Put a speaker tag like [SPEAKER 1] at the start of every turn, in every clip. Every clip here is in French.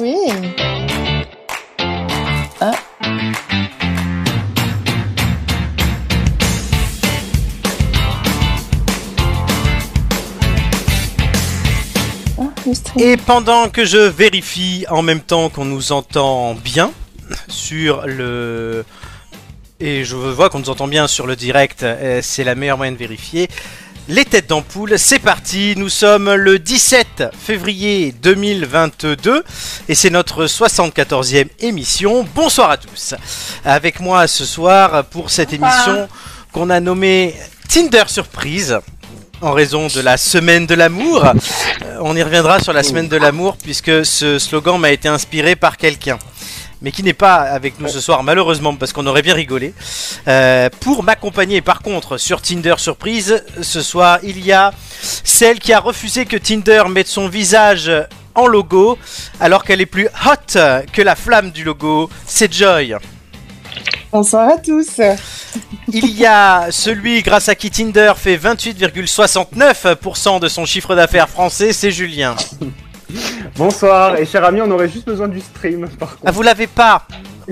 [SPEAKER 1] Oui.
[SPEAKER 2] Ah.
[SPEAKER 1] Ah, le stream.
[SPEAKER 3] Et pendant que je vérifie en même temps qu'on nous entend bien sur le... Et je vois qu'on nous entend bien sur le direct, euh, c'est la meilleure moyen de vérifier. Les têtes d'ampoule, c'est parti, nous sommes le 17 février 2022 et c'est notre 74e émission. Bonsoir à tous. Avec moi ce soir pour cette émission qu'on a nommée Tinder Surprise en raison de la semaine de l'amour. Euh, on y reviendra sur la semaine de l'amour puisque ce slogan m'a été inspiré par quelqu'un. Mais qui n'est pas avec nous ce soir, malheureusement, parce qu'on aurait bien rigolé. Euh, pour m'accompagner, par contre, sur Tinder Surprise, ce soir, il y a celle qui a refusé que Tinder mette son visage en logo, alors qu'elle est plus hot que la flamme du logo. C'est Joy.
[SPEAKER 1] Bonsoir à tous.
[SPEAKER 3] Il y a celui grâce à qui Tinder fait 28,69% de son chiffre d'affaires français, c'est Julien.
[SPEAKER 4] Bonsoir, et cher ami, on aurait juste besoin du stream par
[SPEAKER 3] Ah,
[SPEAKER 4] contre.
[SPEAKER 3] vous l'avez pas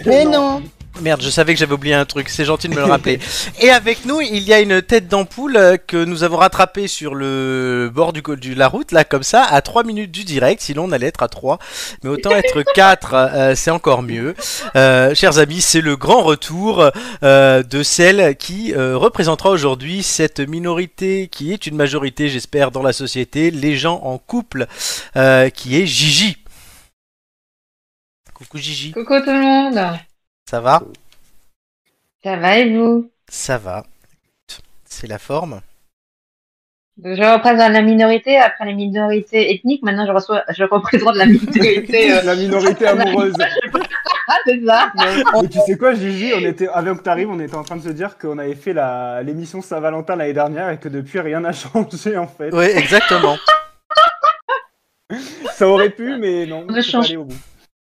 [SPEAKER 1] Mais non.
[SPEAKER 3] Merde, je savais que j'avais oublié un truc, c'est gentil de me le rappeler. Et avec nous, il y a une tête d'ampoule euh, que nous avons rattrapée sur le bord du, co- du- la route, là, comme ça, à 3 minutes du direct, sinon on allait être à 3. Mais autant être 4, c'est encore mieux. Euh, chers amis, c'est le grand retour euh, de celle qui euh, représentera aujourd'hui cette minorité qui est une majorité, j'espère, dans la société, les gens en couple, euh, qui est Gigi. Coucou Gigi,
[SPEAKER 5] Coucou tout le monde
[SPEAKER 3] ça va
[SPEAKER 5] Ça va et vous
[SPEAKER 3] Ça va. C'est la forme.
[SPEAKER 5] Je représente la minorité, après la minorité ethnique, maintenant je, reçois, je représente la minorité... euh,
[SPEAKER 4] La minorité amoureuse.
[SPEAKER 5] Ah, c'est ça
[SPEAKER 4] Mais tu sais quoi, Gigi, on était, avant que t'arrives, on était en train de se dire qu'on avait fait la- l'émission Saint-Valentin l'année dernière et que depuis rien n'a changé en fait.
[SPEAKER 3] Oui, exactement.
[SPEAKER 4] Ça aurait pu, mais non,
[SPEAKER 5] On ne
[SPEAKER 4] c'est pas
[SPEAKER 5] change-
[SPEAKER 4] allé au bout.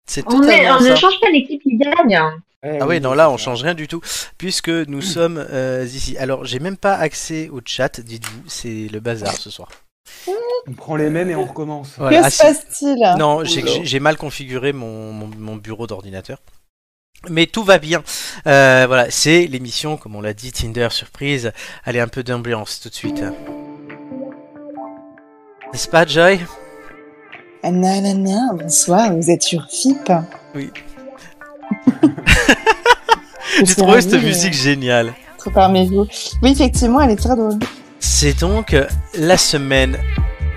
[SPEAKER 3] C'est
[SPEAKER 5] On, est-
[SPEAKER 3] totalement
[SPEAKER 5] on ne
[SPEAKER 3] ça.
[SPEAKER 5] change pas l'équipe qui gagne
[SPEAKER 4] Eh
[SPEAKER 3] Ah
[SPEAKER 4] oui,
[SPEAKER 3] oui, non, là, on
[SPEAKER 4] c'est
[SPEAKER 3] change rien du tout, puisque nous sommes euh, ici. Alors, j'ai même pas accès au chat, dites-vous, c'est le bazar ce soir.
[SPEAKER 4] ça. On prend les mêmes et on recommence.
[SPEAKER 3] Voilà,
[SPEAKER 1] Que
[SPEAKER 3] ah,
[SPEAKER 1] se
[SPEAKER 3] si-
[SPEAKER 1] passe-t-il
[SPEAKER 3] Non, j'ai- j'ai j'ai mal configuré mon, mon- mon bureau d'ordinateur. Mais tout va bien. Euh, voilà, c'est l'émission, comme on l'a dit, Tinder Surprise. Allez, un peu d'ambiance tout de suite. N'est-ce pas, Joy
[SPEAKER 1] Anna, Anna, bonsoir, vous êtes sur FIP.
[SPEAKER 3] Oui.
[SPEAKER 1] Je
[SPEAKER 3] J'ai trouvé
[SPEAKER 1] suis
[SPEAKER 3] cette
[SPEAKER 1] ravie,
[SPEAKER 3] musique géniale.
[SPEAKER 1] euh, trop parmi vous. Oui, effectivement, elle est très drôle.
[SPEAKER 3] C'est donc la semaine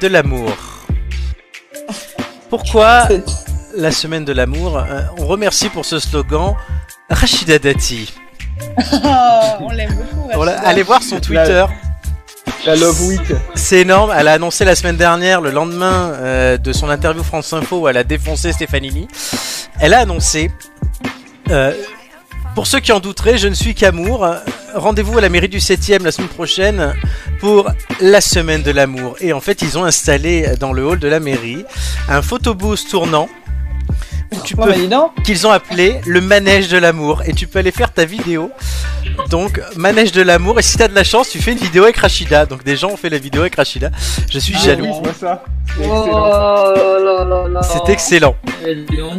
[SPEAKER 3] de l'amour. Pourquoi
[SPEAKER 1] C'est-
[SPEAKER 3] la semaine de l'amour Euh, On remercie pour ce slogan Rachida Dati.
[SPEAKER 1] Oh, on l'aime beaucoup.
[SPEAKER 3] Voilà,
[SPEAKER 1] Rachida.
[SPEAKER 3] allez voir son Twitter.
[SPEAKER 4] La Love Week.
[SPEAKER 3] C'est énorme. Elle a annoncé la semaine dernière, le lendemain euh, de son interview France Info où elle a défoncé Stefanini. Elle a annoncé euh, Pour ceux qui en douteraient, je ne suis qu'amour. Euh, Rendez-vous à la mairie du 7 e la semaine prochaine pour la semaine de l'amour. Et en fait, ils ont installé euh, dans le hall de la mairie un photobooth tournant où tu
[SPEAKER 2] Oh,
[SPEAKER 1] Bon,
[SPEAKER 3] peux
[SPEAKER 1] bah, dis donc.
[SPEAKER 3] qu'ils ont appelé le manège de l'amour. Et tu peux aller faire ta vidéo. Donc, manège de l'amour. Et si t'as de la chance, tu fais une vidéo avec Rachida. Donc, des gens ont fait la vidéo avec Rachida. Je suis
[SPEAKER 4] Ah
[SPEAKER 3] jaloux.
[SPEAKER 4] oui, je vois ça. C'est
[SPEAKER 5] Oh
[SPEAKER 4] excellent.
[SPEAKER 5] là là là
[SPEAKER 3] C'est excellent.
[SPEAKER 5] excellent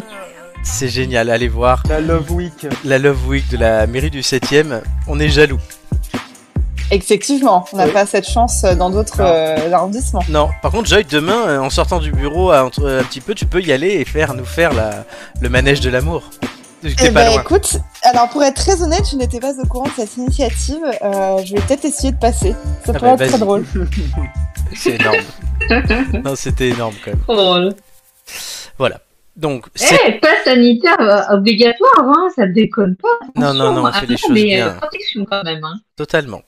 [SPEAKER 3] C'est génial. Allez voir
[SPEAKER 4] La Love Week.
[SPEAKER 3] la Love Week de la mairie du 7 e On est jaloux.
[SPEAKER 1] Effectivement, on n'a
[SPEAKER 4] Oui.
[SPEAKER 1] pas cette chance euh, dans d'autres
[SPEAKER 4] Ah.
[SPEAKER 1] euh, arrondissements.
[SPEAKER 3] Non, par contre, Joy, demain, euh, en sortant du bureau à- entre- euh, un petit peu, tu peux y aller et faire nous faire la, le manège de l'amour.
[SPEAKER 1] Eh
[SPEAKER 3] T'es pas
[SPEAKER 1] ben
[SPEAKER 3] loin.
[SPEAKER 1] écoute, alors pour être très honnête, je n'étais pas au courant de cette initiative. Euh, je vais peut-être essayer de passer. Ça pourrait
[SPEAKER 3] Ah bah,
[SPEAKER 1] être très
[SPEAKER 3] vas-y.
[SPEAKER 1] drôle.
[SPEAKER 3] C'est énorme. non, c'était énorme quand même.
[SPEAKER 5] Trop drôle
[SPEAKER 3] Donc,
[SPEAKER 5] Eh,
[SPEAKER 3] c'est.
[SPEAKER 5] passe sanitaire euh, obligatoire, hein, ça déconne pas
[SPEAKER 3] non, non, non, on
[SPEAKER 5] Attention,
[SPEAKER 3] fait les
[SPEAKER 5] avant,
[SPEAKER 3] choses
[SPEAKER 5] mais, euh,
[SPEAKER 3] bien.
[SPEAKER 5] protection quand même, hein.
[SPEAKER 3] Totalement.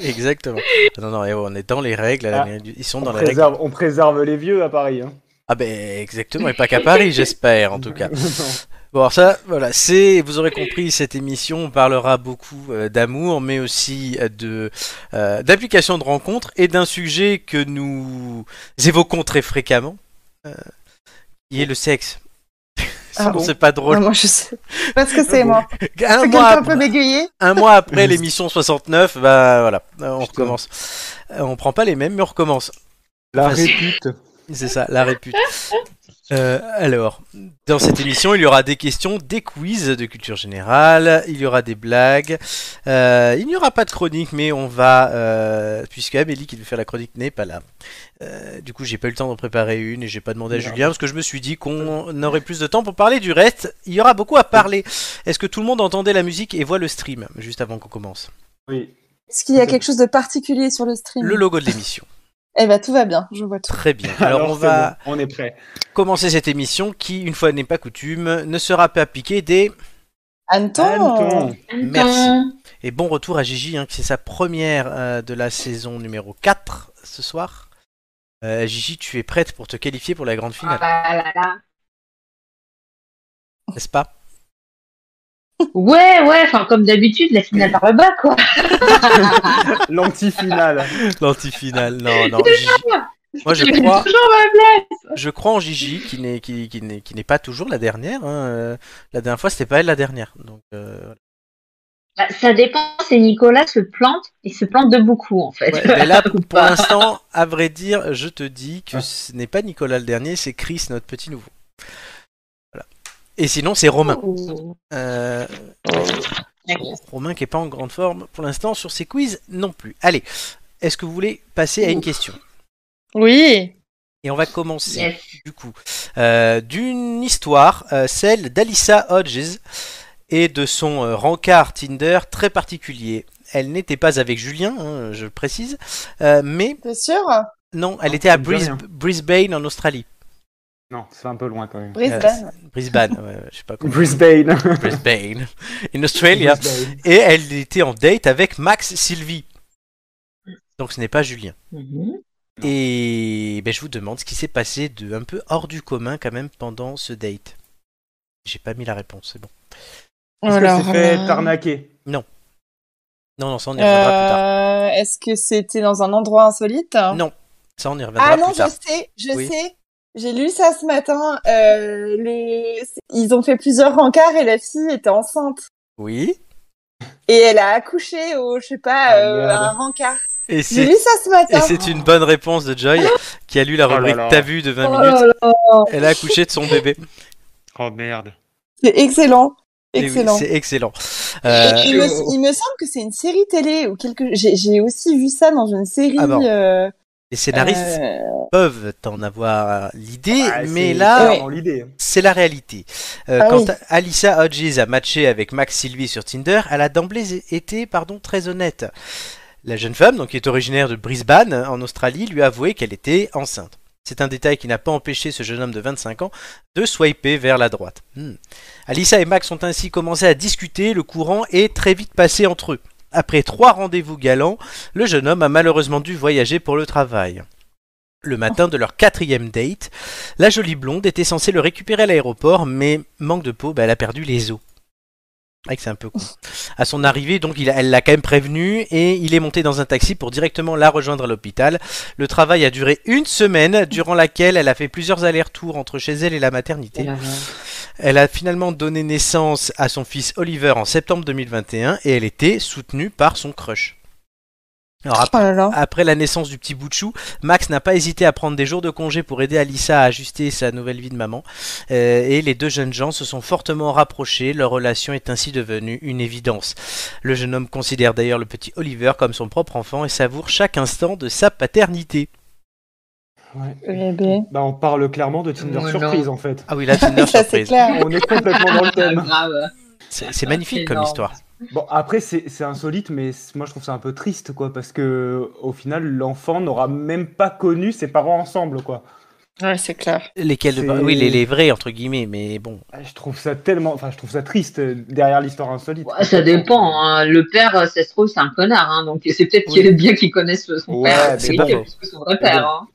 [SPEAKER 3] Exactement. Non, non, et ouais, on est dans les règles. à la
[SPEAKER 4] Ah.
[SPEAKER 3] mairie du- Ils sont
[SPEAKER 4] On
[SPEAKER 3] dans les règles.
[SPEAKER 4] préserve, on préserve les vieux à Paris. Hein.
[SPEAKER 3] Ah ben exactement, et pas qu'à Paris, j'espère en tout cas. Bon,
[SPEAKER 4] Non.
[SPEAKER 3] alors ça, voilà, c'est, vous aurez compris, cette émission parlera beaucoup euh, d'amour, mais aussi euh, de euh, d'applications de rencontres et d'un sujet que nous évoquons très fréquemment, euh, qui est le sexe.
[SPEAKER 1] Ah
[SPEAKER 3] Sinon,
[SPEAKER 1] bon
[SPEAKER 3] c'est pas
[SPEAKER 1] Ah,
[SPEAKER 3] drôle.
[SPEAKER 1] moi je sais. Parce que c'est moi.
[SPEAKER 3] Un
[SPEAKER 1] C'est
[SPEAKER 3] mois
[SPEAKER 1] quelqu'un
[SPEAKER 3] après-
[SPEAKER 1] peut m'aiguiller
[SPEAKER 3] un mois après l'émission 69, bah voilà, euh, on recommence. Euh, On prend pas les mêmes, mais on recommence.
[SPEAKER 4] La
[SPEAKER 3] Vas-y.
[SPEAKER 4] répute.
[SPEAKER 3] C'est ça, la répute. Euh, alors, dans cette émission, il y aura des questions, des quiz de culture générale, il y aura des blagues, euh, il n'y aura pas de chronique, mais on va, euh, puisque Amélie qui devait faire la chronique n'est pas là. Euh, du coup, j'ai pas eu le temps d'en préparer une et j'ai pas demandé à
[SPEAKER 4] Non.
[SPEAKER 3] Julien parce que je me suis dit qu'on aurait plus de temps pour parler du reste. Il y aura beaucoup à parler. Est-ce que tout le monde entendait la musique et voit le stream juste avant qu'on commence
[SPEAKER 4] Oui.
[SPEAKER 1] Est-ce qu'il y a quelque chose de particulier sur le stream
[SPEAKER 3] Le logo de l'émission.
[SPEAKER 1] Eh ben, tout va bien, je vois tout.
[SPEAKER 3] Très bien. Alors, on
[SPEAKER 4] c'est
[SPEAKER 3] va
[SPEAKER 4] bon, on est prêt.
[SPEAKER 3] commencer cette émission qui, une fois n'est pas coutume, ne sera pas piquée des
[SPEAKER 1] Anton euh,
[SPEAKER 4] Anton.
[SPEAKER 3] Merci. Et bon retour à Gigi, hein, qui c'est sa première euh, de la saison numéro 4 ce soir. Euh, Gigi, tu es prête pour te qualifier pour la grande
[SPEAKER 5] Ah
[SPEAKER 3] finale,
[SPEAKER 5] là là là.
[SPEAKER 3] n'est-ce pas
[SPEAKER 5] Ouais, ouais, enfin, comme d'habitude, la finale par le bas, quoi.
[SPEAKER 4] L'anti-finale.
[SPEAKER 3] L'anti-finale, non, non. Gigi. Moi, je
[SPEAKER 5] Tu fais
[SPEAKER 3] crois-
[SPEAKER 5] toujours ma blague.
[SPEAKER 3] Je crois en Gigi, qui n'est qui, qui n'est- qui n'est pas toujours la dernière. hein, euh, La dernière fois, c'était pas elle la dernière. Donc, euh,
[SPEAKER 5] Bah, ça dépend si Nicolas se plante, il se plante de beaucoup, en fait.
[SPEAKER 3] ouais. Mais là,
[SPEAKER 5] Ou
[SPEAKER 3] pour
[SPEAKER 5] pas.
[SPEAKER 3] l'instant, à vrai dire, je te dis que ce n'est pas Nicolas le dernier, c'est Chris, notre petit nouveau. Voilà. Et sinon, c'est Romain. Euh, Romain qui est pas en grande forme pour l'instant sur ses quiz non plus. Allez, est-ce que vous voulez passer à une question
[SPEAKER 2] Oui.
[SPEAKER 3] Et on va commencer
[SPEAKER 5] Yes.
[SPEAKER 3] du coup euh, d'une histoire, euh, celle d'Alissa Hodges et de son euh, rencard Tinder très particulier. Elle n'était pas avec Julien, hein, je le précise, euh, mais
[SPEAKER 1] T'es sûr
[SPEAKER 3] non, elle était à
[SPEAKER 4] ça me dit
[SPEAKER 3] Bris-
[SPEAKER 4] rien.
[SPEAKER 3] Brisbane en Australie.
[SPEAKER 4] Non, c'est un peu loin quand même.
[SPEAKER 1] Brisbane.
[SPEAKER 3] Brisbane, ouais, ouais, je sais pas comment.
[SPEAKER 4] Brisbane.
[SPEAKER 3] Brisbane, in Australia. Et elle était en date avec Max Sylvie. Donc ce n'est pas Julien.
[SPEAKER 5] Mhm.
[SPEAKER 3] Et ben, je vous demande ce qui s'est passé de un peu hors du commun quand même pendant ce date. J'ai pas mis la réponse, c'est bon.
[SPEAKER 4] Est-ce qu'elle
[SPEAKER 2] Alors
[SPEAKER 4] s'est fait
[SPEAKER 2] Oh
[SPEAKER 1] euh,
[SPEAKER 2] là.
[SPEAKER 4] arnaquer
[SPEAKER 3] Non, non, ça on y reviendra plus tard.
[SPEAKER 1] Euh, Est-ce que c'était dans un endroit insolite
[SPEAKER 3] Non, ça on y reviendra
[SPEAKER 1] Ah non,
[SPEAKER 3] plus
[SPEAKER 1] je
[SPEAKER 3] tard.
[SPEAKER 1] sais, je
[SPEAKER 3] Oui.
[SPEAKER 1] sais. J'ai lu ça ce matin. euh, le- Ils ont fait plusieurs rencarts et la fille était enceinte.
[SPEAKER 3] Oui.
[SPEAKER 1] Et elle a accouché au, je sais pas,
[SPEAKER 4] Ah,
[SPEAKER 1] euh,
[SPEAKER 4] merde.
[SPEAKER 1] à un rencard.
[SPEAKER 3] Et
[SPEAKER 1] J'ai
[SPEAKER 3] c'est
[SPEAKER 1] lu ça ce
[SPEAKER 3] et
[SPEAKER 1] matin.
[SPEAKER 3] c'est une bonne réponse de Joy qui a lu la
[SPEAKER 6] Oh là
[SPEAKER 3] rubrique
[SPEAKER 6] là.
[SPEAKER 3] T'as vu de 20
[SPEAKER 5] Oh
[SPEAKER 3] minutes.
[SPEAKER 5] là là.
[SPEAKER 3] Elle a accouché de son bébé.
[SPEAKER 6] Oh merde.
[SPEAKER 1] C'est excellent.
[SPEAKER 3] Et Eh oui,
[SPEAKER 1] Excellent.
[SPEAKER 3] C'est excellent.
[SPEAKER 1] Et
[SPEAKER 3] Euh,
[SPEAKER 1] il, me, il me semble que c'est une série télé ou quelque. J'ai j'ai aussi vu ça dans une série.
[SPEAKER 3] Ah bon.
[SPEAKER 1] euh,
[SPEAKER 3] les scénaristes
[SPEAKER 1] euh,
[SPEAKER 3] peuvent en avoir l'idée,
[SPEAKER 4] Ah,
[SPEAKER 3] mais
[SPEAKER 4] c'est
[SPEAKER 3] là,
[SPEAKER 4] clairement l'idée.
[SPEAKER 3] C'est la réalité. Euh,
[SPEAKER 1] Ah
[SPEAKER 3] quand
[SPEAKER 1] oui.
[SPEAKER 3] Alissa Hodges a matché avec Max Sylvie sur Tinder, elle a d'emblée été pardon, très honnête. La jeune femme, donc, qui est originaire de Brisbane, euh, en Australie, lui a avoué qu'elle était enceinte. C'est un détail qui n'a pas empêché ce jeune homme de 25 ans de swiper vers la droite. Hmm. Alissa et Max ont ainsi commencé à discuter, le courant est très vite passé entre eux. Après trois rendez-vous galants, le jeune homme a malheureusement dû voyager pour le travail. Le matin de leur quatrième date, la jolie blonde était censée le récupérer à l'aéroport, mais manque de peau, bah, elle a perdu les os. C'est vrai que c'est un peu con. À son arrivée, donc, il a- elle l'a quand même prévenu et il est monté dans un taxi pour directement la rejoindre à l'hôpital. Le travail a duré une semaine, durant laquelle elle a fait plusieurs allers-retours entre chez elle et la maternité. Elle a finalement donné naissance à son fils Oliver en septembre 2021 et elle était soutenue par son crush. Alors,
[SPEAKER 1] Oh là là.
[SPEAKER 3] après la naissance du petit bout de chou, Max n'a pas hésité à prendre des jours de congé pour aider Alissa à ajuster sa nouvelle vie de maman. Euh, et les deux jeunes gens se sont fortement rapprochés. Leur relation est ainsi devenue une évidence. Le jeune homme considère d'ailleurs le petit Oliver comme son propre enfant et savoure chaque instant de sa paternité.
[SPEAKER 4] Ouais.
[SPEAKER 1] Eh ben,
[SPEAKER 4] Bah, on parle clairement de Tinder
[SPEAKER 5] Ouais,
[SPEAKER 4] surprise en fait.
[SPEAKER 3] Ah oui, là, Tinder
[SPEAKER 1] ça c'est
[SPEAKER 3] surprise.
[SPEAKER 1] clair.
[SPEAKER 4] On est complètement dans le
[SPEAKER 5] Ah,
[SPEAKER 4] thème.
[SPEAKER 5] grave.
[SPEAKER 3] C'est c'est magnifique comme
[SPEAKER 5] Énorme.
[SPEAKER 3] histoire.
[SPEAKER 4] Bon, après, c'est c'est insolite, mais c- moi je trouve ça un peu triste, quoi, parce que au final, l'enfant n'aura même pas connu ses parents ensemble, quoi.
[SPEAKER 2] Ouais, c'est clair.
[SPEAKER 3] Lesquels de-
[SPEAKER 4] C'est-
[SPEAKER 3] Oui, les, les vrais, entre guillemets, mais bon.
[SPEAKER 4] Ah, Je trouve ça tellement. Enfin, je trouve ça triste euh, derrière l'histoire insolite.
[SPEAKER 5] Ouais, ça dépend. hein. Le père, euh, ça se trouve, c'est un connard. hein. Donc, c'est peut-être
[SPEAKER 3] Oui.
[SPEAKER 5] qu'il est bien qu'il connaisse son
[SPEAKER 4] Ouais,
[SPEAKER 5] père.
[SPEAKER 4] mais
[SPEAKER 5] C'est
[SPEAKER 3] bon.
[SPEAKER 5] plus que son vrai père. hein.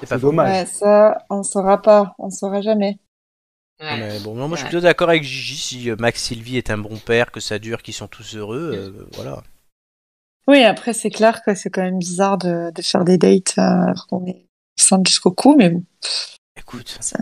[SPEAKER 3] C'est pas
[SPEAKER 4] C'est
[SPEAKER 3] faux.
[SPEAKER 4] dommage.
[SPEAKER 1] Ouais, ça, on saura pas, on saura jamais.
[SPEAKER 5] Ouais.
[SPEAKER 3] Mais bon, non, moi je suis
[SPEAKER 5] Ouais.
[SPEAKER 3] plutôt d'accord avec Gigi. Si euh, Max Sylvie est un bon père, que ça dure, qu'ils sont tous heureux, euh, voilà.
[SPEAKER 2] Oui, après, c'est clair que c'est quand même bizarre de, de faire des dates euh, alors qu'on est enceinte jusqu'au cou, mais bon,
[SPEAKER 3] Écoute,
[SPEAKER 2] ça-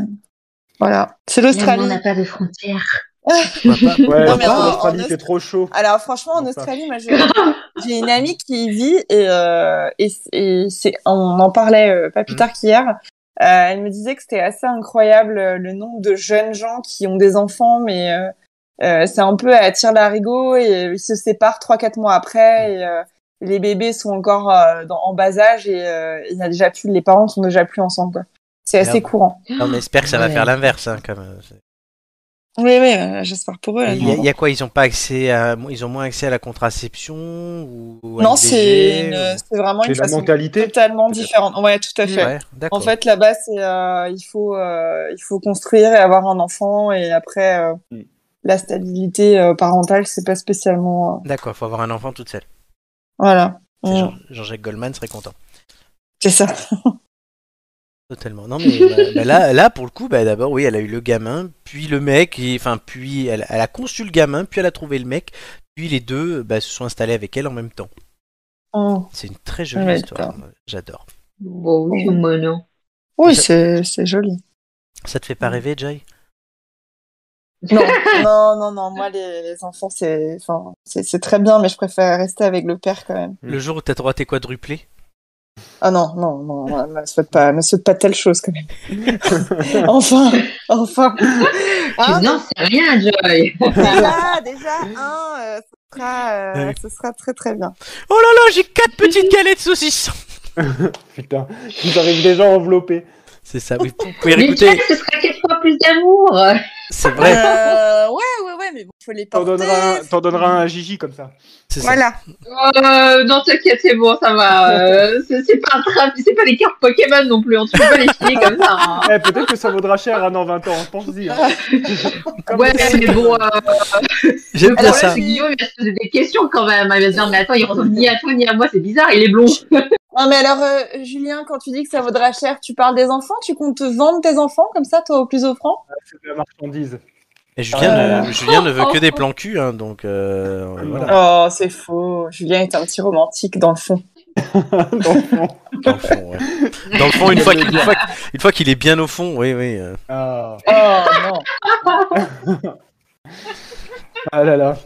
[SPEAKER 2] voilà. C'est
[SPEAKER 5] Même on
[SPEAKER 2] l'Australie.
[SPEAKER 5] n'a pas de frontières.
[SPEAKER 3] pourquoi pas
[SPEAKER 4] Ouais,
[SPEAKER 1] Non,
[SPEAKER 4] je
[SPEAKER 1] mais
[SPEAKER 4] pense
[SPEAKER 1] en-
[SPEAKER 4] que
[SPEAKER 1] en
[SPEAKER 4] l'Australie,
[SPEAKER 1] Aust-
[SPEAKER 4] c'est trop chaud.
[SPEAKER 1] Alors franchement, en
[SPEAKER 4] Bon, ça.
[SPEAKER 1] Australie, moi je- j'ai une
[SPEAKER 3] Mm.
[SPEAKER 1] amie qui y vit et, euh, et, c- et c'est, on en parlait euh, pas plus tard qu'hier.
[SPEAKER 2] Euh, elle me disait que c'était assez incroyable euh, le nombre de jeunes gens qui ont des enfants, mais euh, euh, c'est un peu à tire larigot et euh, ils se séparent trois quatre mois
[SPEAKER 3] Mm.
[SPEAKER 2] après et euh, les bébés sont encore euh, dans- en bas âge et euh, il y a déjà plus les parents sont déjà plus ensemble. quoi. C'est
[SPEAKER 3] Merde.
[SPEAKER 2] assez courant.
[SPEAKER 3] On espère que ça va
[SPEAKER 7] Ouais.
[SPEAKER 3] faire l'inverse. hein, comme, euh, c'est-
[SPEAKER 7] Oui, oui, euh, j'espère pour eux. là,
[SPEAKER 3] Il y, a-
[SPEAKER 7] non.
[SPEAKER 3] il y a quoi Ils ont pas accès à, ils ont moins accès à la contraception ou ou à
[SPEAKER 2] non,
[SPEAKER 3] l'IVG,
[SPEAKER 2] c'est une-
[SPEAKER 3] ou-
[SPEAKER 2] c'est vraiment une
[SPEAKER 8] C'est la
[SPEAKER 2] façon
[SPEAKER 8] mentalité.
[SPEAKER 2] totalement différente. Ouais, tout à fait.
[SPEAKER 3] Ouais, d'accord.
[SPEAKER 2] En fait, là-bas, c'est euh, il faut euh, il faut construire et avoir un enfant et après euh,
[SPEAKER 8] Mm.
[SPEAKER 2] la stabilité euh, parentale, c'est pas spécialement euh,
[SPEAKER 3] D'accord, faut avoir un enfant toute seule.
[SPEAKER 2] voilà.
[SPEAKER 3] C'est
[SPEAKER 2] Mm.
[SPEAKER 3] Jean- Jean-Jacques Goldman serait content.
[SPEAKER 2] C'est ça.
[SPEAKER 3] Totalement. Non, mais bah, bah, là, là, pour le coup, bah, d'abord, oui, elle a eu le gamin, puis le mec, et, enfin, puis elle, elle a conçu le gamin, puis elle a trouvé le mec, puis les deux bah, se sont installés avec elle en même temps.
[SPEAKER 2] Mm.
[SPEAKER 3] C'est une très jolie
[SPEAKER 2] Ouais,
[SPEAKER 3] histoire. euh, J'adore.
[SPEAKER 5] Bon, oui,
[SPEAKER 2] Ouais.
[SPEAKER 5] mais non.
[SPEAKER 7] Oui, c'est c'est joli.
[SPEAKER 3] Ça te fait pas rêver, Jay
[SPEAKER 2] Non, non, non, non. Moi, les, les enfants, c'est enfin c'est c'est très bien, mais je préfère rester avec le père quand même.
[SPEAKER 3] Le jour où t'as droit à tes quadruplés
[SPEAKER 2] Ah non, non, non, non, ne me souhaite pas, me souhaite pas telle chose quand même. enfin, enfin. Hein
[SPEAKER 5] Tu- non, c'est rien, Joy.
[SPEAKER 2] déjà, déjà, hein, euh, ce sera, euh,
[SPEAKER 3] Ouais.
[SPEAKER 2] ce sera très très bien.
[SPEAKER 3] Oh là là, j'ai quatre petites galettes saucisses
[SPEAKER 4] Putain, ils arrivent déjà enveloppés.
[SPEAKER 3] C'est ça, oui. Vous pouvez
[SPEAKER 5] Mais
[SPEAKER 3] réécouter,
[SPEAKER 5] Jack, ce sera quatre fois plus d'amour.
[SPEAKER 3] c'est vrai.
[SPEAKER 2] Euh, ouais, ouais, ouais, mais bon, faut les
[SPEAKER 4] T'en
[SPEAKER 2] porter.
[SPEAKER 4] donneras, un- t'en donneras un à Gigi comme ça.
[SPEAKER 3] C'est ça.
[SPEAKER 2] Voilà.
[SPEAKER 5] Euh, non, t'inquiète, c'est bon, ça va. Euh, c'est c'est pas un trap, c'est pas des cartes Pokémon non plus. On ne peut pas les filer comme ça. hein.
[SPEAKER 4] Eh, peut-être que ça vaudra cher à dans 20 ans, pense-y. hein. Comme
[SPEAKER 5] Ouais,
[SPEAKER 4] les-
[SPEAKER 5] mais bon. Euh,
[SPEAKER 3] J'aime
[SPEAKER 5] alors
[SPEAKER 3] bien
[SPEAKER 5] là,
[SPEAKER 3] ça.
[SPEAKER 5] c'est Guillaume, il va se poser des questions quand même. Il va se dire, mais attends, il ressemble ni à toi ni à moi, c'est bizarre, il est blond.
[SPEAKER 2] Non, mais alors, euh, Julien, quand tu dis que ça vaudra cher, tu parles des enfants Tu comptes vendre tes enfants comme ça, toi, au plus offrant
[SPEAKER 4] C'est de la marchandise.
[SPEAKER 3] Et Julien, ne, Julien ne veut que des plans cul, hein, donc euh, voilà.
[SPEAKER 2] Oh, c'est faux. Julien est un petit romantique, dans le fond.
[SPEAKER 4] Dans le fond.
[SPEAKER 3] Dans le fond, ouais. Dans le fond, une fois qu'il une fois qu'- une fois qu'il est bien au fond, oui, oui. euh.
[SPEAKER 4] Ah.
[SPEAKER 2] Oh, non.
[SPEAKER 4] Ah là là.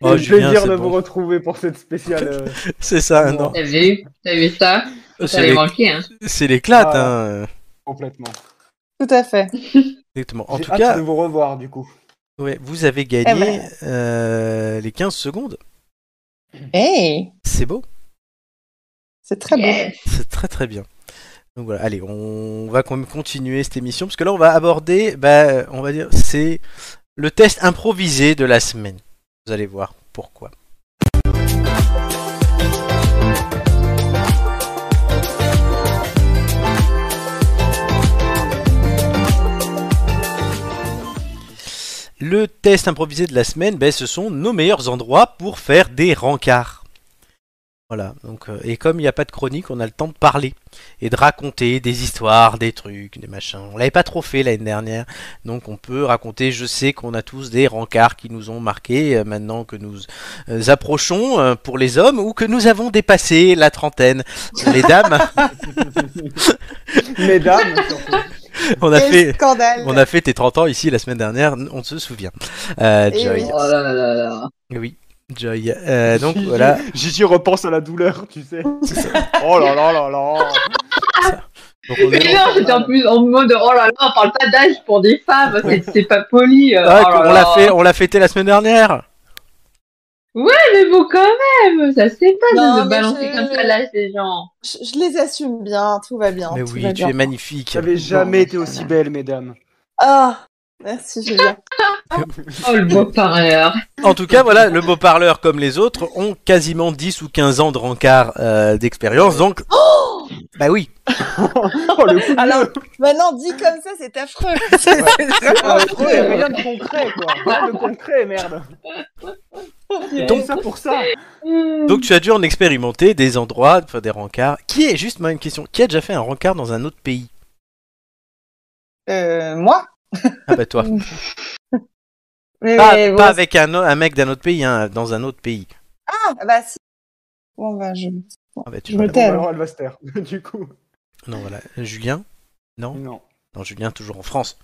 [SPEAKER 3] Oh,
[SPEAKER 4] C'est
[SPEAKER 3] Julien,
[SPEAKER 4] plaisir
[SPEAKER 3] c'est
[SPEAKER 4] de
[SPEAKER 3] bon.
[SPEAKER 4] vous retrouver pour cette spéciale. euh,
[SPEAKER 3] C'est ça,
[SPEAKER 4] Bon.
[SPEAKER 3] non.
[SPEAKER 5] T'as vu T'as vu ça Ça
[SPEAKER 3] C'est
[SPEAKER 5] avait
[SPEAKER 3] l'é-
[SPEAKER 5] manqué, hein.
[SPEAKER 3] c'est l'éclate,
[SPEAKER 4] Ah.
[SPEAKER 3] hein.
[SPEAKER 4] complètement.
[SPEAKER 2] Tout à fait.
[SPEAKER 3] Exactement. En
[SPEAKER 4] J'ai
[SPEAKER 3] tout
[SPEAKER 4] hâte
[SPEAKER 3] cas,
[SPEAKER 4] de vous revoir du coup.
[SPEAKER 3] ouais, vous avez
[SPEAKER 2] Eh
[SPEAKER 3] gagné
[SPEAKER 2] ben.
[SPEAKER 3] euh, les 15 secondes.
[SPEAKER 2] Hey,
[SPEAKER 3] C'est beau.
[SPEAKER 2] c'est très beau.
[SPEAKER 5] Yes.
[SPEAKER 3] C'est très très bien. Donc voilà, allez, on va quand même continuer cette émission parce que là on va aborder, bah, on va dire, c'est le test improvisé de la semaine. Vous allez voir pourquoi. Le test improvisé de la semaine, bah, ce sont nos meilleurs endroits pour faire des rencarts. Voilà, donc, euh, et comme il n'y a pas de chronique, on a le temps de parler et de raconter des histoires, des trucs, des machins. On l'avait pas trop fait l'année dernière, donc on peut raconter. Je sais qu'on a tous des rencarts qui nous ont marqués euh, maintenant que nous euh, approchons euh, pour les hommes ou que nous avons dépassé la trentaine. Pour les dames,
[SPEAKER 4] Mesdames, surtout.
[SPEAKER 3] on a
[SPEAKER 2] Quel
[SPEAKER 3] fait.
[SPEAKER 2] scandale.
[SPEAKER 3] On a fait tes 30 ans ici la semaine dernière, on se souvient. Euh,
[SPEAKER 2] Eh
[SPEAKER 3] Joy.
[SPEAKER 5] Oh là là là là.
[SPEAKER 3] Oui, Joy. Euh, donc
[SPEAKER 4] Gigi-
[SPEAKER 3] voilà.
[SPEAKER 4] Gigi repense à la douleur, tu sais. oh là là là là.
[SPEAKER 3] Donc, on est-
[SPEAKER 5] Et non, j'étais en plus en mode oh là là, on parle pas d'âge pour des femmes, c'est- c'est pas poli. euh,
[SPEAKER 3] Ah, on
[SPEAKER 5] oh là là.
[SPEAKER 3] l'a fait, on l'a fêté la semaine dernière.
[SPEAKER 5] Mais bon, quand même, ça se fait pas
[SPEAKER 2] Non,
[SPEAKER 5] de
[SPEAKER 2] mais
[SPEAKER 5] balancer
[SPEAKER 2] je-
[SPEAKER 5] comme ça l'âge des gens.
[SPEAKER 2] Je, je les assume bien, tout va bien.
[SPEAKER 3] Mais
[SPEAKER 2] tout
[SPEAKER 3] oui,
[SPEAKER 2] va
[SPEAKER 3] tu
[SPEAKER 2] bien.
[SPEAKER 3] es magnifique.
[SPEAKER 4] J'avais jamais été aussi belle, mesdames.
[SPEAKER 2] Ah, merci Julien.
[SPEAKER 5] Oh le beau parleur.
[SPEAKER 3] En tout cas, voilà, le beau parleur comme les autres ont quasiment 10 ou 15 ans de rencard euh, d'expérience, donc... bah oui,
[SPEAKER 4] Oh le coup de
[SPEAKER 2] Alors, maintenant dit comme ça, c'est affreux.
[SPEAKER 4] Ah, trop, y a rien de concret quoi. Rien de concret, merde. Tout ça pour ça.
[SPEAKER 2] Hmm.
[SPEAKER 3] donc tu as dû en expérimenter des endroits, enfin des rencarts. Qui est, juste moi une question, qui a déjà fait un rencard dans un autre pays
[SPEAKER 2] Euh, moi
[SPEAKER 3] Ah bah toi,
[SPEAKER 2] Mais
[SPEAKER 3] pas,
[SPEAKER 2] bon,
[SPEAKER 3] pas avec un, o- un mec d'un autre pays, hein, dans un autre pays.
[SPEAKER 2] ah, bah, si. Bon, bah, je...
[SPEAKER 3] Ah bah, tu
[SPEAKER 2] Je
[SPEAKER 3] vois,
[SPEAKER 2] me
[SPEAKER 3] là-
[SPEAKER 2] tais.
[SPEAKER 4] Alors elle va se taire, du coup.
[SPEAKER 3] Non, voilà, Julien
[SPEAKER 4] Non.
[SPEAKER 3] Non, Julien, toujours en France.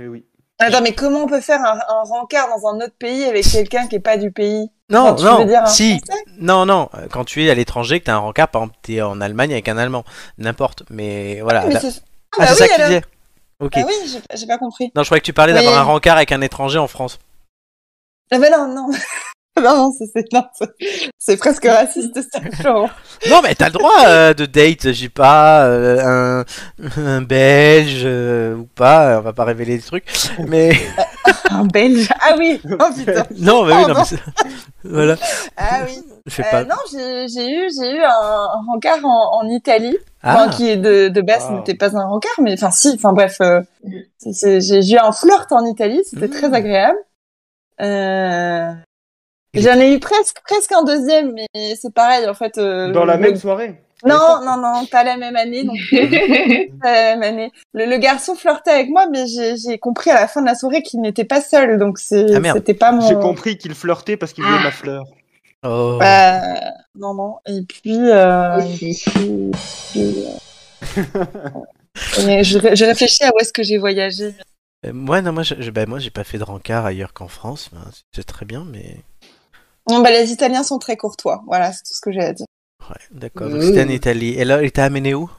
[SPEAKER 4] Eh oui.
[SPEAKER 2] Attends, mais comment on peut faire un, un rencard dans un autre pays avec quelqu'un qui est pas du pays
[SPEAKER 3] Non,
[SPEAKER 2] Enfin, Ah, tu
[SPEAKER 3] non,
[SPEAKER 2] veux dire hein. un
[SPEAKER 3] si,
[SPEAKER 2] Français
[SPEAKER 3] non, non, euh, quand tu es à l'étranger, que t'as un rencard, par exemple, t'es en Allemagne avec un Allemand, n'importe, mais voilà,
[SPEAKER 2] Mais
[SPEAKER 3] là-
[SPEAKER 2] ce- Ah, bah
[SPEAKER 3] c'est
[SPEAKER 2] oui,
[SPEAKER 3] ça qu'il
[SPEAKER 2] alors.
[SPEAKER 3] disait Ok.
[SPEAKER 2] Ah oui, j'ai pas- j'ai pas compris.
[SPEAKER 3] Non, je croyais que tu parlais
[SPEAKER 2] Oui.
[SPEAKER 3] d'avoir un rencard avec un étranger en France.
[SPEAKER 2] Ah bah non, non. non, non, ça, c'est non, ça- c'est presque raciste, ça. genre.
[SPEAKER 3] Non, mais t'as le droit euh, de date, j'ai pas euh, un, un belge euh, ou pas, on va pas révéler des trucs. Mais
[SPEAKER 2] Un belge. Ah oui, oh putain.
[SPEAKER 3] non, mais oui,
[SPEAKER 2] Pardon.
[SPEAKER 3] non, mais c'est- voilà,
[SPEAKER 2] Ah oui.
[SPEAKER 3] je sais
[SPEAKER 2] Euh,
[SPEAKER 3] pas.
[SPEAKER 2] non, j'ai j'ai eu, j'ai eu un, un rencard en, en Italie,
[SPEAKER 3] Ah,
[SPEAKER 2] enfin, qui est de, de base
[SPEAKER 4] Wow.
[SPEAKER 2] n'était pas un rencard, mais enfin si, enfin bref, euh, c'est- c'est- j'ai j'ai eu un flirt en Italie, c'était
[SPEAKER 3] Mm.
[SPEAKER 2] très agréable. Euh,
[SPEAKER 3] Il
[SPEAKER 2] J'en ai eu presque presque un deuxième, mais c'est pareil en fait. euh,
[SPEAKER 4] Dans la
[SPEAKER 2] le-
[SPEAKER 4] même soirée.
[SPEAKER 2] Non, non, non, pas la même année, donc pas la même année. Le, le garçon flirtait avec moi, mais j'ai j'ai compris à la fin de la soirée qu'il n'était pas seul, donc c'est-
[SPEAKER 3] Ah, merde.
[SPEAKER 2] c'était pas mon.
[SPEAKER 4] J'ai compris qu'il flirtait parce qu'il voulait ma fleur.
[SPEAKER 3] oh.
[SPEAKER 2] Bah, non, non. Et puis. euh,
[SPEAKER 5] Aussi.
[SPEAKER 2] Et je, ré- je réfléchis à où est-ce que j'ai voyagé.
[SPEAKER 3] Euh, moi, non, moi, je- je- bah, moi, j'ai pas fait de rencard ailleurs qu'en France. Ben, c'est très bien, mais
[SPEAKER 2] Non, bah, les Italiens sont très courtois. Voilà, c'est tout ce que j'ai à dire.
[SPEAKER 3] ouais, d'accord. Donc c'était en Italie. Et là, il t'a amené où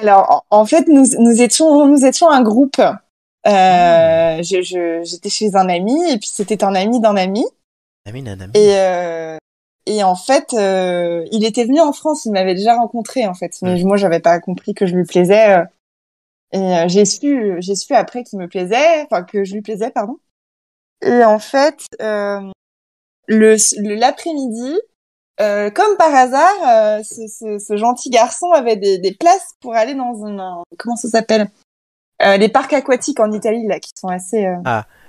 [SPEAKER 2] Alors, en, en fait, nous, nous, étions, nous étions un groupe. Euh, je- je- J'étais chez un ami, et puis c'était un ami d'un ami.
[SPEAKER 3] Amine, un ami.
[SPEAKER 2] Et, euh, et en fait, euh, il était venu en France, il m'avait déjà rencontré, en fait. Mais moi, j'avais pas compris que je lui plaisais. euh, et euh, j'ai su, j'ai su après qu'il me plaisait, enfin, que je lui plaisais, pardon. Et en fait, euh, le le- l'après-midi, euh, comme par hasard, euh, ce, ce- ce gentil garçon avait des, des places pour aller dans un, un- comment ça s'appelle Euh, Les parcs aquatiques en Italie, là, qui sont assez... euh,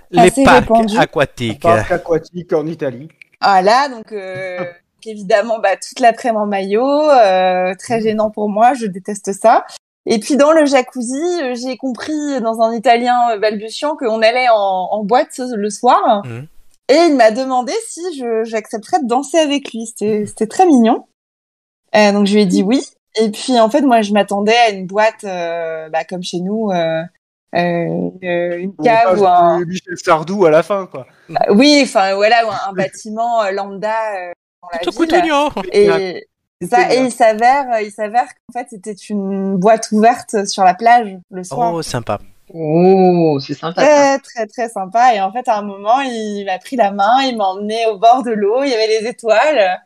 [SPEAKER 3] Les
[SPEAKER 2] assez
[SPEAKER 3] parcs
[SPEAKER 2] répandu.
[SPEAKER 3] aquatiques.
[SPEAKER 2] Bah,
[SPEAKER 4] Parc aquatique en Italie.
[SPEAKER 2] ah là, donc euh, donc évidemment, bah, toute l'après-midi en maillot, euh, très gênant pour moi, je déteste ça. Et puis dans le jacuzzi, euh, j'ai compris dans un italien euh, balbutiant qu'on allait en, en boîte ce- le soir.
[SPEAKER 3] Mhm.
[SPEAKER 2] Et il m'a demandé si je- j'accepterais de danser avec lui. C'était c'était très mignon. Euh, donc je lui ai dit oui. Et puis en fait, moi, je m'attendais à une boîte euh, bah, comme chez nous, euh, euh, une cave ou un...
[SPEAKER 4] Michel Sardou à la fin, quoi.
[SPEAKER 2] Oui, enfin voilà, ou un, un bâtiment euh, lambda euh, dans la
[SPEAKER 3] Tout
[SPEAKER 2] ville.
[SPEAKER 3] coutugnon.
[SPEAKER 2] Et, ça, et il s'avère, euh, il s'avère qu'en fait c'était une boîte ouverte sur la plage le soir.
[SPEAKER 3] Oh, sympa.
[SPEAKER 5] Oh, c'est sympa. ça.
[SPEAKER 2] Très très très sympa et en fait à un moment il m'a pris la main, il m'a emmené au bord de l'eau, il y avait les étoiles,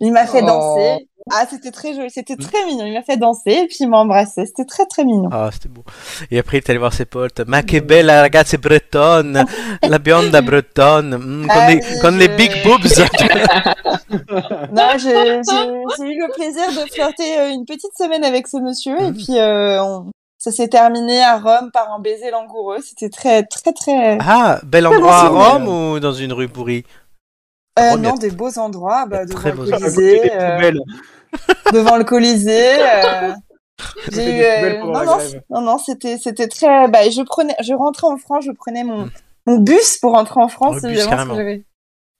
[SPEAKER 2] il m'a fait
[SPEAKER 5] Oh.
[SPEAKER 2] danser. Ah c'était très joli, c'était très mignon, il m'a fait danser et puis il m'a embrassé, c'était très très mignon.
[SPEAKER 3] Ah, c'était beau. Et après, il est allé voir ses potes. Ma che bella ragazza bretonne, la bionda bretonne, mm, con,
[SPEAKER 2] Ah
[SPEAKER 3] les,
[SPEAKER 2] oui,
[SPEAKER 3] con les
[SPEAKER 2] je-
[SPEAKER 3] big boobs.
[SPEAKER 2] Non, j'ai j'ai- j'ai eu le plaisir de flirter euh, une petite semaine avec ce monsieur
[SPEAKER 3] Mhm.
[SPEAKER 2] et puis euh, on- ça s'est terminé à Rome par un baiser langoureux, c'était très très très
[SPEAKER 3] Ah, bel
[SPEAKER 2] bon
[SPEAKER 3] endroit à
[SPEAKER 4] souvenir.
[SPEAKER 3] Rome ou dans une rue pourrie
[SPEAKER 2] Euh,
[SPEAKER 3] Rome, il y a-
[SPEAKER 2] non, des beaux endroits, bah,
[SPEAKER 3] il y a
[SPEAKER 2] devant,
[SPEAKER 3] très
[SPEAKER 2] le
[SPEAKER 3] beaux
[SPEAKER 4] À côté des
[SPEAKER 2] Colisée, euh,
[SPEAKER 4] poubelles.
[SPEAKER 2] devant le Colisée. euh,
[SPEAKER 4] C'était
[SPEAKER 2] J'ai eu,
[SPEAKER 4] des poubelles
[SPEAKER 2] euh,
[SPEAKER 4] pendant
[SPEAKER 2] non,
[SPEAKER 4] la
[SPEAKER 2] non,
[SPEAKER 4] grève.
[SPEAKER 2] c'est- non, non, c'était, c'était très. Bah, je prenais, je rentrais en France, je prenais mon, mon bus pour rentrer en France.
[SPEAKER 3] Mhm. Oh, Le bus,
[SPEAKER 2] évidemment, parce que
[SPEAKER 3] carrément.
[SPEAKER 2] j'avais-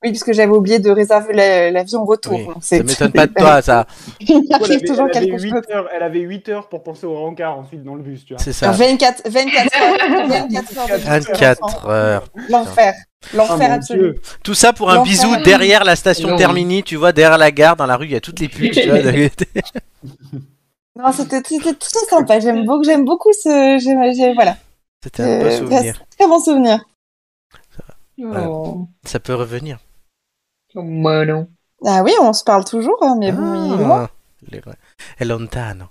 [SPEAKER 2] oui, parce que j'avais oublié de réserver la- l'avion retour.
[SPEAKER 3] Oui,
[SPEAKER 2] donc
[SPEAKER 3] Ça
[SPEAKER 2] c'est-
[SPEAKER 3] m'étonne pas de toi, ça.
[SPEAKER 2] Il
[SPEAKER 4] Quoi, elle,
[SPEAKER 2] arrive
[SPEAKER 4] avait,
[SPEAKER 2] toujours
[SPEAKER 4] elle avait
[SPEAKER 2] quelque chose.
[SPEAKER 4] 8 heures, elle avait 8 heures pour penser au rencard ensuite dans le bus, tu vois.
[SPEAKER 3] C'est ça.
[SPEAKER 2] 24, 24 heures, 24 heures, de bus.
[SPEAKER 3] 24 heures.
[SPEAKER 2] L'enfer,
[SPEAKER 4] Ah,
[SPEAKER 2] l'enfer
[SPEAKER 4] mon
[SPEAKER 2] absolu.
[SPEAKER 4] Dieu.
[SPEAKER 3] Tout ça pour un
[SPEAKER 2] Non,
[SPEAKER 3] bisou
[SPEAKER 2] ça-
[SPEAKER 3] derrière la station
[SPEAKER 5] Non.
[SPEAKER 3] Termini, tu vois, derrière la gare, dans la rue, il y a toutes les putes. tu vois.
[SPEAKER 2] Non, c'était, c'était très sympa. J'aime beaucoup, j'aime beaucoup ce, j'ai- j'ai- voilà,
[SPEAKER 3] C'était un beau
[SPEAKER 2] Euh,
[SPEAKER 3] souvenir.
[SPEAKER 2] très bon souvenir. Eh.
[SPEAKER 3] Voilà.
[SPEAKER 5] Oh,
[SPEAKER 3] Ça peut revenir.
[SPEAKER 5] oh, mono.
[SPEAKER 2] Ah oui, on se parle toujours, hein, mais bon, il est loin.
[SPEAKER 3] Ah, le- È lontano.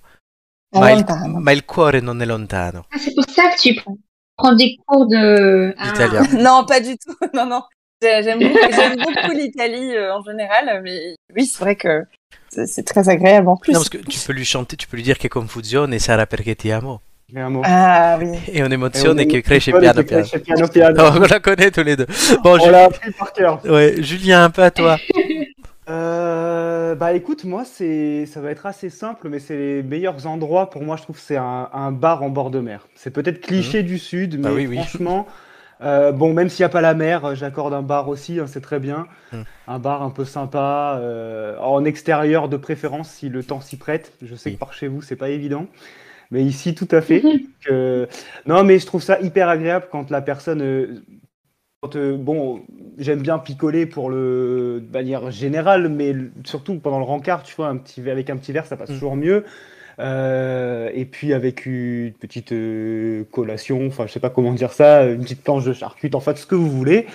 [SPEAKER 2] Ah,
[SPEAKER 3] ma,
[SPEAKER 2] non,
[SPEAKER 3] il,
[SPEAKER 2] apparemment.
[SPEAKER 3] ma il cuore non è lontano.
[SPEAKER 5] Ah, c'est pour ça que tu prends des cours de. Ah.
[SPEAKER 3] Italien.
[SPEAKER 2] Non, pas du tout. Non, non. J'ai- J'aime beaucoup, j'aime beaucoup l'Italie euh, en général, mais oui, c'est vrai que c'est c'est très agréable en plus.
[SPEAKER 3] Non, parce que tu peux lui chanter, tu peux lui dire che confusione sarà perché ti amo.
[SPEAKER 4] Mais un mot.
[SPEAKER 2] Ah oui.
[SPEAKER 3] E un'emozione
[SPEAKER 4] Et on-
[SPEAKER 3] che cresce
[SPEAKER 4] Paul
[SPEAKER 3] piano
[SPEAKER 4] était
[SPEAKER 3] piano. Oh,
[SPEAKER 4] chez Piano Piano.
[SPEAKER 3] Non, on la connaît tous les deux. Bon,
[SPEAKER 4] On
[SPEAKER 3] Ju-
[SPEAKER 4] l'a appris par cœur.
[SPEAKER 3] ouais, Julien, un peu à toi.
[SPEAKER 4] Euh, bah écoute, moi c'est, ça va être assez simple, mais c'est les meilleurs endroits pour moi. Je trouve c'est un, un bar en bord de mer. C'est peut-être cliché du sud, mais
[SPEAKER 3] Bah oui, oui.
[SPEAKER 4] franchement, euh, bon même s'il n'y a pas la mer, euh, j'accorde un bar aussi, hein, c'est très bien.
[SPEAKER 3] Mhm.
[SPEAKER 4] Un bar un peu sympa, euh, en extérieur de préférence si le temps s'y prête. Je sais
[SPEAKER 3] Oui.
[SPEAKER 4] que par chez vous c'est pas évident, mais ici tout à fait. Donc, euh, Non mais je trouve ça hyper agréable quand la personne euh, quand, euh, bon, j'aime bien picoler pour le de manière générale, mais le- surtout pendant le rencard, tu vois, un petit verre- avec un petit verre, ça passe
[SPEAKER 3] Mm.
[SPEAKER 4] toujours mieux. Euh, et puis avec une petite euh, collation, enfin je sais pas comment dire ça, une petite planche de charcutes, en fait ce que vous voulez.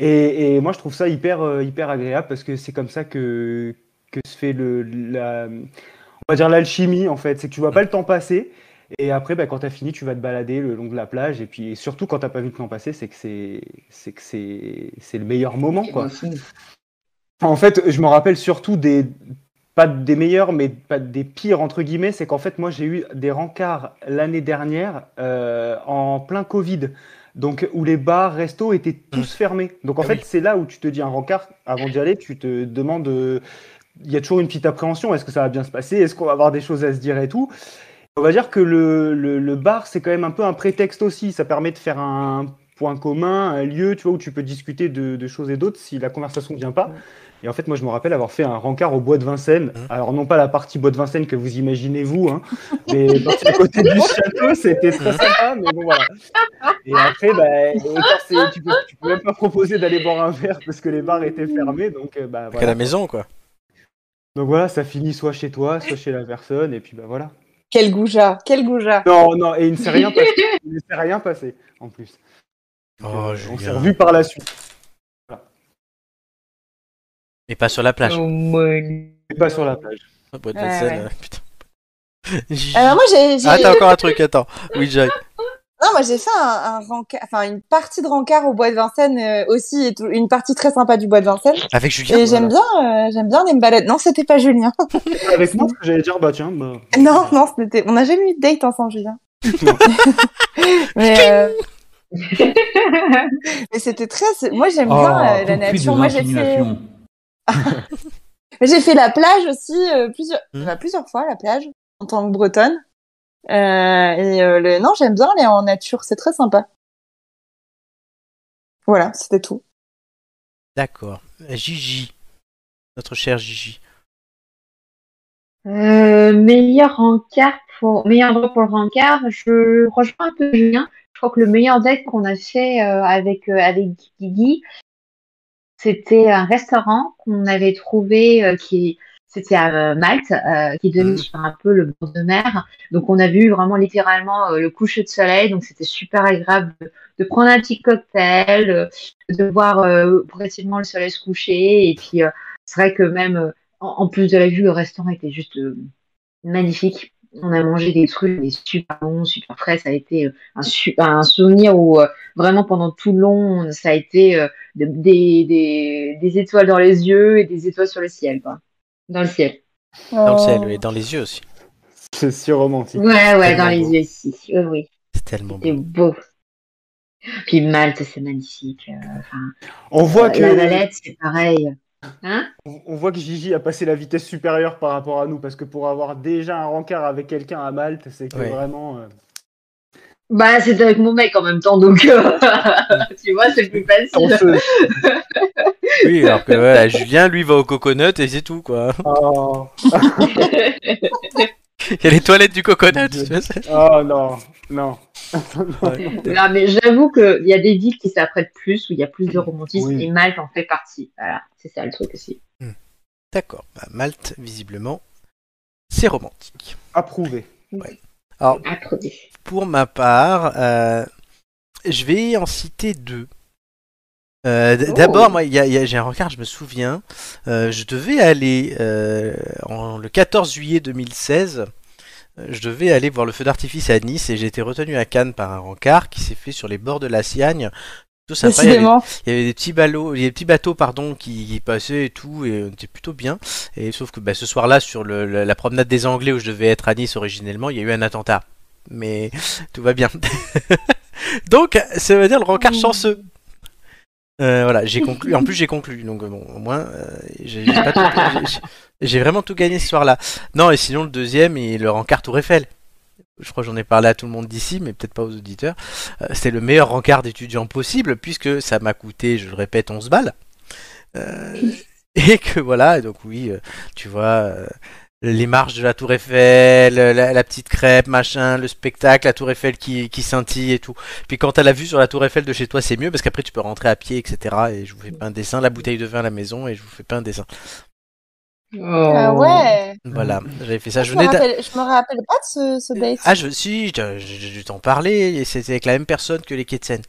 [SPEAKER 4] Et, et moi je trouve ça hyper euh, hyper agréable parce que c'est comme ça que que se fait le la on va dire l'alchimie en fait, c'est que tu vois pas le temps passer. Et après, bah, quand t'as fini, tu vas te balader le long de la plage. Et puis, et surtout, quand t'as pas vu le temps passer, c'est que c'est, c'est que c'est, c'est le meilleur
[SPEAKER 5] Ah,
[SPEAKER 4] moment, quoi. En fait, je me rappelle surtout des, pas des meilleurs, mais pas des pires, entre guillemets, c'est qu'en fait, moi, j'ai eu des rencarts l'année dernière euh, en plein Covid. Donc, où les bars, restos étaient tous fermés. Donc, en
[SPEAKER 3] Ah
[SPEAKER 4] fait,
[SPEAKER 3] oui.
[SPEAKER 4] c'est là où tu te dis un rencard, avant d'y aller, tu te demandes. euh, Il y a toujours une petite appréhension. Est-ce que ça va bien se passer Est-ce qu'on va avoir des choses à se dire et tout On va dire que le, le- le bar, c'est quand même un peu un prétexte aussi. Ça permet de faire un point commun, un lieu, tu vois, où tu peux discuter de, de choses et d'autres si la conversation ne vient pas. Et en fait, moi, je me rappelle avoir fait un rencard au bois de Vincennes.
[SPEAKER 3] Mhm.
[SPEAKER 4] Alors, non pas la partie bois de Vincennes que vous imaginez, vous, hein, mais partie à côté du château, c'était très
[SPEAKER 3] Mhm.
[SPEAKER 4] sympa, mais bon, voilà. Et après, bah, et quand c'est- tu, peux, tu peux même pas proposer d'aller boire un verre parce que les bars étaient fermés, donc euh, bah,
[SPEAKER 3] à la
[SPEAKER 4] voilà.
[SPEAKER 3] maison, quoi.
[SPEAKER 4] Donc voilà, ça finit soit chez toi, soit chez la personne, et puis bah voilà.
[SPEAKER 1] Quel goujat, quel goujat.
[SPEAKER 4] Non, non, et il ne s'est rien passé, il ne s'est rien passé, en plus. Donc,
[SPEAKER 3] Oh,
[SPEAKER 4] euh, on s'est
[SPEAKER 3] Julien.
[SPEAKER 4] revu par la suite.
[SPEAKER 3] Mais pas sur la plage.
[SPEAKER 5] Oh, mon-
[SPEAKER 4] mais pas sur la plage.
[SPEAKER 3] Ah, boîte de
[SPEAKER 1] Ouais,
[SPEAKER 3] scène,
[SPEAKER 1] ouais.
[SPEAKER 3] euh, putain. J-
[SPEAKER 1] Alors moi j'ai j'ai-
[SPEAKER 3] Ah, t'as encore un truc, attends. Oui, Jack.
[SPEAKER 1] non moi j'ai fait un, un rencard, enfin une partie de rencard au bois de Vincennes euh, aussi et tout- une partie très sympa du bois de Vincennes
[SPEAKER 3] Avec Julien.
[SPEAKER 1] et j'aime bien euh, j'aime bien aller me balader. Non c'était pas Julien.
[SPEAKER 4] Avec moi, j'allais dire, bah tiens, bah.
[SPEAKER 1] non non c'était on n'a jamais eu de date ensemble Julien. mais euh, mais c'était très c'est- moi j'aime bien euh, la nature. Moi j'ai fait Mais J'ai fait la plage aussi euh, plusieurs,
[SPEAKER 3] Mhm.
[SPEAKER 1] bah, plusieurs fois la plage en tant que bretonne. Euh, et euh, le... non, j'aime bien aller en nature, c'est très sympa. Voilà, c'était tout.
[SPEAKER 3] D'accord. Gigi. Notre cher Gigi.
[SPEAKER 5] Euh, meilleur rencard pour meilleur endroit pour le rencard, je rejoins un peu Julien. Je crois que le meilleur date qu'on a fait euh, avec euh, avec Guigui, c'était un restaurant qu'on avait trouvé euh, qui c'était à euh, Malte, euh, qui donne
[SPEAKER 3] Mhm.
[SPEAKER 5] sur un peu le bord de mer. Donc on a vu vraiment littéralement euh, le coucher de soleil, donc c'était super agréable de, de prendre un petit cocktail, euh, de voir euh, progressivement le soleil se coucher et puis euh, c'est vrai que même euh, en, en plus de la vue, le restaurant était juste euh, magnifique. On a mangé des trucs mais super bons, super frais. Ça a été euh, un, su- un souvenir où euh, vraiment pendant tout le long, ça a été euh, de- des, des, des étoiles dans les yeux et des étoiles sur le ciel, quoi. Dans le ciel.
[SPEAKER 3] Dans le
[SPEAKER 1] Euh,
[SPEAKER 3] ciel et dans les yeux aussi.
[SPEAKER 4] C'est si romantique.
[SPEAKER 5] Ouais, ouais, dans
[SPEAKER 3] Tellement
[SPEAKER 5] les
[SPEAKER 3] beau.
[SPEAKER 5] yeux ici. Oui, oui.
[SPEAKER 3] C'est tellement
[SPEAKER 5] C'est
[SPEAKER 3] beau.
[SPEAKER 5] beau. Puis Malte, c'est magnifique. Euh,
[SPEAKER 4] On voit
[SPEAKER 5] La
[SPEAKER 4] que.
[SPEAKER 5] Valette, c'est pareil. Hein
[SPEAKER 4] On on voit que Gigi a passé la vitesse supérieure par rapport à nous, parce que pour avoir déjà un rencard avec quelqu'un à Malte, c'est que
[SPEAKER 3] Ouais.
[SPEAKER 4] vraiment. euh,
[SPEAKER 5] Bah, c'était avec mon mec en même temps, donc euh, tu vois, c'est plus
[SPEAKER 4] on
[SPEAKER 5] facile.
[SPEAKER 4] se-
[SPEAKER 3] Oui, alors que ouais, Julien, lui, va au coconut et c'est tout, quoi.
[SPEAKER 4] Oh,
[SPEAKER 3] Il y a les toilettes du coconut.
[SPEAKER 4] Dieu.
[SPEAKER 3] tu vois, c'est-
[SPEAKER 4] oh non, non.
[SPEAKER 3] Ouais.
[SPEAKER 5] Non, mais j'avoue qu'il y a des villes qui s'apprêtent plus, où il y a plus de romantisme,
[SPEAKER 4] Oui.
[SPEAKER 5] et Malte en fait partie. Voilà, c'est ça le truc aussi.
[SPEAKER 3] D'accord. Bah, Malte, visiblement, c'est romantique.
[SPEAKER 4] Approuvé.
[SPEAKER 5] Approuvé.
[SPEAKER 3] Pour ma part, euh, je vais en citer deux. Euh, d-
[SPEAKER 5] Oh.
[SPEAKER 3] D'abord, moi, il y a- il y a- j'ai un rencard, je me souviens. Euh, je devais aller euh, en- le 14 juillet 2016. euh, Je devais aller voir le feu d'artifice à Nice et j'ai été retenu à Cannes par un rencard qui s'est fait sur les bords de la Siagne. Tout sympa, il y avait-
[SPEAKER 1] Décidément.
[SPEAKER 3] il y avait des petits ballots, il y avait des petits bateaux pardon qui, qui passaient et tout et on était plutôt bien. Et sauf que bah, ce soir-là sur le- le- la promenade des Anglais où je devais être à Nice originellement, il y a eu un attentat. Mais tout va bien. donc ça veut dire le rencard chanceux. Euh, voilà, j'ai conclu. En plus, j'ai conclu, donc euh, bon, au moins, euh, j'ai j'ai pas tout- j'ai- j'ai vraiment tout gagné ce soir-là. Non, et sinon le deuxième, il le rencard Tour Eiffel. Je crois que j'en ai parlé à tout le monde d'ici, mais peut-être pas aux auditeurs. Euh, c'est le meilleur rencard d'étudiant possible, puisque ça m'a coûté, je le répète, 11 balles. Euh, et que voilà, et donc oui, euh, tu vois, euh, les marches de la Tour Eiffel, la, la petite crêpe, machin, le spectacle, la Tour Eiffel qui, qui scintille et tout. Puis quand t'as la vue sur la Tour Eiffel de chez toi, c'est mieux, parce qu'après tu peux rentrer à pied, etc. Et je vous fais pas un dessin, la bouteille de vin à la maison, et je vous fais pas un dessin.
[SPEAKER 5] Euh,
[SPEAKER 2] Ah
[SPEAKER 5] Oh.
[SPEAKER 2] ouais.
[SPEAKER 3] Voilà, j'avais fait ça. Je
[SPEAKER 2] Je me,
[SPEAKER 3] venais d'a-
[SPEAKER 2] rappelle, je me rappelle pas de ce, ce date.
[SPEAKER 3] Ah, je, si, je- j'ai dû t'en parler, et c'était avec la même personne que les Ketsen.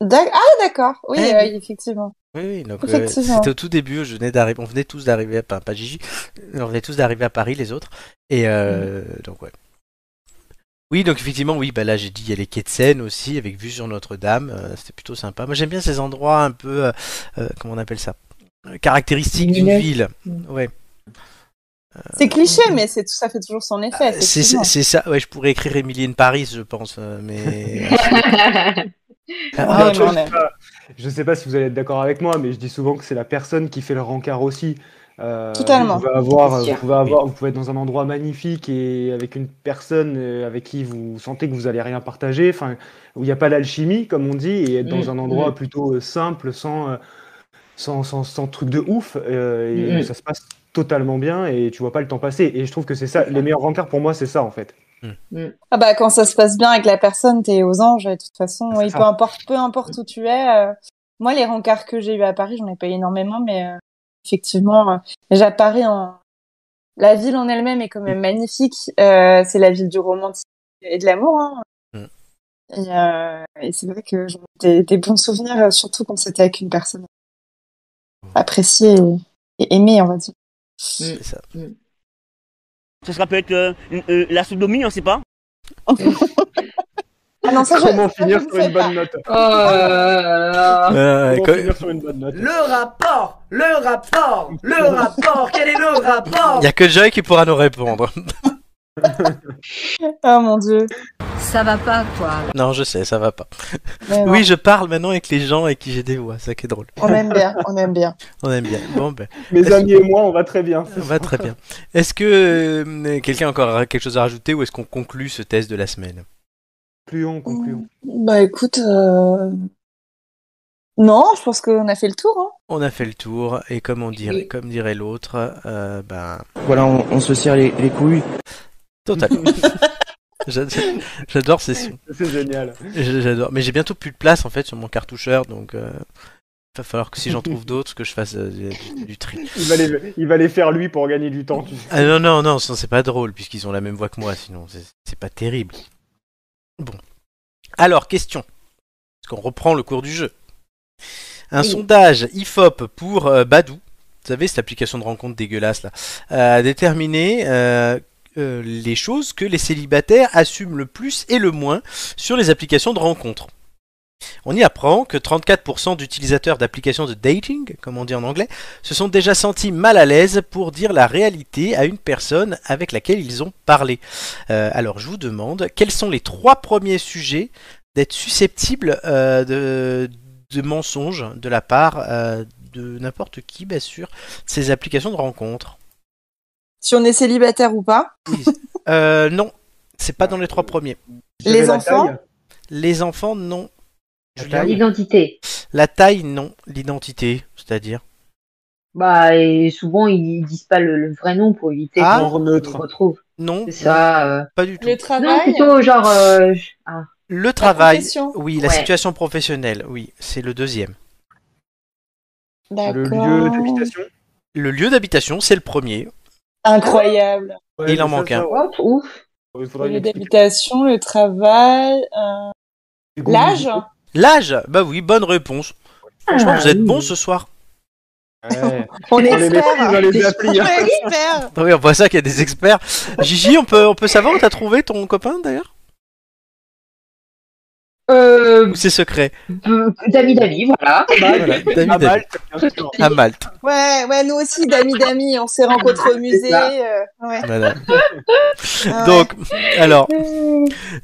[SPEAKER 2] D'ac- Ah d'accord, oui,
[SPEAKER 3] Eh
[SPEAKER 2] euh,
[SPEAKER 3] oui.
[SPEAKER 2] effectivement.
[SPEAKER 3] Oui, oui, donc euh,
[SPEAKER 2] Effectivement.
[SPEAKER 3] c'était au tout début, je venais d'arriver, on venait tous d'arriver à enfin, pas Gigi, on venait tous d'arriver à Paris les autres, et euh,
[SPEAKER 2] Mm.
[SPEAKER 3] donc ouais. Oui, donc effectivement, oui, bah là j'ai dit il y a les quais de Seine aussi avec vue sur Notre-Dame, euh, c'était plutôt sympa. Moi j'aime bien ces endroits un peu, euh, euh, comment on appelle ça, Euh, caractéristiques d'une
[SPEAKER 5] Lumineux.
[SPEAKER 3] ville.
[SPEAKER 5] Mm.
[SPEAKER 3] Ouais,
[SPEAKER 2] C'est cliché, mais c'est tout ça fait toujours son effet.
[SPEAKER 3] Euh, c'est
[SPEAKER 2] effectivement.
[SPEAKER 3] c'est- c'est ça. Ouais, je pourrais écrire Emily in Paris, je pense, euh, mais
[SPEAKER 5] Oh
[SPEAKER 2] Ah,
[SPEAKER 4] Après,
[SPEAKER 2] mais on
[SPEAKER 4] je,
[SPEAKER 2] aime.
[SPEAKER 4] sais pas, je sais pas si vous allez être d'accord avec moi, mais je dis souvent que c'est la personne qui fait le rencard aussi. Euh,
[SPEAKER 2] Totalement.
[SPEAKER 4] Vous pouvez, avoir,
[SPEAKER 5] C'est
[SPEAKER 4] vous,
[SPEAKER 5] sûr.
[SPEAKER 4] pouvez avoir, vous pouvez être dans un endroit magnifique et avec une personne euh, avec qui vous sentez que vous allez rien partager, enfin, où il n'y a pas l'alchimie, comme on dit, et être dans un
[SPEAKER 5] Mm,
[SPEAKER 4] endroit
[SPEAKER 5] mm.
[SPEAKER 4] plutôt euh, simple, sans, euh, sans, sans, sans truc de ouf, euh, et
[SPEAKER 5] Mm, mm.
[SPEAKER 4] ça se passe totalement bien et tu vois pas le temps passer. Et je trouve que c'est ça, les meilleurs rencarts pour moi, c'est ça en fait.
[SPEAKER 2] Ah bah quand ça se passe bien avec la personne, t'es aux anges et de toute façon,
[SPEAKER 4] C'est
[SPEAKER 2] oui,
[SPEAKER 4] ça.
[SPEAKER 2] peu importe, peu importe où tu es. euh, moi, les rencarts que j'ai eu à Paris, j'en ai pas eu énormément, mais euh, effectivement, euh, déjà Paris, en... la ville en elle-même est quand
[SPEAKER 4] Mm.
[SPEAKER 2] même magnifique. Euh, c'est la ville du romantisme et de l'amour. hein.
[SPEAKER 3] Mm.
[SPEAKER 2] Et, euh, et c'est vrai que j'ai des, des bons souvenirs, euh, surtout quand c'était avec une personne appréciée et, et aimée, on va dire.
[SPEAKER 4] Mm.
[SPEAKER 3] c'est ça.
[SPEAKER 6] Ce sera peut-être euh, une- euh, la sodomie, on sait pas.
[SPEAKER 2] Ah non, ça, je-
[SPEAKER 4] Comment
[SPEAKER 2] ça, je
[SPEAKER 4] finir
[SPEAKER 2] ne
[SPEAKER 4] sur
[SPEAKER 2] sais
[SPEAKER 4] une
[SPEAKER 2] pas.
[SPEAKER 4] bonne note
[SPEAKER 5] Oh là là.
[SPEAKER 2] Ah.
[SPEAKER 3] Euh,
[SPEAKER 4] Comment
[SPEAKER 3] co-
[SPEAKER 4] finir sur une bonne note
[SPEAKER 9] Le rapport Le rapport Le rapport Quel est le rapport
[SPEAKER 3] Il y a que Joy qui pourra nous répondre.
[SPEAKER 2] Oh mon dieu.
[SPEAKER 10] Ça va pas, quoi.
[SPEAKER 3] non, je sais, ça va pas.
[SPEAKER 2] Mais non,
[SPEAKER 3] Oui, je parle maintenant avec les gens avec qui j'ai des voix, c'est ça qui est drôle.
[SPEAKER 2] On aime bien, on aime bien.
[SPEAKER 3] On aime bien. Bon, ben,
[SPEAKER 4] Mes amis et moi, on va très bien.
[SPEAKER 3] ça va très bien. Est-ce que euh, quelqu'un a encore quelque chose à rajouter ou est-ce qu'on conclut ce test de la semaine
[SPEAKER 4] Concluons, concluons.
[SPEAKER 2] Bah écoute, euh, non, je pense qu'on a fait le tour. Hein.
[SPEAKER 3] On a fait le tour et comme on dirait,
[SPEAKER 5] Oui.
[SPEAKER 3] comme dirait l'autre, euh, ben
[SPEAKER 9] Voilà, on, on se serre les, les couilles.
[SPEAKER 3] total. J'ad- J'adore ces sons.
[SPEAKER 4] C'est génial.
[SPEAKER 3] J- J'adore. Mais j'ai bientôt plus de place en fait sur mon cartoucheur, donc euh, va falloir que si j'en trouve d'autres, que je fasse euh, du, du tri.
[SPEAKER 4] Il va, les, il va les faire lui pour gagner du temps. tu sais.
[SPEAKER 3] Ah non, non, non, sinon c'est pas drôle, puisqu'ils ont la même voix que moi, sinon c'est c'est pas terrible. Bon. Alors, question. Parce qu'on reprend le cours du jeu. Un
[SPEAKER 5] Oui.
[SPEAKER 3] sondage IFOP pour euh, Badou, vous savez, cette application de rencontre dégueulasse là, a déterminé euh, euh, les choses que les célibataires assument le plus et le moins sur les applications de rencontre. On y apprend que 34% d'utilisateurs d'applications de dating, comme on dit en anglais, se sont déjà sentis mal à l'aise pour dire la réalité à une personne avec laquelle ils ont parlé. Euh, alors je vous demande, quels sont les trois premiers sujets d'être susceptibles euh, de, de mensonges de la part euh, de n'importe qui bien sûr, ces applications de rencontre
[SPEAKER 2] Si on est célibataire ou pas,
[SPEAKER 3] Euh, Non, c'est pas dans les trois
[SPEAKER 5] Euh.
[SPEAKER 3] premiers.
[SPEAKER 4] Je
[SPEAKER 2] Les
[SPEAKER 4] vais la
[SPEAKER 2] enfants
[SPEAKER 4] taille.
[SPEAKER 3] Les enfants, non.
[SPEAKER 4] La
[SPEAKER 3] Julien
[SPEAKER 4] taille.
[SPEAKER 5] Euh, L'identité.
[SPEAKER 3] La taille, non. L'identité, c'est-à-dire
[SPEAKER 5] Bah, et souvent, ils disent pas le, le vrai nom pour éviter
[SPEAKER 3] Ah.
[SPEAKER 5] qu'on
[SPEAKER 4] Genre
[SPEAKER 5] se
[SPEAKER 4] neutre.
[SPEAKER 5] retrouve.
[SPEAKER 3] Non,
[SPEAKER 5] C'est ça. euh.
[SPEAKER 3] pas du tout.
[SPEAKER 2] le
[SPEAKER 3] Le,
[SPEAKER 5] Non,
[SPEAKER 2] travail,
[SPEAKER 5] plutôt genre. euh, je- ah.
[SPEAKER 2] la
[SPEAKER 3] travail,
[SPEAKER 2] profession.
[SPEAKER 3] oui. La
[SPEAKER 5] Ouais.
[SPEAKER 3] situation professionnelle, oui. C'est le deuxième.
[SPEAKER 4] Le
[SPEAKER 2] D'accord.
[SPEAKER 4] lieu d'habitation.
[SPEAKER 3] Le lieu d'habitation, c'est le premier.
[SPEAKER 2] Incroyable.
[SPEAKER 4] Ouais,
[SPEAKER 3] Il en
[SPEAKER 4] mais
[SPEAKER 3] manque
[SPEAKER 4] ça,
[SPEAKER 3] un.
[SPEAKER 4] ça, ouais,
[SPEAKER 5] Hop, oh, ouf.
[SPEAKER 4] il
[SPEAKER 2] Le
[SPEAKER 4] faudrait
[SPEAKER 2] lieu
[SPEAKER 4] m'expliquer.
[SPEAKER 2] d'habitation, le travail, euh, l'âge.
[SPEAKER 3] L'âge Bah oui, bonne réponse. Franchement,
[SPEAKER 5] Ah,
[SPEAKER 3] vous êtes
[SPEAKER 5] oui.
[SPEAKER 3] bon ce soir.
[SPEAKER 4] Ouais.
[SPEAKER 2] On
[SPEAKER 4] On les hein. maîtrise, on
[SPEAKER 2] espère.
[SPEAKER 4] les
[SPEAKER 2] On
[SPEAKER 4] applis.
[SPEAKER 2] l'espère.
[SPEAKER 3] Oui, on voit ça qu'il y a des experts. Gigi, on peut, on peut savoir où t'as trouvé ton copain d'ailleurs
[SPEAKER 5] Euh,
[SPEAKER 3] Ou c'est secret
[SPEAKER 5] peu- d'amis d'amis, voilà.
[SPEAKER 3] Voilà, David,
[SPEAKER 4] Pas
[SPEAKER 3] David,
[SPEAKER 4] mal, bien sûr.
[SPEAKER 3] à Malte.
[SPEAKER 2] Ouais, ouais, nous aussi, d'amis, d'amis, on s'est rencontrés au musée. euh, ouais.
[SPEAKER 3] Voilà.
[SPEAKER 2] ouais.
[SPEAKER 5] Ah
[SPEAKER 3] Donc, alors,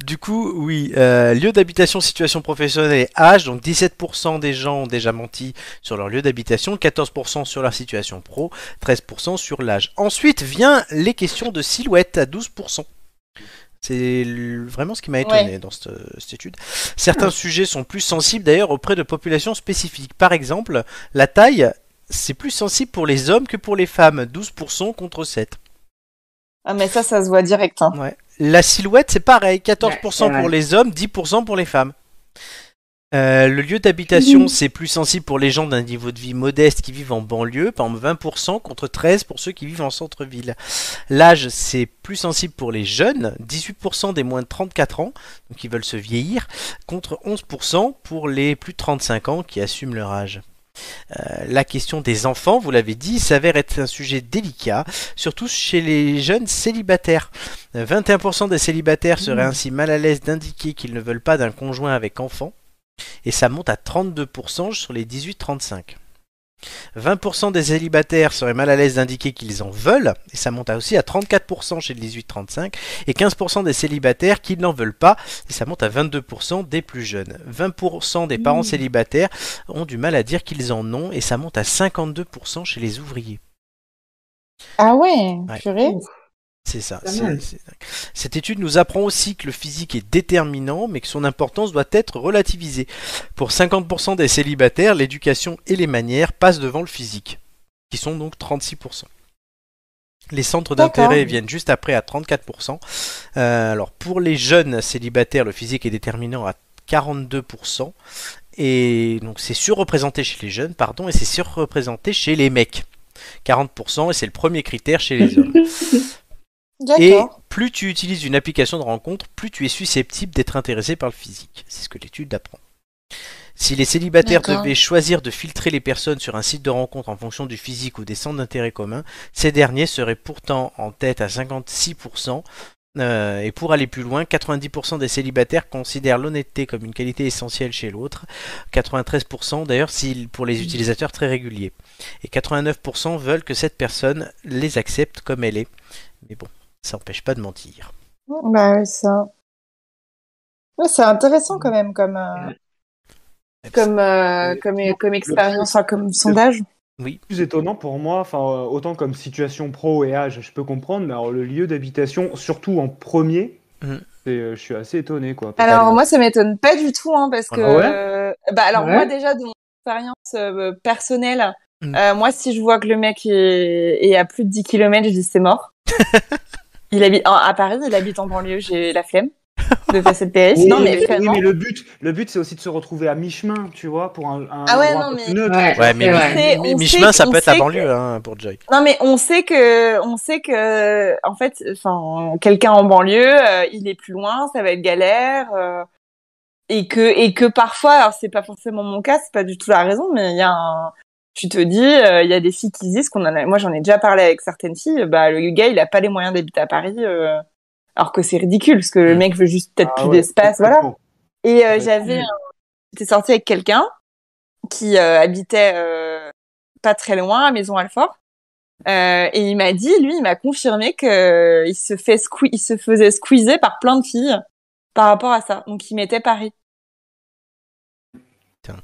[SPEAKER 3] du coup, oui, euh, lieu d'habitation, situation professionnelle et âge. Donc, 17% des gens ont déjà menti sur leur lieu d'habitation, 14% sur leur situation pro, 13% sur l'âge. Ensuite vient les questions de silhouette à 12%. C'est l- vraiment ce qui m'a étonné dans cette, cette étude. Certains sujets sont plus sensibles d'ailleurs auprès de populations spécifiques. Par exemple, la taille, c'est plus sensible pour les hommes que pour les femmes, 12% contre 7%.
[SPEAKER 2] Ah, mais ça, ça se voit direct. hein.
[SPEAKER 3] La silhouette, c'est pareil, 14%
[SPEAKER 5] Ouais, c'est
[SPEAKER 3] pour
[SPEAKER 5] vrai.
[SPEAKER 3] les hommes, 10% pour les femmes. Euh, le lieu d'habitation, c'est plus sensible pour les gens d'un niveau de vie modeste qui vivent en banlieue, par exemple 20% contre 13% pour ceux qui vivent en centre-ville. L'âge, c'est plus sensible pour les jeunes, 18% des moins de 34 ans, donc qui veulent se vieillir, contre 11% pour les plus de 35 ans qui assument leur âge. Euh, la question des enfants, vous l'avez dit, s'avère être un sujet délicat, surtout chez les jeunes célibataires. Euh, 21% des célibataires seraient ainsi mal à l'aise d'indiquer qu'ils ne veulent pas d'un conjoint avec enfant et ça monte à 32% sur les 18-35. 20% des célibataires seraient mal à l'aise d'indiquer qu'ils en veulent, et ça monte à aussi à 34% chez les 18-35, et 15% des célibataires qui n'en veulent pas, et ça monte à 22% des plus jeunes. 20% des parents célibataires ont du mal à dire qu'ils en ont, et ça monte à 52% chez les ouvriers.
[SPEAKER 11] Ah ouais,
[SPEAKER 3] Ouais.
[SPEAKER 11] purée.
[SPEAKER 3] C'est ça.
[SPEAKER 5] Pas
[SPEAKER 3] c'est-
[SPEAKER 5] mal.
[SPEAKER 3] c'est dingue. Cette étude nous apprend aussi que le physique est déterminant, mais que son importance doit être relativisée. Pour 50% des célibataires, l'éducation et les manières passent devant le physique, qui sont donc 36%. Les centres
[SPEAKER 11] D'accord.
[SPEAKER 3] d'intérêt viennent juste après à 34%. Euh, alors pour les jeunes célibataires, le physique est déterminant à 42%. Et donc c'est surreprésenté chez les jeunes, pardon, et c'est surreprésenté chez les mecs. 40% et c'est le premier critère chez les hommes. Et
[SPEAKER 11] D'accord.
[SPEAKER 3] plus tu utilises une application de rencontre, plus tu es susceptible d'être intéressé par le physique. C'est ce que l'étude apprend. Si les célibataires
[SPEAKER 11] D'accord.
[SPEAKER 3] devaient choisir de filtrer les personnes sur un site de rencontre en fonction du physique ou des centres d'intérêt communs, ces derniers seraient pourtant en tête à 56%. euh, et pour aller plus loin, 90% des célibataires considèrent l'honnêteté comme une qualité essentielle chez l'autre, 93% d'ailleurs s'il- pour
[SPEAKER 2] Mm.
[SPEAKER 3] les utilisateurs très réguliers, et 89% veulent que cette personne les accepte comme elle est. Mais bon, ça n'empêche pas de mentir.
[SPEAKER 11] Bah ouais, ça. Ouais, c'est intéressant quand même comme euh, comme euh, comme comme expérience, enfin, comme sondage.
[SPEAKER 4] plus étonnant pour moi, enfin euh, autant comme situation pro et âge, je peux comprendre, mais alors le lieu d'habitation, surtout en premier,
[SPEAKER 3] Mhm.
[SPEAKER 4] c'est, euh, je suis assez étonné quoi. Parce
[SPEAKER 2] Alors
[SPEAKER 4] que-
[SPEAKER 2] moi ça m'étonne pas du tout hein, parce que
[SPEAKER 4] Ah ouais
[SPEAKER 2] euh, bah alors
[SPEAKER 5] Ouais.
[SPEAKER 2] moi déjà de mon expérience euh, personnelle
[SPEAKER 3] Mm.
[SPEAKER 2] euh, moi si je vois que le mec est, est à plus de 10 km je dis c'est mort. il habite en- à Paris, il habite en banlieue, j'ai la flemme de passer le périph.
[SPEAKER 4] Oui,
[SPEAKER 2] non mais
[SPEAKER 4] oui,
[SPEAKER 2] vraiment.
[SPEAKER 4] mais le but, le but c'est aussi de se retrouver à mi-chemin, tu vois, pour un, un
[SPEAKER 2] Ah ouais, non,
[SPEAKER 4] endroit un peu
[SPEAKER 2] mais-
[SPEAKER 4] plus neutre.
[SPEAKER 5] Ouais,
[SPEAKER 3] Ouais,
[SPEAKER 5] c'est
[SPEAKER 3] mais
[SPEAKER 5] vrai.
[SPEAKER 2] C'est- on
[SPEAKER 3] Mais
[SPEAKER 2] sait
[SPEAKER 3] mi-chemin, ça
[SPEAKER 2] qu'on
[SPEAKER 3] peut être la
[SPEAKER 2] sait que-
[SPEAKER 3] banlieue hein, pour Joy.
[SPEAKER 2] Non mais on sait que on sait que en fait enfin quelqu'un en banlieue euh, il est plus loin ça va être galère euh, et que et que parfois alors c'est pas forcément mon cas c'est pas du tout la raison mais il y a un tu te dis euh, il y a des filles qui disent qu'on en a moi j'en ai déjà parlé avec certaines filles bah le gars il a pas les moyens d'habiter à Paris euh, alors que c'est ridicule parce que le mec veut juste peut-être
[SPEAKER 4] Ah
[SPEAKER 2] plus
[SPEAKER 4] ouais,
[SPEAKER 2] d'espace voilà
[SPEAKER 4] complètement.
[SPEAKER 2] et euh,
[SPEAKER 4] Ouais.
[SPEAKER 2] j'avais, un- j'étais sortie avec quelqu'un qui euh, habitait euh, pas très loin, à Maison Alfort. Euh, et il m'a dit, lui, il m'a confirmé que euh, il se fait sque- il se faisait squeezer par plein de filles par rapport à ça. Donc il mettait Paris.
[SPEAKER 3] Putain.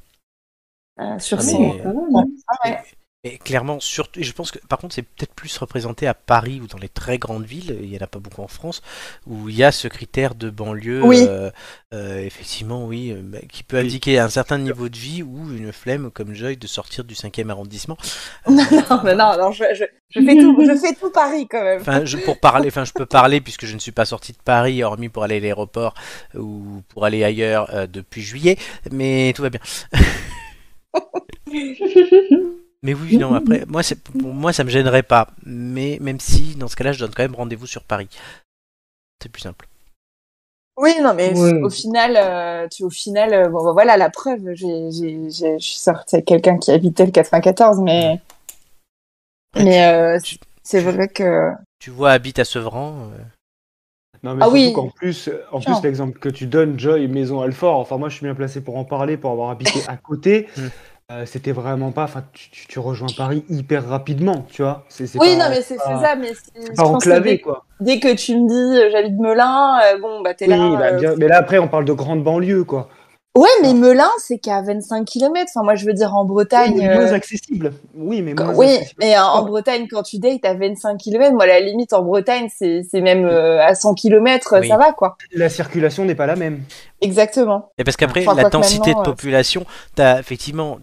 [SPEAKER 2] Euh, sur
[SPEAKER 3] Ah,
[SPEAKER 2] son-
[SPEAKER 3] mais-
[SPEAKER 5] Pas mal, hein.
[SPEAKER 3] Mais clairement, surtout, et je pense que par contre, c'est peut-être plus représenté à Paris ou dans les très grandes villes, il n'y en a pas beaucoup en France, où il y a ce critère de banlieue,
[SPEAKER 2] Oui.
[SPEAKER 3] euh, euh, effectivement, oui, euh, bah, qui peut indiquer un certain niveau de vie ou une flemme, comme Joy, de sortir du 5e arrondissement. Euh,
[SPEAKER 2] Non, mais non, non, je, je, je fais tout, je fais tout Paris quand même.
[SPEAKER 3] Enfin, je, pour parler, enfin, je peux parler puisque je ne suis pas sorti de Paris, hormis pour aller à l'aéroport ou pour aller ailleurs euh, depuis juillet, mais tout va bien. mais oui, non, après, moi, c'est, pour moi, ça me gênerait pas, mais même si, dans ce cas-là, je donne quand même rendez-vous sur Paris. C'est plus simple.
[SPEAKER 2] Oui, non, mais
[SPEAKER 5] Ouais.
[SPEAKER 2] au final, euh, tu, au final, euh, bon, bah, voilà la preuve. J'ai, j'ai, j'ai- je suis sortie avec quelqu'un qui habitait le 94, mais,
[SPEAKER 3] Ouais,
[SPEAKER 2] mais euh,
[SPEAKER 3] tu-
[SPEAKER 2] c'est vrai que.
[SPEAKER 3] Tu vois, habite à Sevran. euh,
[SPEAKER 4] Non, mais
[SPEAKER 2] Ah
[SPEAKER 4] surtout
[SPEAKER 2] oui.
[SPEAKER 4] qu'en plus, en
[SPEAKER 2] Genre.
[SPEAKER 4] plus l'exemple que tu donnes, Joy, Maison Alfort, enfin moi je suis bien placé pour en parler, pour avoir habité à côté.
[SPEAKER 3] Mm.
[SPEAKER 4] euh, c'était vraiment pas, enfin tu, tu- tu rejoins Paris hyper rapidement, tu vois. C'est, c'est
[SPEAKER 2] Oui,
[SPEAKER 4] pas-
[SPEAKER 2] non, mais c'est
[SPEAKER 4] pas-
[SPEAKER 2] faisable. Mais c'est-
[SPEAKER 4] c'est
[SPEAKER 2] je
[SPEAKER 4] Pas
[SPEAKER 2] pense que
[SPEAKER 4] enclavé
[SPEAKER 2] dès,
[SPEAKER 4] quoi.
[SPEAKER 2] dès que tu me dis euh, j'habite Melun, euh, bon, bah t'es
[SPEAKER 4] Oui,
[SPEAKER 2] là.
[SPEAKER 4] bah,
[SPEAKER 2] euh,
[SPEAKER 4] bien- mais là après on parle de grande banlieue quoi.
[SPEAKER 2] Ouais, mais Melun, c'est qu'à 25 km. Enfin, moi, je veux dire en Bretagne.
[SPEAKER 4] Oui, mais
[SPEAKER 2] euh,
[SPEAKER 4] moins accessible. Oui, mais
[SPEAKER 2] Quand-
[SPEAKER 4] moins
[SPEAKER 2] oui,
[SPEAKER 4] accessible.
[SPEAKER 2] mais en, en Bretagne, quand tu dates à 25 km, moi, la limite en Bretagne, c'est c'est même euh, à 100 km,
[SPEAKER 3] Oui.
[SPEAKER 2] ça va, quoi.
[SPEAKER 4] La circulation n'est pas la même.
[SPEAKER 2] Exactement.
[SPEAKER 3] Et parce qu'après,
[SPEAKER 2] Enfin,
[SPEAKER 3] la
[SPEAKER 2] quoique
[SPEAKER 3] densité de
[SPEAKER 2] maintenant, euh,
[SPEAKER 3] population, t'as effectivement.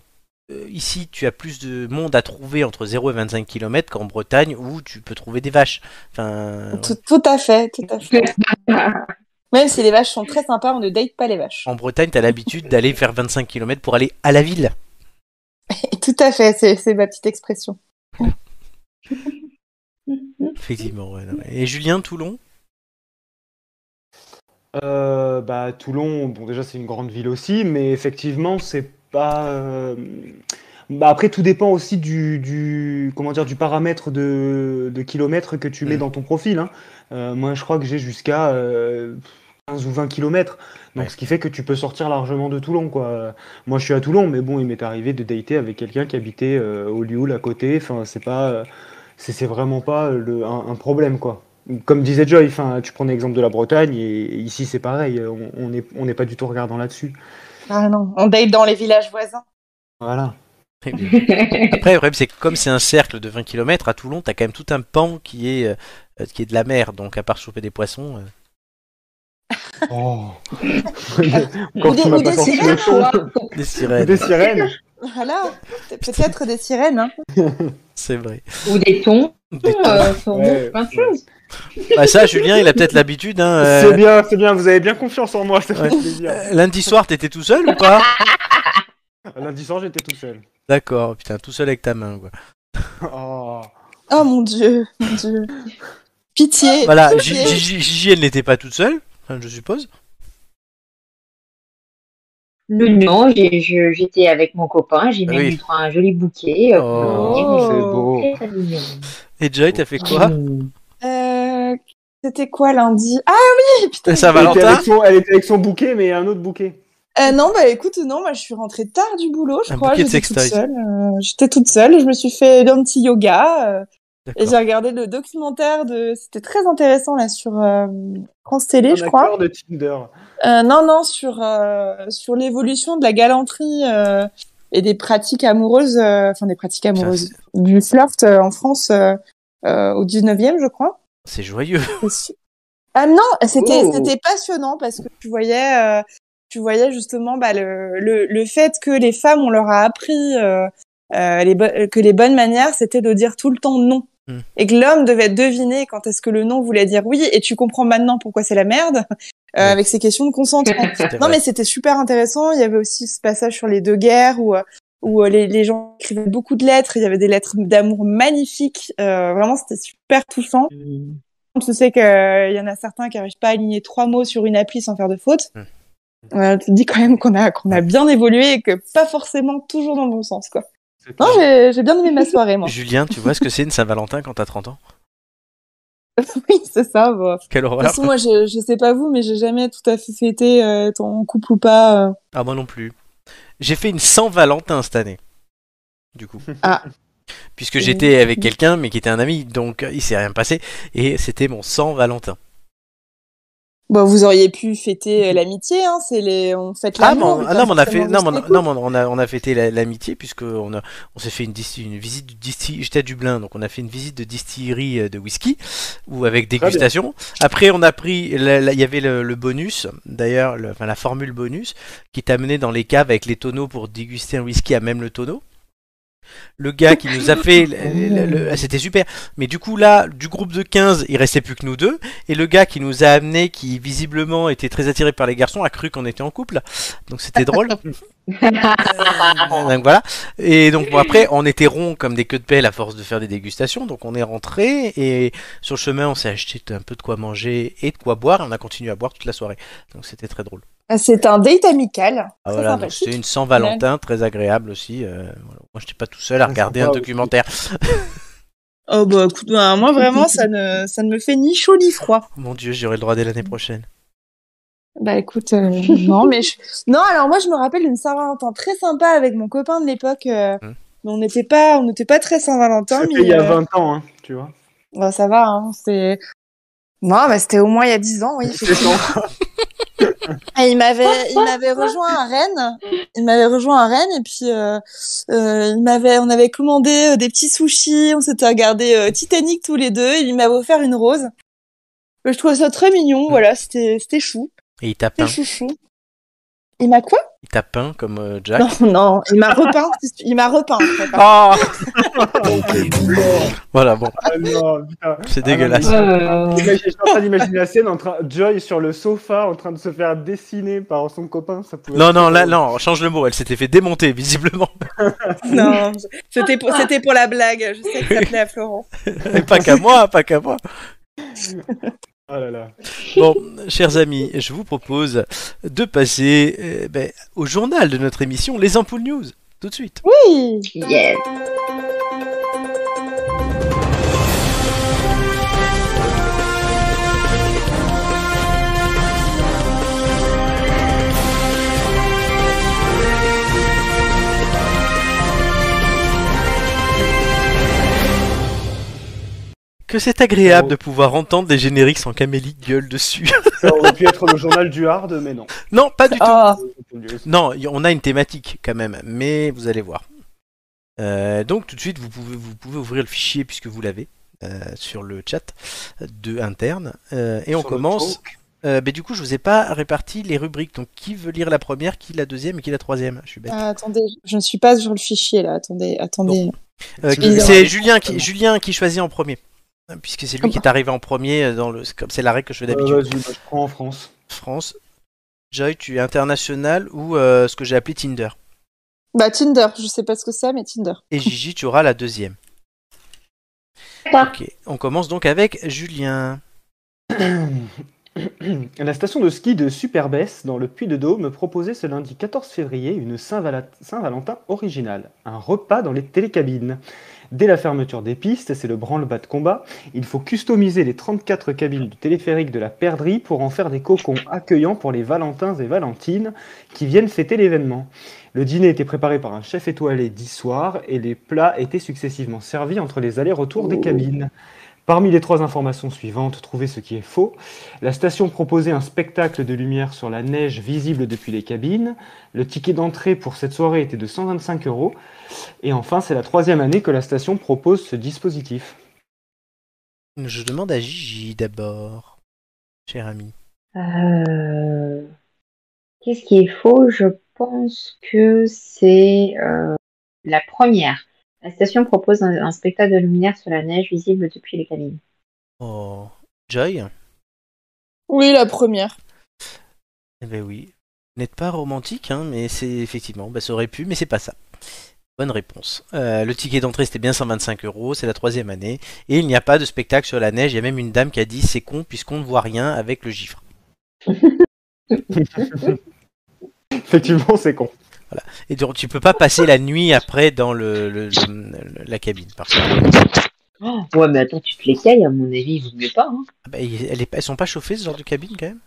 [SPEAKER 3] euh, Ici, tu as plus de monde à trouver entre 0 et 25 km qu'en
[SPEAKER 2] Euh,
[SPEAKER 3] Bretagne où tu peux trouver des vaches. Enfin, ouais.
[SPEAKER 2] Tout, tout à fait, tout à fait. Même si les vaches sont très sympas, on ne date pas les vaches.
[SPEAKER 3] En Bretagne, t'as l'habitude d'aller faire 25 km pour aller à la ville.
[SPEAKER 2] Tout à fait, c'est c'est ma petite expression.
[SPEAKER 3] Effectivement, ouais, non, ouais. Et Julien, Toulon
[SPEAKER 4] Euh, bah, Toulon, bon, déjà, c'est une grande ville aussi, mais effectivement, c'est pas. euh, Bah, après, tout dépend aussi du, du- comment dire, du paramètre de, de kilomètres que tu mets
[SPEAKER 3] Mm.
[SPEAKER 4] dans ton profil. hein. Euh, moi, je crois que j'ai jusqu'à euh, 15 ou 20 kilomètres. Donc,
[SPEAKER 3] Ouais.
[SPEAKER 4] ce qui fait que tu peux sortir largement de Toulon, quoi. Euh, Moi, je suis à Toulon, mais bon, il m'est arrivé de dater avec quelqu'un qui habitait euh, au Lioul à côté. Enfin, c'est pas. euh, c'est c'est vraiment pas le, un, un problème, quoi. Comme disait Joy, enfin, tu prends l'exemple de la Bretagne, et ici c'est pareil, on on n'est on n'est pas du tout regardant là-dessus.
[SPEAKER 2] Ah non, on date dans les villages voisins.
[SPEAKER 4] Voilà.
[SPEAKER 3] Eh bien.
[SPEAKER 5] hein.
[SPEAKER 3] Après, le problème, c'est que comme c'est un cercle de 20 km, à Toulon, t'as quand même tout un pan qui est, euh, qui est de la mer. Donc, à part choper des poissons. euh,
[SPEAKER 4] Oh.
[SPEAKER 2] Ou
[SPEAKER 4] Quand
[SPEAKER 2] des-
[SPEAKER 4] tu m'as
[SPEAKER 2] ou
[SPEAKER 4] pas
[SPEAKER 2] des
[SPEAKER 4] sorti le
[SPEAKER 2] sirènes,
[SPEAKER 4] son.
[SPEAKER 3] Des sirènes.
[SPEAKER 4] Des sirènes.
[SPEAKER 2] Voilà, peut- peut-être des sirènes. hein.
[SPEAKER 3] C'est vrai.
[SPEAKER 5] Ou des tons,
[SPEAKER 3] Des tons.
[SPEAKER 5] euh, sont
[SPEAKER 4] Ouais,
[SPEAKER 5] bons, plein de choses.
[SPEAKER 3] Bah, ça, Julien, il a peut-être l'habitude. Hein, euh,
[SPEAKER 4] C'est bien, c'est bien, vous avez bien confiance en moi, ça fait
[SPEAKER 3] Ouais.
[SPEAKER 4] plaisir.
[SPEAKER 3] euh, Lundi soir, t'étais tout seul ou pas
[SPEAKER 4] Lundi soir, j'étais tout seul.
[SPEAKER 3] D'accord, putain, tout seul avec ta main. Quoi.
[SPEAKER 4] Oh.
[SPEAKER 2] Oh mon dieu, mon dieu. Pitié.
[SPEAKER 3] Voilà, G-
[SPEAKER 2] pitié.
[SPEAKER 3] G- G- Gigi, elle n'était pas toute seule, hein, je suppose.
[SPEAKER 5] Non, non, j'ai- je- j'étais avec mon copain, j'ai même
[SPEAKER 3] Ah Oui.
[SPEAKER 5] eu droit à un joli bouquet. euh,
[SPEAKER 3] Oh,
[SPEAKER 4] c'est beau.
[SPEAKER 5] très, très mignon.
[SPEAKER 3] Et Joy, t'as fait quoi
[SPEAKER 5] Mm.
[SPEAKER 2] Euh, C'était quoi lundi Ah
[SPEAKER 3] T'as ça,
[SPEAKER 4] Elle, était
[SPEAKER 3] Valentin
[SPEAKER 4] avec son, elle était avec son bouquet, mais un autre bouquet.
[SPEAKER 2] euh, non, bah écoute, non, moi je suis rentrée tard du boulot, je
[SPEAKER 3] Un
[SPEAKER 2] crois.
[SPEAKER 3] bouquet de
[SPEAKER 2] J'étais toute
[SPEAKER 3] sextoys.
[SPEAKER 2] seule. euh, J'étais toute seule. Je me suis fait un petit yoga. euh, Et j'ai
[SPEAKER 3] D'accord.
[SPEAKER 2] regardé le documentaire de. C'était très intéressant là sur euh, France Télé,
[SPEAKER 4] Un
[SPEAKER 2] je crois.
[SPEAKER 4] acteur de Tinder.
[SPEAKER 2] Euh, non, non, sur euh, sur l'évolution de la galanterie euh, et des pratiques amoureuses, euh, enfin des pratiques amoureuses du flirt euh, en France euh, euh, au 19e, je crois.
[SPEAKER 3] C'est joyeux.
[SPEAKER 2] C'est su- Ah non, c'était
[SPEAKER 5] Oh.
[SPEAKER 2] c'était passionnant parce que tu voyais euh, tu voyais justement bah, le, le le fait que les femmes on leur a appris euh, euh, les bo- euh, que les bonnes manières c'était de dire tout le temps non
[SPEAKER 3] Hmm.
[SPEAKER 2] et que l'homme devait deviner quand est-ce que le non voulait dire oui et tu comprends maintenant pourquoi c'est la merde euh, avec ces questions de consentement.
[SPEAKER 3] C'était
[SPEAKER 2] Non,
[SPEAKER 3] vrai.
[SPEAKER 2] mais c'était super intéressant. Il y avait aussi ce passage sur les deux guerres où, euh, où euh, les, les gens écrivaient beaucoup de lettres. Il y avait des lettres d'amour magnifiques. Euh, vraiment, c'était super touchant.
[SPEAKER 3] Mm.
[SPEAKER 2] Tu sais qu'il euh, y en a certains qui n'arrivent pas à aligner trois mots sur une appli sans faire de faute.
[SPEAKER 3] Mm.
[SPEAKER 2] Euh, tu te dis quand même qu'on a, qu'on a bien évolué et que pas forcément toujours dans le bon sens. Quoi.
[SPEAKER 4] C'est
[SPEAKER 3] Mm.
[SPEAKER 2] Non, j'ai j'ai bien aimé ma soirée, moi.
[SPEAKER 3] Julien, tu vois ce que c'est une Saint-Valentin quand t'as 30 ans
[SPEAKER 2] oui, c'est ça. bah.
[SPEAKER 3] Quelle
[SPEAKER 2] De toute
[SPEAKER 3] horreur
[SPEAKER 2] façon, moi, je, je sais pas vous, mais j'ai jamais tout à fait fêté euh, ton couple ou pas. euh.
[SPEAKER 3] Ah, moi non plus. J'ai fait une sans Valentin cette année. Du coup.
[SPEAKER 2] Ah.
[SPEAKER 3] Puisque j'étais avec quelqu'un, mais qui était un ami, donc euh, il s'est rien passé. Et c'était mon sans Valentin.
[SPEAKER 2] Bon, Bah, vous auriez pu fêter euh, l'amitié, hein, c'est les, on fête
[SPEAKER 3] Mhm. Ah,
[SPEAKER 2] l'amour.
[SPEAKER 3] bon,
[SPEAKER 2] mais
[SPEAKER 3] ah,
[SPEAKER 2] pas
[SPEAKER 3] non, mais on a fait,
[SPEAKER 2] forcément
[SPEAKER 3] non,
[SPEAKER 2] juste
[SPEAKER 3] mais
[SPEAKER 2] les
[SPEAKER 3] on a-
[SPEAKER 2] couples.
[SPEAKER 3] non, mais on a, on a fêté la- l'amitié, puisque on a, on s'est fait une, disti- une visite du distillerie. J'étais à Dublin, donc on a fait une visite de distillerie euh, de whisky, ou avec
[SPEAKER 4] bien.
[SPEAKER 3] dégustation. Après, on a pris, la- la- il y avait le, le bonus, d'ailleurs, le- enfin la formule bonus, qui t'amenait dans les caves avec les tonneaux pour déguster un whisky à même le tonneau. Le gars qui nous a fait, le- le- le- ah, c'était super. Mais du coup là, du groupe de 15, il restait plus que nous deux. Et le gars qui nous a amené, qui visiblement était très attiré par les garçons, a cru qu'on était en couple. Donc c'était drôle. Euh, donc voilà. Et donc bon, après, on était ronds comme des queues de pelle à force de faire des dégustations. Donc on est rentré et sur le chemin, on s'est acheté un peu de quoi manger et de quoi boire. Et on a continué à boire toute la soirée. Donc c'était très drôle.
[SPEAKER 2] Ah, C'est un date amical.
[SPEAKER 3] Ah,
[SPEAKER 2] Très
[SPEAKER 3] voilà, donc
[SPEAKER 2] sympathique.
[SPEAKER 3] c'était une Saint Valentin très agréable aussi. euh, voilà. Moi, j'étais pas tout seul à
[SPEAKER 4] Ah,
[SPEAKER 3] regarder un
[SPEAKER 4] sympa aussi.
[SPEAKER 3] documentaire.
[SPEAKER 2] Oh, bah, écoute, bah, moi, vraiment, ça ne, ça ne me fait ni chaud ni froid.
[SPEAKER 3] Mon Dieu, j'aurai le droit dès l'année prochaine.
[SPEAKER 2] Bah, écoute, euh, non, mais je... Non, alors, moi, je me rappelle d'une Saint-Valentin très sympa avec mon copain de l'époque. euh,
[SPEAKER 3] Hmm.
[SPEAKER 2] mais On n'était pas, on n'était pas très Saint-Valentin,
[SPEAKER 4] C'était
[SPEAKER 2] mais.
[SPEAKER 4] il y a
[SPEAKER 2] euh,
[SPEAKER 4] 20 ans, hein, tu vois.
[SPEAKER 2] bah, ça va, hein, c'est. Non, bah, c'était au moins il y a 10 ans, oui.
[SPEAKER 4] C'est ça.
[SPEAKER 2] Et Ah, il m'avait, il m'avait rejoint à Rennes. Il m'avait rejoint à Rennes et puis euh, euh, il m'avait, on avait commandé euh, des petits sushis. On s'était regardé euh, Titanic tous les deux. Et il m'avait offert une rose. Euh, Je trouvais ça très mignon. Voilà, c'était, c'était chou,
[SPEAKER 3] Et il tape
[SPEAKER 2] c'était
[SPEAKER 3] un.
[SPEAKER 2] chouchou. Il m'a quoi
[SPEAKER 3] Il t'a peint comme euh, Jack.
[SPEAKER 2] Non, non, il m'a repeint. Il m'a repeint. en fait.
[SPEAKER 3] Ah
[SPEAKER 12] Ok,
[SPEAKER 3] voilà, bon,
[SPEAKER 4] Ah non, putain.
[SPEAKER 3] c'est
[SPEAKER 4] Ah non,
[SPEAKER 3] dégueulasse.
[SPEAKER 4] mais-
[SPEAKER 5] Euh,
[SPEAKER 4] J'imagine- Je suis en train d'imaginer la scène en train Joy sur le sofa en train de se faire dessiner par son copain. Ça pouvait
[SPEAKER 3] Non,
[SPEAKER 4] être
[SPEAKER 3] non, là,
[SPEAKER 4] drôle.
[SPEAKER 3] non, change le mot. Elle s'était fait démonter, visiblement.
[SPEAKER 2] Non, c'était pour, c'était pour la blague. Je sais que ça plaît à Florent.
[SPEAKER 3] Mais pas qu'à moi, pas qu'à moi.
[SPEAKER 4] Ah là là.
[SPEAKER 3] Bon, chers amis, je vous propose de passer euh, ben, au journal de notre émission Les Ampoules News, tout de suite.
[SPEAKER 2] Oui.
[SPEAKER 5] yes.
[SPEAKER 3] Que c'est agréable
[SPEAKER 4] Oh.
[SPEAKER 3] de pouvoir entendre des génériques sans qu'Amélie gueule dessus.
[SPEAKER 4] Ça aurait pu être le journal du hard, mais non.
[SPEAKER 3] non, pas du tout.
[SPEAKER 2] Oh.
[SPEAKER 3] Non, y- on a une thématique quand même, mais vous allez voir. Euh, donc tout de suite, vous pouvez, vous pouvez ouvrir le fichier puisque vous l'avez euh, sur le chat de interne. Euh, et on
[SPEAKER 4] Sur le
[SPEAKER 3] commence.
[SPEAKER 4] talk.
[SPEAKER 3] Euh, mais du coup, je vous ai pas réparti les rubriques. Donc qui veut lire la première, qui la deuxième et qui la troisième Je suis bête.
[SPEAKER 2] Ah, attendez, je ne suis pas sur le fichier là. Attendez, attendez.
[SPEAKER 3] Euh,
[SPEAKER 4] Ils
[SPEAKER 3] c'est
[SPEAKER 4] ont-
[SPEAKER 3] Julien qui, Julien qui choisit en premier. Hein, Puisque c'est lui qui est arrivé en premier, euh, dans le, c'est comme c'est la règle que je fais
[SPEAKER 4] Euh,
[SPEAKER 3] d'habitude.
[SPEAKER 4] Vas-y, bah, je prends en France.
[SPEAKER 3] France. Joy, tu es international ou euh, ce que j'ai appelé Tinder.
[SPEAKER 2] Bah Tinder, je sais pas ce que c'est, mais Tinder.
[SPEAKER 3] Et Gigi, tu auras la deuxième.
[SPEAKER 5] D'accord.
[SPEAKER 3] Ok, on commence donc avec Julien.
[SPEAKER 4] La station de ski de Superbès dans le Puy-de-Dôme proposait ce lundi 14 février une Saint-Vala- Saint-Valentin originale, un repas dans les télécabines. Dès la fermeture des pistes, c'est le branle-bas de combat, il faut customiser les 34 cabines du téléphérique de la Perdrix pour en faire des cocons accueillants pour les Valentins et Valentines qui viennent fêter l'événement. Le dîner était préparé par un chef étoilé dix soirs et les plats étaient successivement servis entre les allers-retours des cabines. Parmi les trois informations suivantes, trouvez ce qui est faux. La station proposait un spectacle de lumière sur la neige visible depuis les cabines. Le ticket d'entrée pour cette soirée était de 125 euros. Et enfin, c'est la troisième année que la station propose ce dispositif.
[SPEAKER 3] Je demande à Gigi d'abord, cher ami.
[SPEAKER 5] Euh, Qu'est-ce qui est faux? Je pense que c'est euh, la première. La station propose un, un spectacle de lumière sur la neige visible depuis les cabines.
[SPEAKER 3] Oh, Joy
[SPEAKER 2] Oui, la première.
[SPEAKER 3] Eh ben oui. Vous n'êtes pas romantique, hein, mais c'est effectivement, bah, ça aurait pu, mais c'est pas ça. Bonne réponse. Euh, le ticket d'entrée c'était bien 125 euros, c'est la troisième année, et il n'y a pas de spectacle sur la neige. Il y a même une dame qui a dit c'est con puisqu'on ne voit rien avec le gifre.
[SPEAKER 4] Effectivement, c'est con.
[SPEAKER 3] Et donc tu peux pas passer la nuit après dans le, le- le- la cabine. Par contre.
[SPEAKER 5] Oh, ouais, mais attends, tu te les cailles, à mon avis, il vaut mieux pas. hein.
[SPEAKER 3] Ah, bah, elles, elles sont pas chauffées ce genre de cabine quand même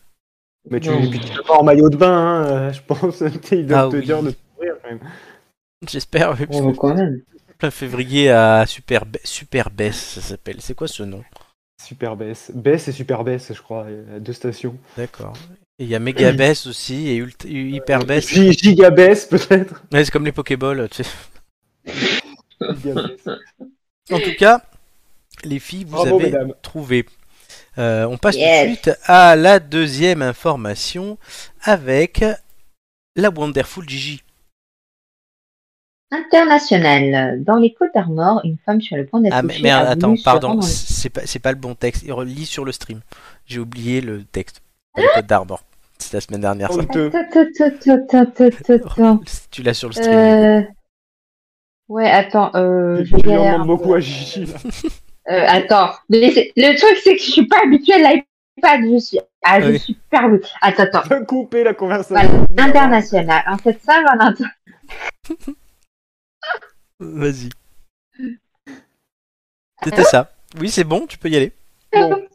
[SPEAKER 4] Mais tu
[SPEAKER 5] Non.
[SPEAKER 4] et puis tu vas pas en maillot de bain, hein, euh, je pense. Ils doivent
[SPEAKER 3] Ah
[SPEAKER 4] te
[SPEAKER 3] oui.
[SPEAKER 4] dire de courir quand même.
[SPEAKER 3] J'espère. oui, parce
[SPEAKER 5] Oh,
[SPEAKER 3] que-
[SPEAKER 5] quand même.
[SPEAKER 3] plein février à Super Super ça s'appelle. C'est quoi ce nom
[SPEAKER 4] Superbès. Bess et Superbès, je crois, euh, deux stations.
[SPEAKER 3] D'accord. Et Il y a Megabess aussi et Ult-
[SPEAKER 4] Euh,
[SPEAKER 3] Hyperbess.
[SPEAKER 4] Puis Gigabès, peut-être.
[SPEAKER 3] Ouais, c'est comme les Pokéballs. tu sais.
[SPEAKER 4] Gigabès.
[SPEAKER 3] En tout cas, les filles, vous
[SPEAKER 4] Bravo,
[SPEAKER 3] avez
[SPEAKER 4] mesdames.
[SPEAKER 3] trouvé. Euh, on passe tout de
[SPEAKER 5] Yes.
[SPEAKER 3] suite à la deuxième information avec la Wonderful Gigi.
[SPEAKER 5] International. Dans les Côtes d'Armor, une femme sur le point d'être
[SPEAKER 3] Ah mais,
[SPEAKER 5] touchée
[SPEAKER 3] mais
[SPEAKER 5] a
[SPEAKER 3] attends,
[SPEAKER 5] voulu se
[SPEAKER 3] pardon,
[SPEAKER 5] rendre-
[SPEAKER 3] c'est pas c'est pas le bon texte. Il relit sur le stream. J'ai oublié le texte. Pas le code d'Armor. C'est la semaine dernière. Ça.
[SPEAKER 4] Honteux.
[SPEAKER 5] Attends, attends, attends, attends, attends,
[SPEAKER 3] Tu l'as sur le
[SPEAKER 5] attends.
[SPEAKER 3] stream.
[SPEAKER 5] Euh, Ouais, attends, euh, je
[SPEAKER 4] Je lui en
[SPEAKER 5] galère
[SPEAKER 4] demande
[SPEAKER 5] un
[SPEAKER 4] beaucoup
[SPEAKER 5] peu.
[SPEAKER 4] à Gigi. là.
[SPEAKER 5] Euh, attends, mais c'est- le truc c'est que je suis pas habituée à l'iPad, je suis, ah, je
[SPEAKER 3] Oui.
[SPEAKER 5] suis perdue. Attends, attends,
[SPEAKER 4] Va couper la
[SPEAKER 5] voilà,
[SPEAKER 4] conversation.
[SPEAKER 5] international. En fait, ça, Valentin.
[SPEAKER 3] Vas-y. C'était ça. Oui, c'est bon, tu peux y aller.
[SPEAKER 4] Bon.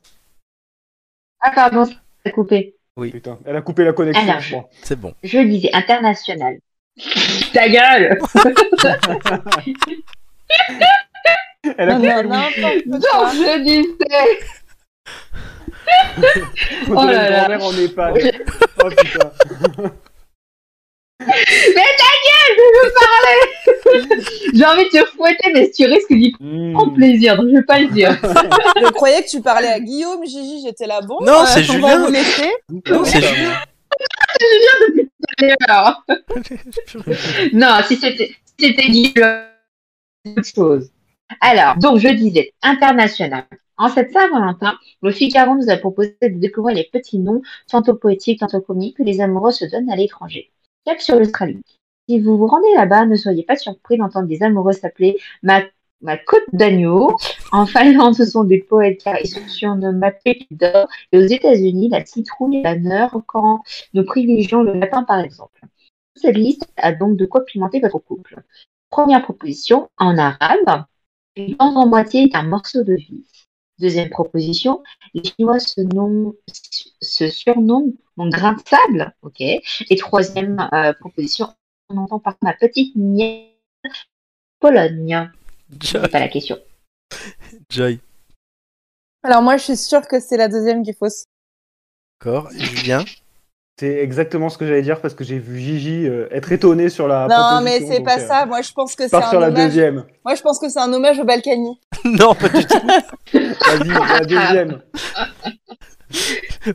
[SPEAKER 5] Ah pardon, ça a coupé.
[SPEAKER 4] Putain, elle a coupé la connexion,
[SPEAKER 5] Alors,
[SPEAKER 4] je crois.
[SPEAKER 3] C'est bon.
[SPEAKER 5] Je disais international. Ta gueule
[SPEAKER 4] Elle
[SPEAKER 2] Non,
[SPEAKER 4] a coupé
[SPEAKER 2] non,
[SPEAKER 4] le
[SPEAKER 5] Non,
[SPEAKER 2] n'importe quoi.
[SPEAKER 5] je disais.
[SPEAKER 4] On
[SPEAKER 5] Oh
[SPEAKER 4] dirait
[SPEAKER 5] là
[SPEAKER 4] une
[SPEAKER 5] là.
[SPEAKER 4] grand-mère en EHPAD. Oh putain.
[SPEAKER 5] Mais ta gueule, je veux parler J'ai envie de te fouetter, mais tu risques d'y
[SPEAKER 4] Mmh. Hmm.
[SPEAKER 5] prendre plaisir, donc je vais pas le dire.
[SPEAKER 2] Je croyais que tu parlais à Guillaume, Gigi, j'étais là. Bon,
[SPEAKER 3] Non, c'est
[SPEAKER 2] on Euh, va
[SPEAKER 3] Julien.
[SPEAKER 4] Mmh.
[SPEAKER 2] vous laisser.
[SPEAKER 3] Non, c'est
[SPEAKER 4] Ouais.
[SPEAKER 3] Julien.
[SPEAKER 5] Je viens depuis tout heures. Non, si c'était si c'était dit, je- autre chose. Alors, donc je disais international. En cette Saint-Valentin, le Figaro nous a proposé de découvrir les petits noms, tantôt poétiques, tantôt comiques, que les amoureux se donnent à l'étranger. Cap sur l'Australie. Si vous vous rendez là-bas, ne soyez pas surpris d'entendre des amoureux s'appeler ma, ma côte d'agneau. En Finlande, ce sont des poètes car ils sont surnommés Pépi d'or. Et aux États-Unis, la citrouille et la neur quand nous privilégions le latin, par exemple. Cette liste a donc de quoi pimenter votre couple. Première proposition, en arabe, une langue en moitié est un morceau de vie. Deuxième proposition, les Chinois se, nom- se surnomment mon grain de sable. ok. Et troisième euh, proposition, on entend par ma petite nièce Pologne.
[SPEAKER 3] Joy.
[SPEAKER 5] C'est pas la question.
[SPEAKER 3] Joy.
[SPEAKER 2] Alors moi, je suis sûre que c'est la deuxième qui est fausse.
[SPEAKER 3] D'accord. Julien.
[SPEAKER 4] C'est exactement ce que j'allais dire parce que j'ai vu Gigi euh, être étonné sur la.
[SPEAKER 2] non, mais
[SPEAKER 4] proposition,
[SPEAKER 2] c'est
[SPEAKER 4] donc,
[SPEAKER 2] pas
[SPEAKER 4] euh,
[SPEAKER 2] ça. Moi, je pense que c'est
[SPEAKER 4] Pars
[SPEAKER 2] un
[SPEAKER 4] sur la
[SPEAKER 2] hommage.
[SPEAKER 4] deuxième.
[SPEAKER 2] Moi, je pense que c'est un hommage au Balkany.
[SPEAKER 3] non, pas du tout.
[SPEAKER 4] Vas-y, la deuxième.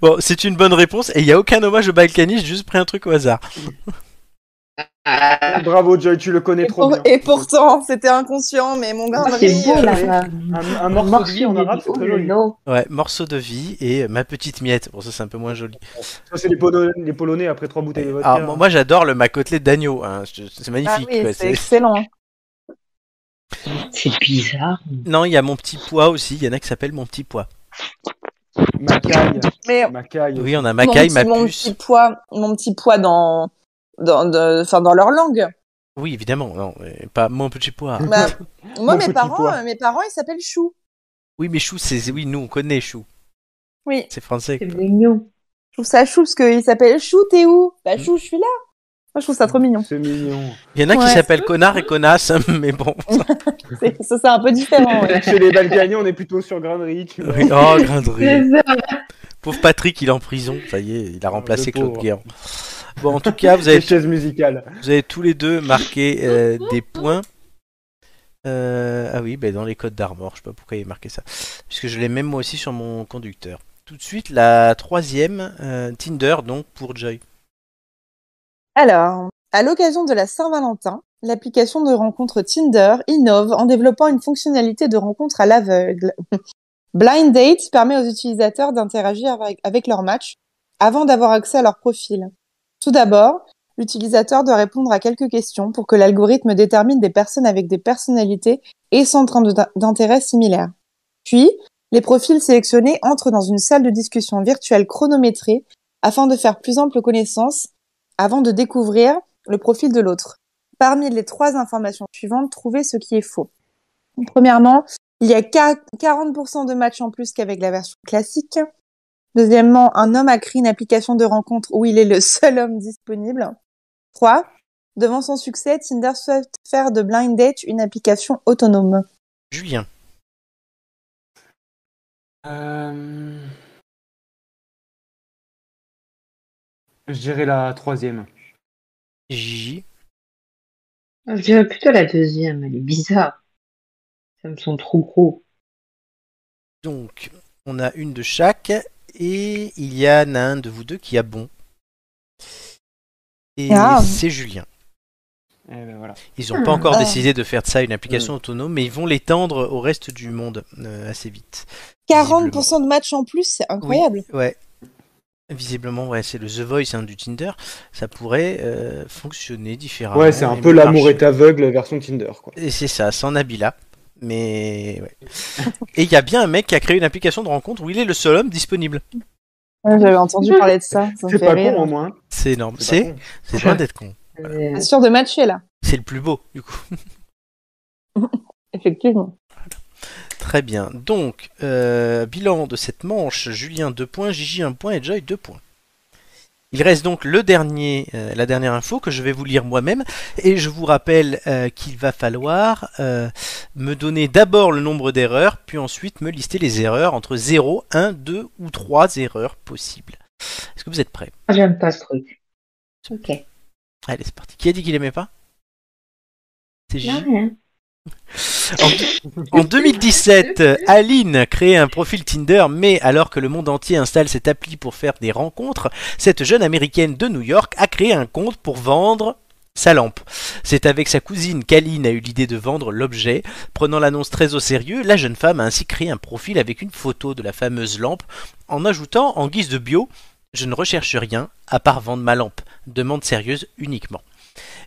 [SPEAKER 3] Bon, c'est une bonne réponse et il n'y a aucun hommage au Balkany, j'ai juste pris un truc au hasard.
[SPEAKER 5] Ah,
[SPEAKER 4] Bravo Joy, tu le connais
[SPEAKER 2] Et,
[SPEAKER 4] trop
[SPEAKER 2] pour-
[SPEAKER 4] bien.
[SPEAKER 2] et pourtant, c'était inconscient, mais mon grain de
[SPEAKER 5] Ah, c'est
[SPEAKER 2] riz,
[SPEAKER 5] beau
[SPEAKER 2] euh,
[SPEAKER 5] là.
[SPEAKER 4] Un, un morceau de vie oh en arabe, c'est
[SPEAKER 5] Oh
[SPEAKER 4] très joli.
[SPEAKER 5] non.
[SPEAKER 3] Ouais, morceau de vie et euh, ma petite miette. Bon, ça c'est un peu moins joli.
[SPEAKER 4] Ça, c'est les, Polo- les Polonais après trois bouteilles de vodka.
[SPEAKER 3] Alors, moi j'adore le ma côtelette d'agneau, hein. Je- c'est
[SPEAKER 2] Ah
[SPEAKER 3] magnifique.
[SPEAKER 2] oui,
[SPEAKER 3] quoi,
[SPEAKER 2] c'est
[SPEAKER 3] c'est-
[SPEAKER 2] excellent.
[SPEAKER 5] C'est bizarre.
[SPEAKER 3] Non, il y a mon petit pois aussi, il y en a qui s'appellent mon petit pois.
[SPEAKER 4] Macaille.
[SPEAKER 2] Mais
[SPEAKER 4] Macaille.
[SPEAKER 3] Oui, on a Macaille, ma
[SPEAKER 2] mon, petit, mon
[SPEAKER 3] puce.
[SPEAKER 2] petit poids, mon petit poids dans, dans, de- enfin, dans leur langue.
[SPEAKER 3] Oui, évidemment, non, euh, pas mon petit pois.
[SPEAKER 2] Bah, moi,
[SPEAKER 4] Mon
[SPEAKER 2] mes
[SPEAKER 4] petit
[SPEAKER 2] parents,
[SPEAKER 4] pois.
[SPEAKER 2] euh, mes parents, ils s'appellent Chou.
[SPEAKER 3] Oui, mais chou, c'est c'est- oui, nous on connaît chou.
[SPEAKER 2] Oui.
[SPEAKER 3] C'est français.
[SPEAKER 5] C'est mignon.
[SPEAKER 2] Je trouve ça chou parce qu'ils s'appellent Chou, t'es où Bah, Chou, je suis là. Moi, je trouve ça trop mignon.
[SPEAKER 4] C'est mignon.
[SPEAKER 3] Il y en a qui
[SPEAKER 2] Ouais.
[SPEAKER 3] s'appellent connard et connasse, hein, mais bon.
[SPEAKER 2] C'est- Ça, c'est un peu différent. ouais.
[SPEAKER 4] Chez les Balkany, on est plutôt sur grainerie. Tu vois.
[SPEAKER 3] Oui, Oh, grain de riz.
[SPEAKER 5] C'est ça.
[SPEAKER 3] Pauvre Patrick, il est en prison. Ça y est, il a remplacé
[SPEAKER 4] Ah, le
[SPEAKER 3] Claude
[SPEAKER 4] pauvre.
[SPEAKER 3] Guéant. Bon, en tout cas, vous avez,
[SPEAKER 4] Les chaises musicales.
[SPEAKER 3] vous avez tous les deux marqué euh, des points. Euh, ah oui, ben dans les codes d'Armor, je sais pas pourquoi il est marqué ça. Puisque je l'ai même moi aussi sur mon conducteur. Tout de suite, la troisième, euh, Tinder, donc pour Joy.
[SPEAKER 2] Alors, à l'occasion de la Saint-Valentin, l'application de rencontre Tinder innove en développant une fonctionnalité de rencontre à l'aveugle. Blind Date permet aux utilisateurs d'interagir avec, avec leur match avant d'avoir accès à leur profil. Tout d'abord, l'utilisateur doit répondre à quelques questions pour que l'algorithme détermine des personnes avec des personnalités et centres d'int- d'intérêt similaires. Puis, les profils sélectionnés entrent dans une salle de discussion virtuelle chronométrée afin de faire plus ample connaissance avant de découvrir le profil de l'autre. Parmi les trois informations suivantes, trouvez ce qui est faux. Premièrement, il y a qua- 40% de matchs en plus qu'avec la version classique. Deuxièmement, un homme a créé une application de rencontre où il est le seul homme disponible. Trois, devant son succès, Tinder souhaite faire de Blind Date une application autonome.
[SPEAKER 3] Julien.
[SPEAKER 4] Euh... Je dirais la troisième.
[SPEAKER 3] Gigi.
[SPEAKER 5] Je dirais plutôt la deuxième. Elle est bizarre. Ça me semble trop gros.
[SPEAKER 3] Donc, on a une de chaque. Et il y en a un de vous deux qui a bon. Et
[SPEAKER 2] Ah.
[SPEAKER 3] c'est Julien.
[SPEAKER 4] Eh ben voilà.
[SPEAKER 3] Ils n'ont pas encore
[SPEAKER 2] Ah.
[SPEAKER 3] décidé de faire de ça une application
[SPEAKER 4] Hmm.
[SPEAKER 3] autonome, mais ils vont l'étendre au reste du monde euh, assez vite.
[SPEAKER 2] 40% de matchs en plus, c'est incroyable.
[SPEAKER 3] Ouais. Visiblement, ouais, c'est le The Voice hein, du Tinder. Ça pourrait euh, fonctionner différemment.
[SPEAKER 4] Ouais, c'est un
[SPEAKER 3] et
[SPEAKER 4] peu l'amour
[SPEAKER 3] marcher.
[SPEAKER 4] est aveugle version Tinder. Quoi.
[SPEAKER 3] Et c'est ça, c'est en Nabila. Mais ouais. Et il y a bien un mec qui a créé une application de rencontre où il est le seul homme disponible.
[SPEAKER 2] Ouais, J'avais entendu parler de ça. ça me
[SPEAKER 4] C'est
[SPEAKER 2] fait
[SPEAKER 4] pas
[SPEAKER 2] rire.
[SPEAKER 4] con hein. au moins.
[SPEAKER 3] C'est énorme.
[SPEAKER 4] pas
[SPEAKER 3] C'est
[SPEAKER 4] con.
[SPEAKER 3] c'est loin d'être con.
[SPEAKER 5] Euh,
[SPEAKER 2] C'est sûr de matcher là,
[SPEAKER 3] C'est le plus beau, du coup.
[SPEAKER 2] effectivement.
[SPEAKER 3] Très bien. Donc, euh, bilan de cette manche, Julien 2 points, Gigi 1 point et Joy 2 points. Il reste donc le dernier, euh, la dernière info que je vais vous lire moi-même et je vous rappelle euh, qu'il va falloir euh, me donner d'abord le nombre d'erreurs puis ensuite me lister les erreurs entre 0, 1, 2 ou 3 erreurs possibles. Est-ce que vous êtes prêts
[SPEAKER 5] ah, J'aime pas ce truc. Ok.
[SPEAKER 3] Allez, c'est parti. Qui a dit qu'il aimait pas C'est Gigi.
[SPEAKER 5] Non, rien.
[SPEAKER 3] En, en 2017, Aline crée un profil Tinder, mais alors que le monde entier installe cette appli pour faire des rencontres, cette jeune américaine de New York a créé un compte pour vendre sa lampe. C'est avec sa cousine qu'Aline a eu l'idée de vendre l'objet. Prenant l'annonce très au sérieux, la jeune femme a ainsi créé un profil avec une photo de la fameuse lampe, en ajoutant en guise de bio Je ne recherche rien à part vendre ma lampe, demande sérieuse uniquement.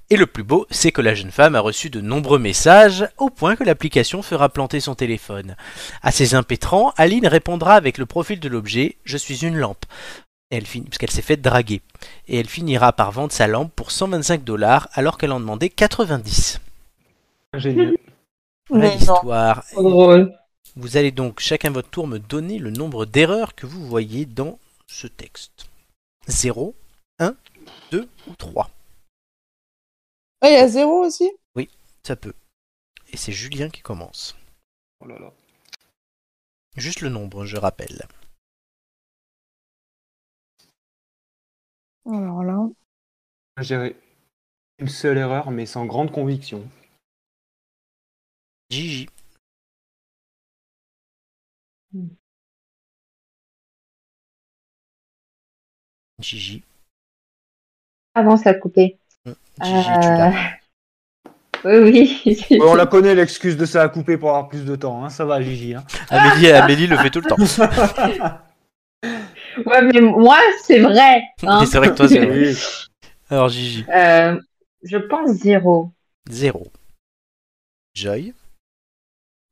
[SPEAKER 3] Et le plus beau, c'est que la jeune femme a reçu de nombreux messages, au point que l'application fera planter son téléphone. À ces impétrants, Aline répondra avec le profil de l'objet Je suis une lampe. Et elle finit, parce qu'elle s'est faite draguer. Et elle finira par vendre sa lampe pour 125 dollars alors qu'elle en demandait 90.
[SPEAKER 4] Génial.
[SPEAKER 3] Voilà
[SPEAKER 1] Mais non.
[SPEAKER 3] l'histoire.
[SPEAKER 5] Trop drôle.
[SPEAKER 3] Vous allez donc chacun votre tour me donner le nombre d'erreurs que vous voyez dans ce texte. 0, 1, 2 ou 3.
[SPEAKER 2] Ouais, il y a zéro aussi.
[SPEAKER 3] Ça peut. Et c'est Julien qui commence.
[SPEAKER 4] Oh là là.
[SPEAKER 3] Juste le nombre, je rappelle.
[SPEAKER 2] Alors là.
[SPEAKER 4] J'ai une seule erreur, mais sans grande conviction.
[SPEAKER 3] Gigi. Gigi.
[SPEAKER 5] Avant, ça a coupé.
[SPEAKER 3] Gigi, tu l'as.
[SPEAKER 5] Oui, oui.
[SPEAKER 4] Ouais, on la connaît, l'excuse de ça à couper pour avoir plus de temps. Hein. Ça va, Gigi. Hein.
[SPEAKER 3] Amélie, Amélie le fait tout le temps.
[SPEAKER 5] Ouais, mais moi, c'est vrai. hein.
[SPEAKER 3] Mais c'est vrai que toi, c'est vrai.
[SPEAKER 4] Oui.
[SPEAKER 3] Alors, Gigi.
[SPEAKER 5] Euh, je pense zéro.
[SPEAKER 3] 0. Joy.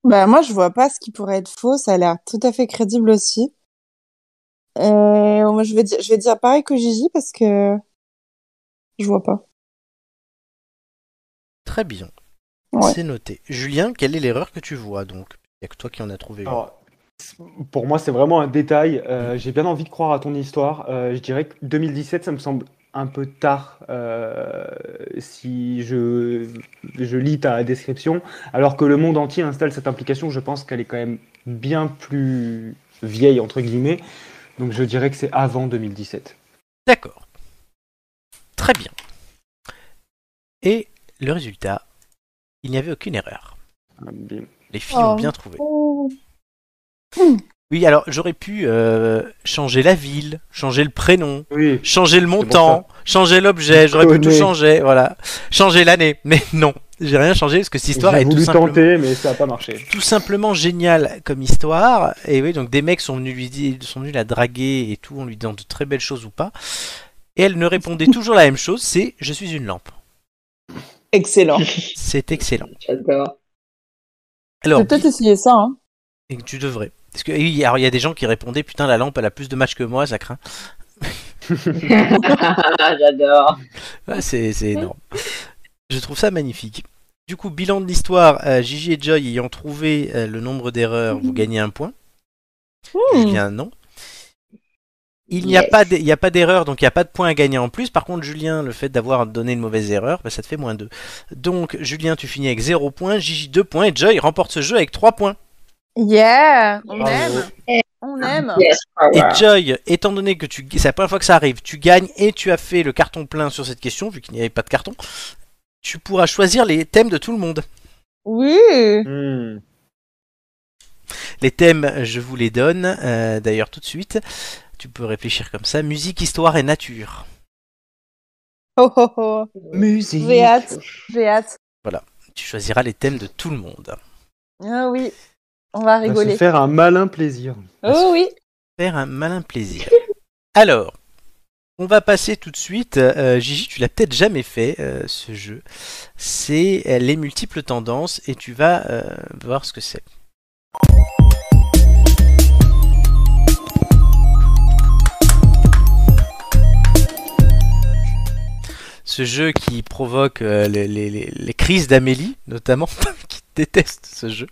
[SPEAKER 2] Bah moi je vois pas ce qui pourrait être faux, ça a l'air tout à fait crédible aussi. Euh, moi je vais dire, je vais dire pareil que Gigi parce que je vois pas.
[SPEAKER 3] Très bien.
[SPEAKER 2] Ouais.
[SPEAKER 3] C'est noté. Julien, quelle est l'erreur que tu vois donc Il n'y a que toi qui en as trouvé une.
[SPEAKER 4] Alors, c'est- pour moi, c'est vraiment un détail. Euh, J'ai bien envie de croire à ton histoire. Euh, je dirais que 2017, ça me semble un peu tard euh, si je, je lis ta description. Alors que le monde entier installe cette implication, je pense qu'elle est quand même bien plus vieille, entre guillemets. Donc je dirais que c'est avant 2017.
[SPEAKER 3] D'accord. Très bien. Et le résultat, il n'y avait aucune erreur. Les filles ont
[SPEAKER 2] Oh.
[SPEAKER 3] bien trouvé. Oui, alors j'aurais pu euh, changer la ville, changer le prénom,
[SPEAKER 4] Oui,
[SPEAKER 3] changer le montant, changer l'objet, j'aurais pu tout
[SPEAKER 4] Connais.
[SPEAKER 3] changer, voilà. Changer l'année, mais non, j'ai rien changé parce que cette histoire
[SPEAKER 4] j'ai
[SPEAKER 3] est tout
[SPEAKER 4] voulu
[SPEAKER 3] simplement,
[SPEAKER 4] tenter, mais ça n'a pas marché.
[SPEAKER 3] tout simplement géniale comme histoire. Et oui, donc des mecs sont venus lui dire- sont venus la draguer et tout en lui disant de très belles choses ou pas. Et elle ne répondait toujours la même chose, c'est je suis une lampe.
[SPEAKER 2] Excellent.
[SPEAKER 3] C'est excellent.
[SPEAKER 5] J'adore.
[SPEAKER 2] Je
[SPEAKER 3] Alors,
[SPEAKER 2] vais peut-être essayer ça. Hein.
[SPEAKER 3] Et que tu devrais. Parce que oui, alors il y a des gens qui répondaient putain la lampe elle a plus de matchs que moi, ça craint.
[SPEAKER 5] J'adore.
[SPEAKER 3] Ouais, Ah, c'est c'est énorme. Je trouve ça magnifique. Du coup, bilan de l'histoire, euh, Gigi et Joy ayant trouvé euh, le nombre d'erreurs, vous gagnez un point. Julien, non. Il n'y a
[SPEAKER 5] Yes.
[SPEAKER 3] pas d'e- il n'y a pas d'erreur, donc il n'y a pas de point à gagner en plus. Par contre, Julien, le fait d'avoir donné une mauvaise erreur, bah, ça te fait moins 2. Donc, Julien, tu finis avec 0 points, Gigi 2 points, et Joy remporte ce jeu avec 3 points.
[SPEAKER 2] Hmm.
[SPEAKER 1] Yeah, on
[SPEAKER 4] Bravo.
[SPEAKER 1] aime. On aime.
[SPEAKER 5] Yes,
[SPEAKER 3] Et
[SPEAKER 5] power.
[SPEAKER 3] Joy, étant donné que tu, c'est la première fois que ça arrive, tu gagnes et tu as fait le carton plein sur cette question, vu qu'il n'y avait pas de carton, tu pourras choisir les thèmes de tout le monde.
[SPEAKER 1] Oui.
[SPEAKER 4] Hmm.
[SPEAKER 3] Les thèmes, je vous les donne, euh, d'ailleurs tout de suite. Tu peux réfléchir comme ça. Musique, histoire et nature.
[SPEAKER 1] Oh, oh, oh.
[SPEAKER 4] Musique.
[SPEAKER 1] J'ai hâte. J'ai hâte.
[SPEAKER 3] Tu choisiras les thèmes de tout le monde.
[SPEAKER 1] Ah oui. On va
[SPEAKER 4] On va se
[SPEAKER 1] rigoler.
[SPEAKER 4] faire un malin plaisir.
[SPEAKER 1] Oh oui.
[SPEAKER 3] Faire un malin plaisir. Alors, on va passer tout de suite. euh, Gigi, tu l'as peut-être jamais fait, euh, ce jeu. C'est euh, les multiples tendances et tu vas euh, voir ce que c'est. Ce jeu qui provoque euh, les, les- les- les crises d'Amélie, notamment, qui déteste ce jeu.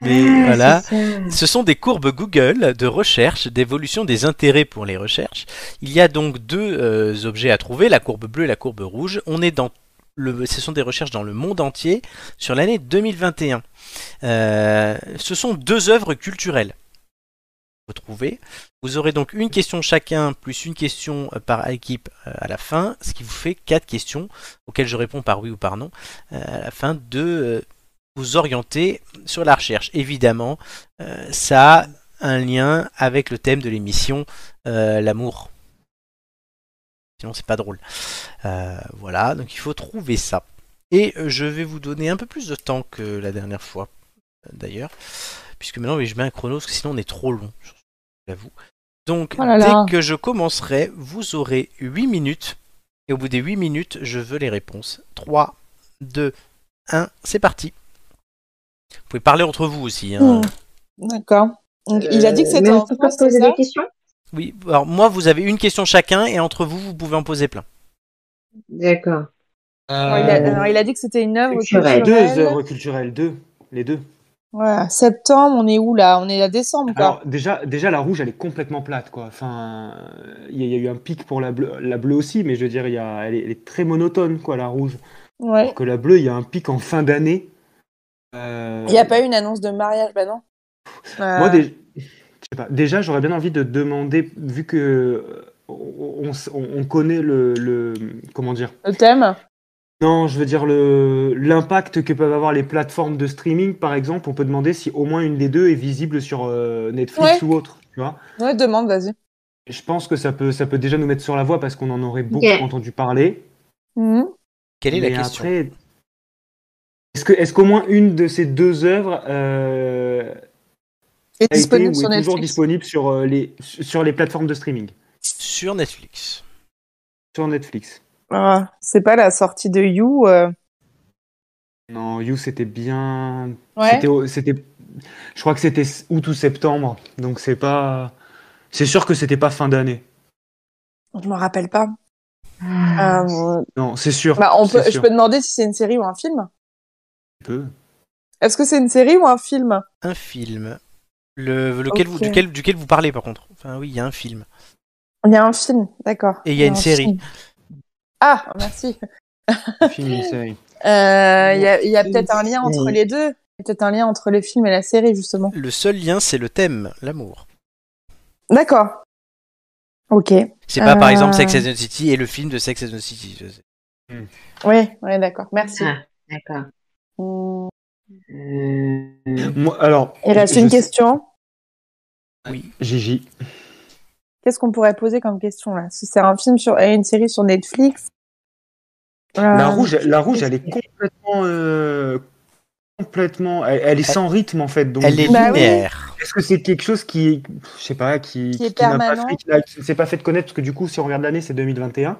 [SPEAKER 3] Mais
[SPEAKER 5] Ah,
[SPEAKER 3] voilà. Ce sont des courbes Google de recherche, d'évolution des intérêts pour les recherches. Il y a donc deux euh, objets à trouver, la courbe bleue et la courbe rouge. On est dans le, ce sont des recherches dans le monde entier sur l'année 2021. Euh, ce sont deux œuvres culturelles. Vous trouvez. Vous aurez donc une question chacun, plus une question euh, par équipe euh, à la fin, ce qui vous fait quatre questions auxquelles je réponds par oui ou par non euh, à la fin de euh, vous orienter sur la recherche. Évidemment, euh, ça a un lien avec le thème de l'émission, euh, l'amour. Sinon, c'est pas drôle. Euh, voilà, donc il faut trouver ça. Et euh, je vais vous donner un peu plus de temps que la dernière fois, euh, d'ailleurs, puisque maintenant oui, je mets un chrono, parce que sinon on est trop long, je l'avoue. Donc,
[SPEAKER 2] Oh là
[SPEAKER 3] dès
[SPEAKER 2] là.
[SPEAKER 3] que je commencerai, vous aurez 8 minutes, et au bout des 8 minutes, je veux les réponses. 3, 2, 1, c'est parti. Vous pouvez parler entre vous aussi. hein.
[SPEAKER 2] Mm. D'accord. Donc, il a dit que c'était
[SPEAKER 5] Euh,
[SPEAKER 2] en
[SPEAKER 5] mais on peut
[SPEAKER 2] France,
[SPEAKER 5] pas poser
[SPEAKER 2] c'est ça
[SPEAKER 5] des questions
[SPEAKER 3] Oui, alors moi, vous avez une question chacun, et entre vous, vous pouvez en poser plein.
[SPEAKER 5] D'accord.
[SPEAKER 3] Euh,
[SPEAKER 2] Non, il, a, non, il a dit que c'était une œuvre
[SPEAKER 5] Culturelle.
[SPEAKER 2] culturelle.
[SPEAKER 4] Euh, Deux œuvres culturelles, deux. Les deux.
[SPEAKER 2] Voilà. Septembre, on est où là On est à décembre, quoi.
[SPEAKER 4] Alors déjà, déjà la rouge elle est complètement plate quoi. Enfin, euh, il y, a- il y a eu un pic pour la bleue, la bleue aussi, mais je veux dire, il y a, elle, est, elle est très monotone quoi la rouge.
[SPEAKER 2] ouais.
[SPEAKER 4] Que la bleue, il y a un pic en fin d'année. Euh,
[SPEAKER 2] Il n'y a pas eu une annonce de mariage, bah non.
[SPEAKER 4] Moi,
[SPEAKER 2] Euh,
[SPEAKER 4] dé- je sais pas. déjà, j'aurais bien envie de demander, vu que euh, on, on- on connaît le, le- comment dire.
[SPEAKER 2] Le thème
[SPEAKER 4] Non, je veux dire le l'impact que peuvent avoir les plateformes de streaming, par exemple. On peut demander si au moins une des deux est visible sur euh, Netflix ou autre. Tu vois.
[SPEAKER 2] Ouais, demande, vas-y.
[SPEAKER 4] Je pense que ça peut, ça peut déjà nous mettre sur la voie parce qu'on en aurait beaucoup
[SPEAKER 5] Ok.
[SPEAKER 4] entendu parler.
[SPEAKER 2] Mhm.
[SPEAKER 3] Quelle est la
[SPEAKER 4] Mais
[SPEAKER 3] question
[SPEAKER 4] après, est-ce que- est-ce qu'au moins une de ces deux œuvres euh,
[SPEAKER 2] Est
[SPEAKER 4] a été
[SPEAKER 2] disponible
[SPEAKER 4] ou
[SPEAKER 2] sur
[SPEAKER 4] est toujours
[SPEAKER 2] Netflix.
[SPEAKER 4] disponible sur, euh, les, sur les plateformes de streaming
[SPEAKER 3] Sur Netflix.
[SPEAKER 4] Sur Netflix.
[SPEAKER 2] Ah, c'est pas la sortie de You. euh.
[SPEAKER 4] Non, You, c'était bien.
[SPEAKER 2] Ouais.
[SPEAKER 4] c'était au- C'était. Je crois que c'était août ou septembre. Donc c'est pas. C'est sûr que c'était pas fin d'année.
[SPEAKER 2] Je m'en rappelle pas.
[SPEAKER 5] Ah,
[SPEAKER 2] Euh,
[SPEAKER 4] Non, c'est sûr.
[SPEAKER 2] bah, on
[SPEAKER 4] c'est
[SPEAKER 2] peut, je
[SPEAKER 4] sûr.
[SPEAKER 2] peux demander si c'est une série ou un film.
[SPEAKER 4] Tu peux.
[SPEAKER 2] Est-ce que c'est une série ou un film
[SPEAKER 3] un film. Le, lequel vous,
[SPEAKER 2] Ok.
[SPEAKER 3] duquel, duquel vous parlez par contre. Enfin oui, il y a un film.
[SPEAKER 2] Il y a un film, d'accord.
[SPEAKER 3] Et il y a une
[SPEAKER 2] un
[SPEAKER 3] série.
[SPEAKER 2] film. Ah, merci.
[SPEAKER 4] Un film, une série.
[SPEAKER 2] Euh, Il y a, il y a peut-être un lien entre les deux. Il y a Peut-être un lien entre les films et la série, justement.
[SPEAKER 3] Le seul lien, c'est le thème, l'amour.
[SPEAKER 2] D'accord. Ok.
[SPEAKER 3] C'est pas par
[SPEAKER 2] Euh.
[SPEAKER 3] exemple Sex and the City et le film de Sex and the City. je sais.
[SPEAKER 2] Oui, ouais, d'accord. Merci.
[SPEAKER 4] Ah.
[SPEAKER 5] d'accord.
[SPEAKER 2] Hum,
[SPEAKER 5] Euh,
[SPEAKER 4] Moi, alors.
[SPEAKER 2] Il reste
[SPEAKER 4] je-
[SPEAKER 2] une question.
[SPEAKER 4] Gigi.
[SPEAKER 2] Qu'est-ce qu'on pourrait poser comme question là Si c'est un film sur et une série sur Netflix. euh,
[SPEAKER 4] La rouge, la rouge, elle est complètement, euh, complètement, elle, elle est sans rythme en fait. Donc,
[SPEAKER 3] Elle est
[SPEAKER 2] Bah oui.
[SPEAKER 3] linéaire.
[SPEAKER 4] est-ce que c'est quelque chose qui, je sais pas, qui,
[SPEAKER 2] Qui est
[SPEAKER 4] n'a pas
[SPEAKER 2] permanent.
[SPEAKER 4] fait- qui n'a- qui ne s'est pas fait de connaître parce que du coup, si on regarde l'année, c'est 2021.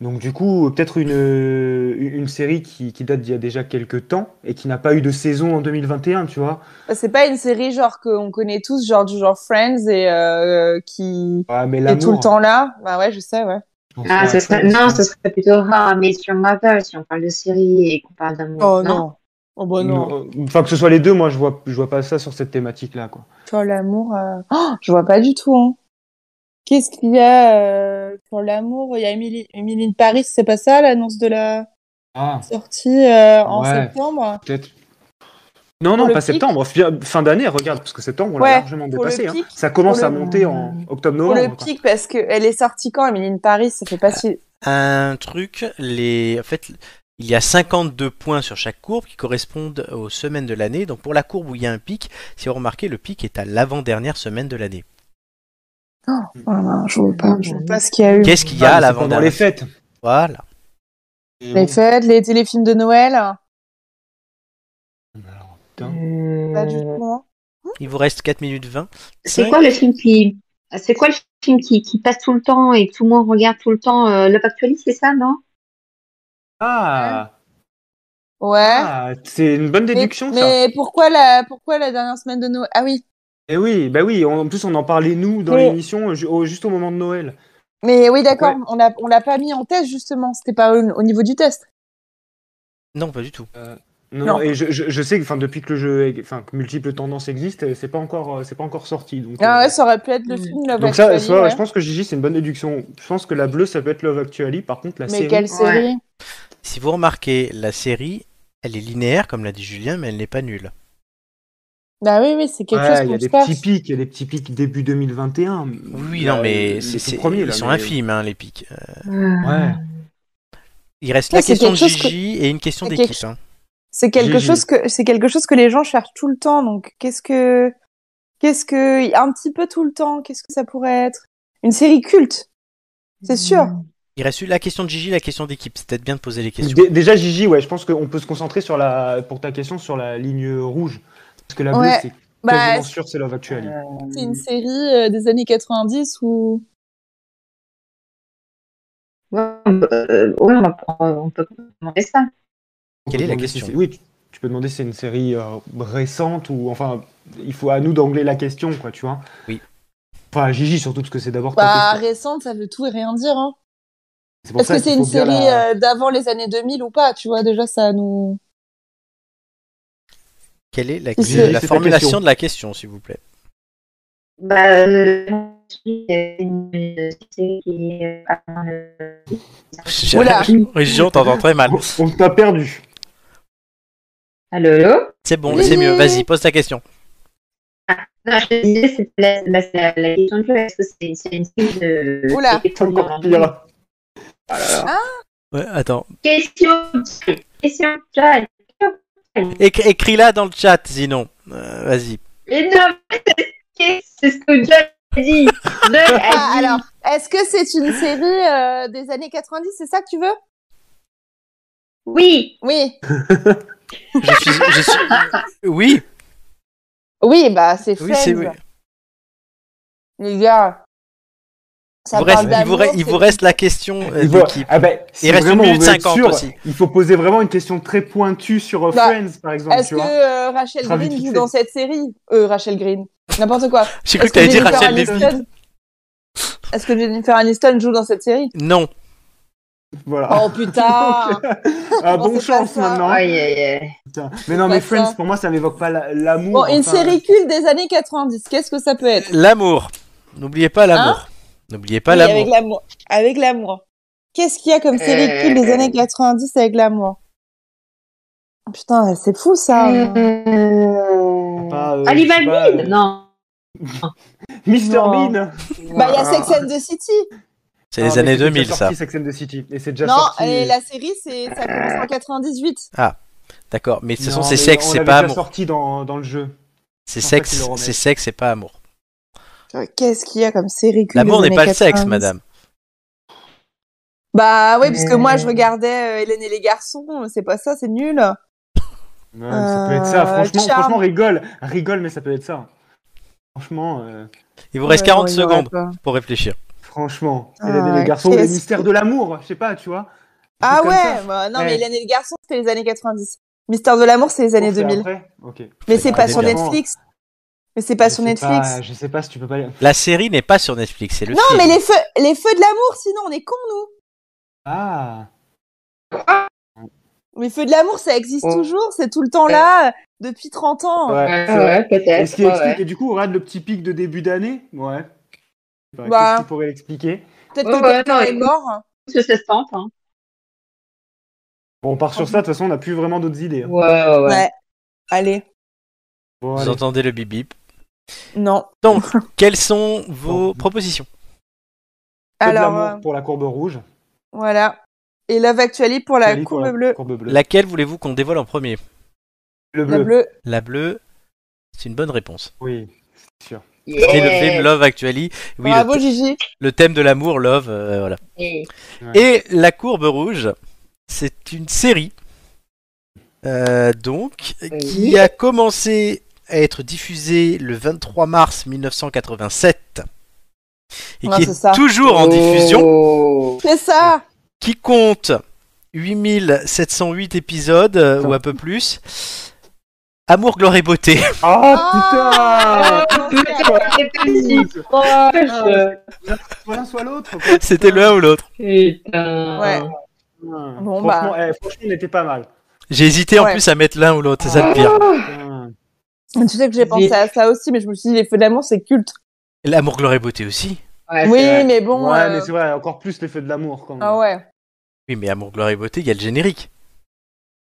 [SPEAKER 4] Donc du coup, peut-être une, euh, une série qui, qui date d'il y a déjà quelques temps et qui n'a pas eu de saison en 2021, tu vois.
[SPEAKER 2] C'est pas une série genre qu'on connaît tous, genre du genre Friends et euh, qui
[SPEAKER 4] Ah, mais
[SPEAKER 2] est tout le
[SPEAKER 4] l'amour,
[SPEAKER 2] temps là. Bah ouais, je sais, ouais.
[SPEAKER 4] je pense
[SPEAKER 5] Ah,
[SPEAKER 4] à
[SPEAKER 5] ce serait-
[SPEAKER 4] Friends.
[SPEAKER 5] Non, ce serait plutôt rare, mais sur Mother, si on parle de série et qu'on parle d'amour.
[SPEAKER 2] Oh bah non.
[SPEAKER 4] Non, euh, Enfin, que ce soit les deux, moi, je vois, je vois pas ça sur cette thématique-là, quoi.
[SPEAKER 2] Sur l'amour, euh, oh, je vois pas du tout. Hein. Qu'est-ce qu'il y a euh, pour l'amour Il y a Emily, Emily in Paris, c'est pas ça l'annonce de la
[SPEAKER 4] Ah,
[SPEAKER 2] sortie euh, en
[SPEAKER 4] Ouais.
[SPEAKER 2] septembre
[SPEAKER 4] Peut-être. Non, non,
[SPEAKER 2] le
[SPEAKER 4] pas
[SPEAKER 2] pic.
[SPEAKER 4] septembre. fi- Fin d'année, regarde, parce que septembre, on
[SPEAKER 2] Ouais,
[SPEAKER 4] l'a largement
[SPEAKER 2] pour le
[SPEAKER 4] dépassé. hein.
[SPEAKER 2] pic,
[SPEAKER 4] Ça commence
[SPEAKER 2] pour
[SPEAKER 4] à
[SPEAKER 2] le-
[SPEAKER 4] monter en
[SPEAKER 2] Pour le
[SPEAKER 4] octobre-novembre. quoi.
[SPEAKER 2] pic, parce que elle est sortie quand Emily in Paris, ça fait pas si.
[SPEAKER 3] Un truc, les, en fait, il y a 52 points sur chaque courbe qui correspondent aux semaines de l'année. Donc pour la courbe où il y a un pic, si vous remarquez, le pic est à l'avant-dernière semaine de l'année.
[SPEAKER 2] Ah non, je vois pas, je vois pas ce qu'il y a eu.
[SPEAKER 3] Qu'est-ce qu'il y
[SPEAKER 4] Ah,
[SPEAKER 3] a
[SPEAKER 4] mais
[SPEAKER 3] à
[SPEAKER 4] c'est pendant les
[SPEAKER 3] l'avant-dernière
[SPEAKER 4] fêtes.
[SPEAKER 3] Voilà.
[SPEAKER 2] Les fêtes, les téléfilms de Noël, hein.
[SPEAKER 5] Euh,
[SPEAKER 2] pas du tout. hein.
[SPEAKER 3] Il vous reste 4 minutes 20.
[SPEAKER 5] C'est quoi le film qui. C'est quoi le film qui, qui passe tout le temps et que tout le monde regarde tout le temps euh, Love Actually, c'est ça, non
[SPEAKER 4] Ah,
[SPEAKER 2] Ouais.
[SPEAKER 4] ah, c'est une bonne
[SPEAKER 2] Mais-
[SPEAKER 4] déduction,
[SPEAKER 2] mais,
[SPEAKER 4] ça.
[SPEAKER 2] pourquoi la pourquoi la dernière semaine de Noël Ah oui,
[SPEAKER 4] Eh oui, bah oui, en en plus, on en parlait, nous, dans
[SPEAKER 2] Mais-
[SPEAKER 4] l'émission, euh, ju- au- juste au moment de Noël.
[SPEAKER 2] mais oui d'accord, on l'a on l'a pas mis en test justement, c'était pas au, au niveau du test.
[SPEAKER 3] Non, pas du tout.
[SPEAKER 4] Non,
[SPEAKER 2] Non.
[SPEAKER 4] et je, je, je sais que, enfin, depuis que le jeu, est- enfin, que multiples tendances existent, euh, c'est pas encore, euh, c'est pas encore sorti. Donc,
[SPEAKER 2] Ah
[SPEAKER 4] euh,
[SPEAKER 2] ouais, ça aurait pu être le
[SPEAKER 5] Mm.
[SPEAKER 2] film Love
[SPEAKER 4] donc ça,
[SPEAKER 2] Actually,
[SPEAKER 4] ça, ouais,
[SPEAKER 2] ouais.
[SPEAKER 4] je pense que Gigi, c'est une bonne déduction. Je pense que la bleue, ça peut être Love Actually. Par contre, la
[SPEAKER 2] Mais
[SPEAKER 4] série,
[SPEAKER 2] quelle série
[SPEAKER 3] Si vous remarquez, la série, elle est linéaire, comme l'a dit Julien, mais elle n'est pas nulle.
[SPEAKER 2] Bah oui oui, c'est quelque
[SPEAKER 4] Ouais, il y a
[SPEAKER 2] chose
[SPEAKER 4] des
[SPEAKER 2] qu'on sache.
[SPEAKER 4] petits pics, il y a des petits pics début 2021.
[SPEAKER 3] Oui,
[SPEAKER 4] Là,
[SPEAKER 3] non, mais
[SPEAKER 4] les
[SPEAKER 3] c'est,
[SPEAKER 4] tout
[SPEAKER 3] c'est-
[SPEAKER 4] premiers,
[SPEAKER 3] ils
[SPEAKER 4] là,
[SPEAKER 3] sont
[SPEAKER 4] mais-
[SPEAKER 3] infimes, hein, les pics. Euh,
[SPEAKER 5] Euh,
[SPEAKER 4] Ouais.
[SPEAKER 2] Mmh.
[SPEAKER 3] Il reste
[SPEAKER 2] Ouais,
[SPEAKER 3] la
[SPEAKER 2] c'est
[SPEAKER 3] question de
[SPEAKER 2] quelque chose que-
[SPEAKER 3] Gigi et une question
[SPEAKER 2] c'est
[SPEAKER 3] d'équipe.
[SPEAKER 2] quelque-
[SPEAKER 3] hein.
[SPEAKER 2] C'est quelque
[SPEAKER 4] Gigi.
[SPEAKER 2] chose que c'est quelque chose que les gens cherchent tout le temps. Donc qu'est-ce que qu'est-ce que un petit peu tout le temps Qu'est-ce que ça pourrait être Une série culte, c'est sûr.
[SPEAKER 4] Mm.
[SPEAKER 3] Il reste la question de Gigi, la question d'équipe. C'est peut-être bien de poser les questions.
[SPEAKER 4] Dé- Déjà, Gigi, ouais, je pense qu'on peut se concentrer sur la, pour ta question sur la ligne rouge. Parce que la bleue,
[SPEAKER 2] Ouais.
[SPEAKER 4] c'est
[SPEAKER 2] Bah,
[SPEAKER 4] quasiment sûr, c'est Love Actually.
[SPEAKER 2] c'est une série euh, des années 90 ou
[SPEAKER 5] Ouais, on peut- euh, ouais, on, va prendre- on peut demander ça.
[SPEAKER 3] Quelle est la
[SPEAKER 4] On peut demander
[SPEAKER 3] question
[SPEAKER 4] si c'est- Oui, tu, tu peux demander si c'est une série euh, récente ou enfin, il faut à nous d'angler la question, quoi, tu vois.
[SPEAKER 3] Oui.
[SPEAKER 4] Enfin, Gigi surtout parce que c'est d'abord. ta
[SPEAKER 2] bah
[SPEAKER 4] question.
[SPEAKER 2] récente, ça veut tout et rien dire. Hein.
[SPEAKER 4] C'est pour
[SPEAKER 2] Est-ce
[SPEAKER 4] ça
[SPEAKER 2] que
[SPEAKER 4] qu'il
[SPEAKER 2] c'est une
[SPEAKER 4] faut bien
[SPEAKER 2] série
[SPEAKER 4] la-
[SPEAKER 2] euh, d'avant les années 2000 ou pas Tu vois déjà ça nous.
[SPEAKER 3] Quelle est la,
[SPEAKER 2] Si, si.
[SPEAKER 3] la
[SPEAKER 4] C'est ta
[SPEAKER 3] formulation
[SPEAKER 4] question.
[SPEAKER 3] de la question, s'il vous plaît
[SPEAKER 5] Bah, euh, c'est une série qui est avant le-
[SPEAKER 2] Oula.
[SPEAKER 3] Région, t'entends très mal.
[SPEAKER 4] On, Ah, on t'a perdu.
[SPEAKER 5] Allô, allô
[SPEAKER 3] C'est bon,
[SPEAKER 2] Oui.
[SPEAKER 3] c'est mieux. Vas-y, pose ta question.
[SPEAKER 5] Non, je te disais, c'était la, la, la- la question de jeu, est-ce que c'est c'est une série de...
[SPEAKER 2] Oula.
[SPEAKER 5] de-
[SPEAKER 4] C'est encore pire.
[SPEAKER 3] Ouais, attends.
[SPEAKER 5] Question Question John
[SPEAKER 3] Éc- Écris-la dans le chat, sinon. Euh, Vas-y.
[SPEAKER 5] Mais non, c'est c'est ce que John a dit John a
[SPEAKER 3] Eh,
[SPEAKER 2] Ah,
[SPEAKER 5] dit
[SPEAKER 2] alors, est-ce que c'est une série euh, des années 90 C'est ça que tu veux
[SPEAKER 5] Oui
[SPEAKER 2] Oui.
[SPEAKER 3] Je suis, je suis- Oui,
[SPEAKER 2] Oui, bah c'est
[SPEAKER 3] oui, c'est.
[SPEAKER 2] Friends.
[SPEAKER 3] oui.
[SPEAKER 2] Les gars.
[SPEAKER 3] Il
[SPEAKER 2] Ça
[SPEAKER 3] vous,
[SPEAKER 2] parle
[SPEAKER 3] reste, il vous
[SPEAKER 2] d'amour,
[SPEAKER 3] re- il
[SPEAKER 2] c'est-
[SPEAKER 3] vous reste la question euh,
[SPEAKER 4] Il faut-
[SPEAKER 3] d'équipe.
[SPEAKER 4] ah ben, si
[SPEAKER 3] reste une
[SPEAKER 4] vraiment on
[SPEAKER 3] minute
[SPEAKER 4] veut être
[SPEAKER 3] cinquante
[SPEAKER 4] sûr,
[SPEAKER 3] aussi.
[SPEAKER 4] Il faut poser vraiment une question très pointue sur euh,
[SPEAKER 2] Bah,
[SPEAKER 4] Friends, par exemple.
[SPEAKER 2] Est-ce
[SPEAKER 4] tu
[SPEAKER 2] que
[SPEAKER 4] vois.
[SPEAKER 2] euh, Rachel
[SPEAKER 4] Travis
[SPEAKER 2] Green joue
[SPEAKER 4] Fickle.
[SPEAKER 2] dans cette série Euh, Rachel Green. N'importe quoi.
[SPEAKER 3] J'ai cru
[SPEAKER 2] Est-ce
[SPEAKER 3] que t'allais
[SPEAKER 2] que
[SPEAKER 3] dire
[SPEAKER 2] Jennifer
[SPEAKER 3] Rachel
[SPEAKER 2] Aniston-
[SPEAKER 3] Levy.
[SPEAKER 2] Est-ce que Jennifer Aniston joue dans cette série
[SPEAKER 3] Non.
[SPEAKER 4] Voilà.
[SPEAKER 3] Ah.
[SPEAKER 2] Oh putain
[SPEAKER 4] ah,
[SPEAKER 2] non,
[SPEAKER 4] bon
[SPEAKER 2] c'est pas
[SPEAKER 4] chance
[SPEAKER 2] ça.
[SPEAKER 4] maintenant.
[SPEAKER 5] Aïe, aïe, aïe.
[SPEAKER 4] Putain. Mais non,
[SPEAKER 2] pas
[SPEAKER 4] mais
[SPEAKER 2] ça.
[SPEAKER 4] Friends, pour moi, ça m'évoque pas la- l'amour.
[SPEAKER 2] Bon, une
[SPEAKER 4] enfin,
[SPEAKER 2] série culte des années 90, qu'est-ce que ça peut être
[SPEAKER 3] L'amour. N'oubliez pas l'amour. N'oubliez pas
[SPEAKER 2] Hein Oui, Avec
[SPEAKER 3] l'amour.
[SPEAKER 2] l'amour. Avec l'amour. Qu'est-ce qu'il y a comme série
[SPEAKER 5] Euh.
[SPEAKER 2] culte des années 90 avec l'amour Putain, c'est fou ça.
[SPEAKER 5] Euh...
[SPEAKER 4] Pas, euh,
[SPEAKER 5] Ali
[SPEAKER 4] je sais pas,
[SPEAKER 5] Van Bean
[SPEAKER 4] euh,
[SPEAKER 5] Non
[SPEAKER 4] Mr
[SPEAKER 2] Non.
[SPEAKER 4] Bean.
[SPEAKER 2] Bah,
[SPEAKER 4] euh,
[SPEAKER 2] il y a Sex and the City.
[SPEAKER 3] C'est les
[SPEAKER 4] Ah, mais
[SPEAKER 3] années
[SPEAKER 4] c'était déjà
[SPEAKER 3] 2000, ça.
[SPEAKER 4] sorti, Sex and the City. Et c'est déjà
[SPEAKER 2] Non,
[SPEAKER 4] sorti.
[SPEAKER 2] et la série, c'est ça commence en 98.
[SPEAKER 3] D'accord, mais de toute façon,
[SPEAKER 4] Non,
[SPEAKER 3] c'est
[SPEAKER 4] mais
[SPEAKER 3] sexe,
[SPEAKER 4] on
[SPEAKER 3] c'est
[SPEAKER 4] l'avait
[SPEAKER 3] pas
[SPEAKER 4] déjà
[SPEAKER 3] amour.
[SPEAKER 4] sorti dans, dans le jeu.
[SPEAKER 3] C'est
[SPEAKER 4] pour ça qu'ils
[SPEAKER 3] sexe,
[SPEAKER 4] le remettent.
[SPEAKER 3] c'est sexe, c'est pas amour.
[SPEAKER 2] Qu'est-ce qu'il y a comme série culte
[SPEAKER 3] L'amour
[SPEAKER 2] des
[SPEAKER 3] n'est
[SPEAKER 2] années
[SPEAKER 3] pas le sexe,
[SPEAKER 2] 90?
[SPEAKER 3] madame.
[SPEAKER 2] Bah oui, parce que
[SPEAKER 5] Euh.
[SPEAKER 2] moi je regardais euh, Hélène et les garçons, c'est pas ça, c'est nul.
[SPEAKER 4] Ouais, Ça peut être
[SPEAKER 2] Euh,
[SPEAKER 4] ça. Franchement,
[SPEAKER 2] Charme.
[SPEAKER 4] franchement, rigole. Rigole, mais ça peut être ça. Franchement, euh,
[SPEAKER 3] Il vous reste
[SPEAKER 2] Ouais,
[SPEAKER 3] 40
[SPEAKER 2] non, il y aurait
[SPEAKER 3] secondes
[SPEAKER 2] pas.
[SPEAKER 3] pour réfléchir.
[SPEAKER 4] franchement.
[SPEAKER 2] Ah,
[SPEAKER 4] Hélène et les garçons,
[SPEAKER 2] qu'est-ce
[SPEAKER 4] les mystères de l'amour. Je sais pas, tu vois.
[SPEAKER 2] Ah
[SPEAKER 4] Comme ça.
[SPEAKER 2] ouais, bah, non mais
[SPEAKER 4] Ouais.
[SPEAKER 2] Hélène et les garçons, c'était les années 90. Mystère de l'amour, c'est les années
[SPEAKER 4] Oh, c'est
[SPEAKER 2] 2000.
[SPEAKER 4] après Ok.
[SPEAKER 2] Mais c'est
[SPEAKER 3] Ouais,
[SPEAKER 2] pas sur
[SPEAKER 3] évidemment.
[SPEAKER 2] Netflix. Mais c'est pas
[SPEAKER 4] Je
[SPEAKER 2] sur
[SPEAKER 4] sais
[SPEAKER 2] Netflix.
[SPEAKER 4] pas, je sais pas si tu peux pas. les-
[SPEAKER 3] La série n'est pas sur Netflix, c'est le
[SPEAKER 2] Non,
[SPEAKER 3] film.
[SPEAKER 2] mais les feux, les feux de l'amour, sinon on est cons, nous.
[SPEAKER 4] Ah.
[SPEAKER 2] Les feux de l'amour, ça existe
[SPEAKER 5] Oh.
[SPEAKER 2] toujours, c'est tout le temps là, euh, depuis 30 ans.
[SPEAKER 4] Ouais. c'est
[SPEAKER 5] Ouais,
[SPEAKER 4] vrai.
[SPEAKER 5] ouais,
[SPEAKER 4] Et
[SPEAKER 5] peut-être.
[SPEAKER 4] ce qui
[SPEAKER 5] ouais,
[SPEAKER 4] explique,
[SPEAKER 5] ouais.
[SPEAKER 4] et du coup, on regarde le petit pic de début d'année. Ouais. Je sais pas,
[SPEAKER 2] Bah.
[SPEAKER 4] Qu'est-ce qui pourrait l'expliquer
[SPEAKER 2] Peut-être
[SPEAKER 5] Ouais,
[SPEAKER 2] que
[SPEAKER 5] ouais,
[SPEAKER 2] quelqu'un
[SPEAKER 5] non,
[SPEAKER 2] est
[SPEAKER 5] écoute.
[SPEAKER 2] mort.
[SPEAKER 5] Ça se tente, hein.
[SPEAKER 4] Bon, on part sur ça, de toute façon, on n'a plus vraiment d'autres idées. hein.
[SPEAKER 5] Ouais, ouais, ouais.
[SPEAKER 2] Ouais. Allez.
[SPEAKER 4] Bon,
[SPEAKER 3] Vous
[SPEAKER 4] allez.
[SPEAKER 3] entendez le bip bip.
[SPEAKER 2] Non.
[SPEAKER 3] Donc, quelles sont vos propositions
[SPEAKER 4] Peu de
[SPEAKER 2] Alors,
[SPEAKER 4] l'amour
[SPEAKER 2] euh,
[SPEAKER 4] pour la courbe rouge.
[SPEAKER 2] voilà. Et Love Actually pour la
[SPEAKER 4] Kelly pour
[SPEAKER 2] bah, courbe bleue.
[SPEAKER 4] courbe bleue.
[SPEAKER 3] Laquelle voulez-vous qu'on dévoile en premier
[SPEAKER 4] Le
[SPEAKER 2] La
[SPEAKER 4] bleu.
[SPEAKER 2] bleue.
[SPEAKER 3] La bleue, c'est une bonne réponse.
[SPEAKER 4] Oui, c'est sûr.
[SPEAKER 5] Yeah.
[SPEAKER 3] C'est le film Love Actually. Oui, le,
[SPEAKER 2] Bravo, Gigi.
[SPEAKER 3] le thème de l'amour, Love, euh, voilà.
[SPEAKER 5] Et-
[SPEAKER 3] Et La Courbe Rouge, c'est une série, euh, donc, qui a commencé à être diffusée le 23 mars 1987 et
[SPEAKER 2] Ouais,
[SPEAKER 3] qui
[SPEAKER 2] Ah, c'est
[SPEAKER 3] est
[SPEAKER 2] ça.
[SPEAKER 3] toujours en diffusion,
[SPEAKER 5] Oh.
[SPEAKER 2] C'est ça.
[SPEAKER 3] qui compte 8708 épisodes euh, ou un peu plus. Amour, gloire et beauté.
[SPEAKER 4] Ah,
[SPEAKER 2] Ah,
[SPEAKER 5] Putain,
[SPEAKER 2] putain.
[SPEAKER 5] c'est Oh, petit
[SPEAKER 4] putain
[SPEAKER 5] proche.
[SPEAKER 4] Soit l'un, soit l'autre. quoi.
[SPEAKER 3] C'était l'un ou l'autre.
[SPEAKER 5] Putain.
[SPEAKER 2] Ouais.
[SPEAKER 4] Putain.
[SPEAKER 2] Bon, bah.
[SPEAKER 4] franchement, eh, franchement, on était pas mal.
[SPEAKER 3] J'ai hésité en
[SPEAKER 2] Ouais.
[SPEAKER 3] plus à mettre l'un ou l'autre, c'est ça le pire.
[SPEAKER 4] Putain.
[SPEAKER 2] Tu sais que j'ai pensé à ça aussi, mais je me suis dit, les feux de l'amour, c'est culte.
[SPEAKER 3] L'amour, gloire et beauté aussi.
[SPEAKER 5] Ouais,
[SPEAKER 2] oui,
[SPEAKER 5] Ah, c'est vrai.
[SPEAKER 2] mais bon.
[SPEAKER 4] ouais,
[SPEAKER 2] euh,
[SPEAKER 4] mais c'est vrai, encore plus les feux de l'amour quand même.
[SPEAKER 2] Ah ouais.
[SPEAKER 3] Oui, mais Amour, gloire et beauté, il y a le générique.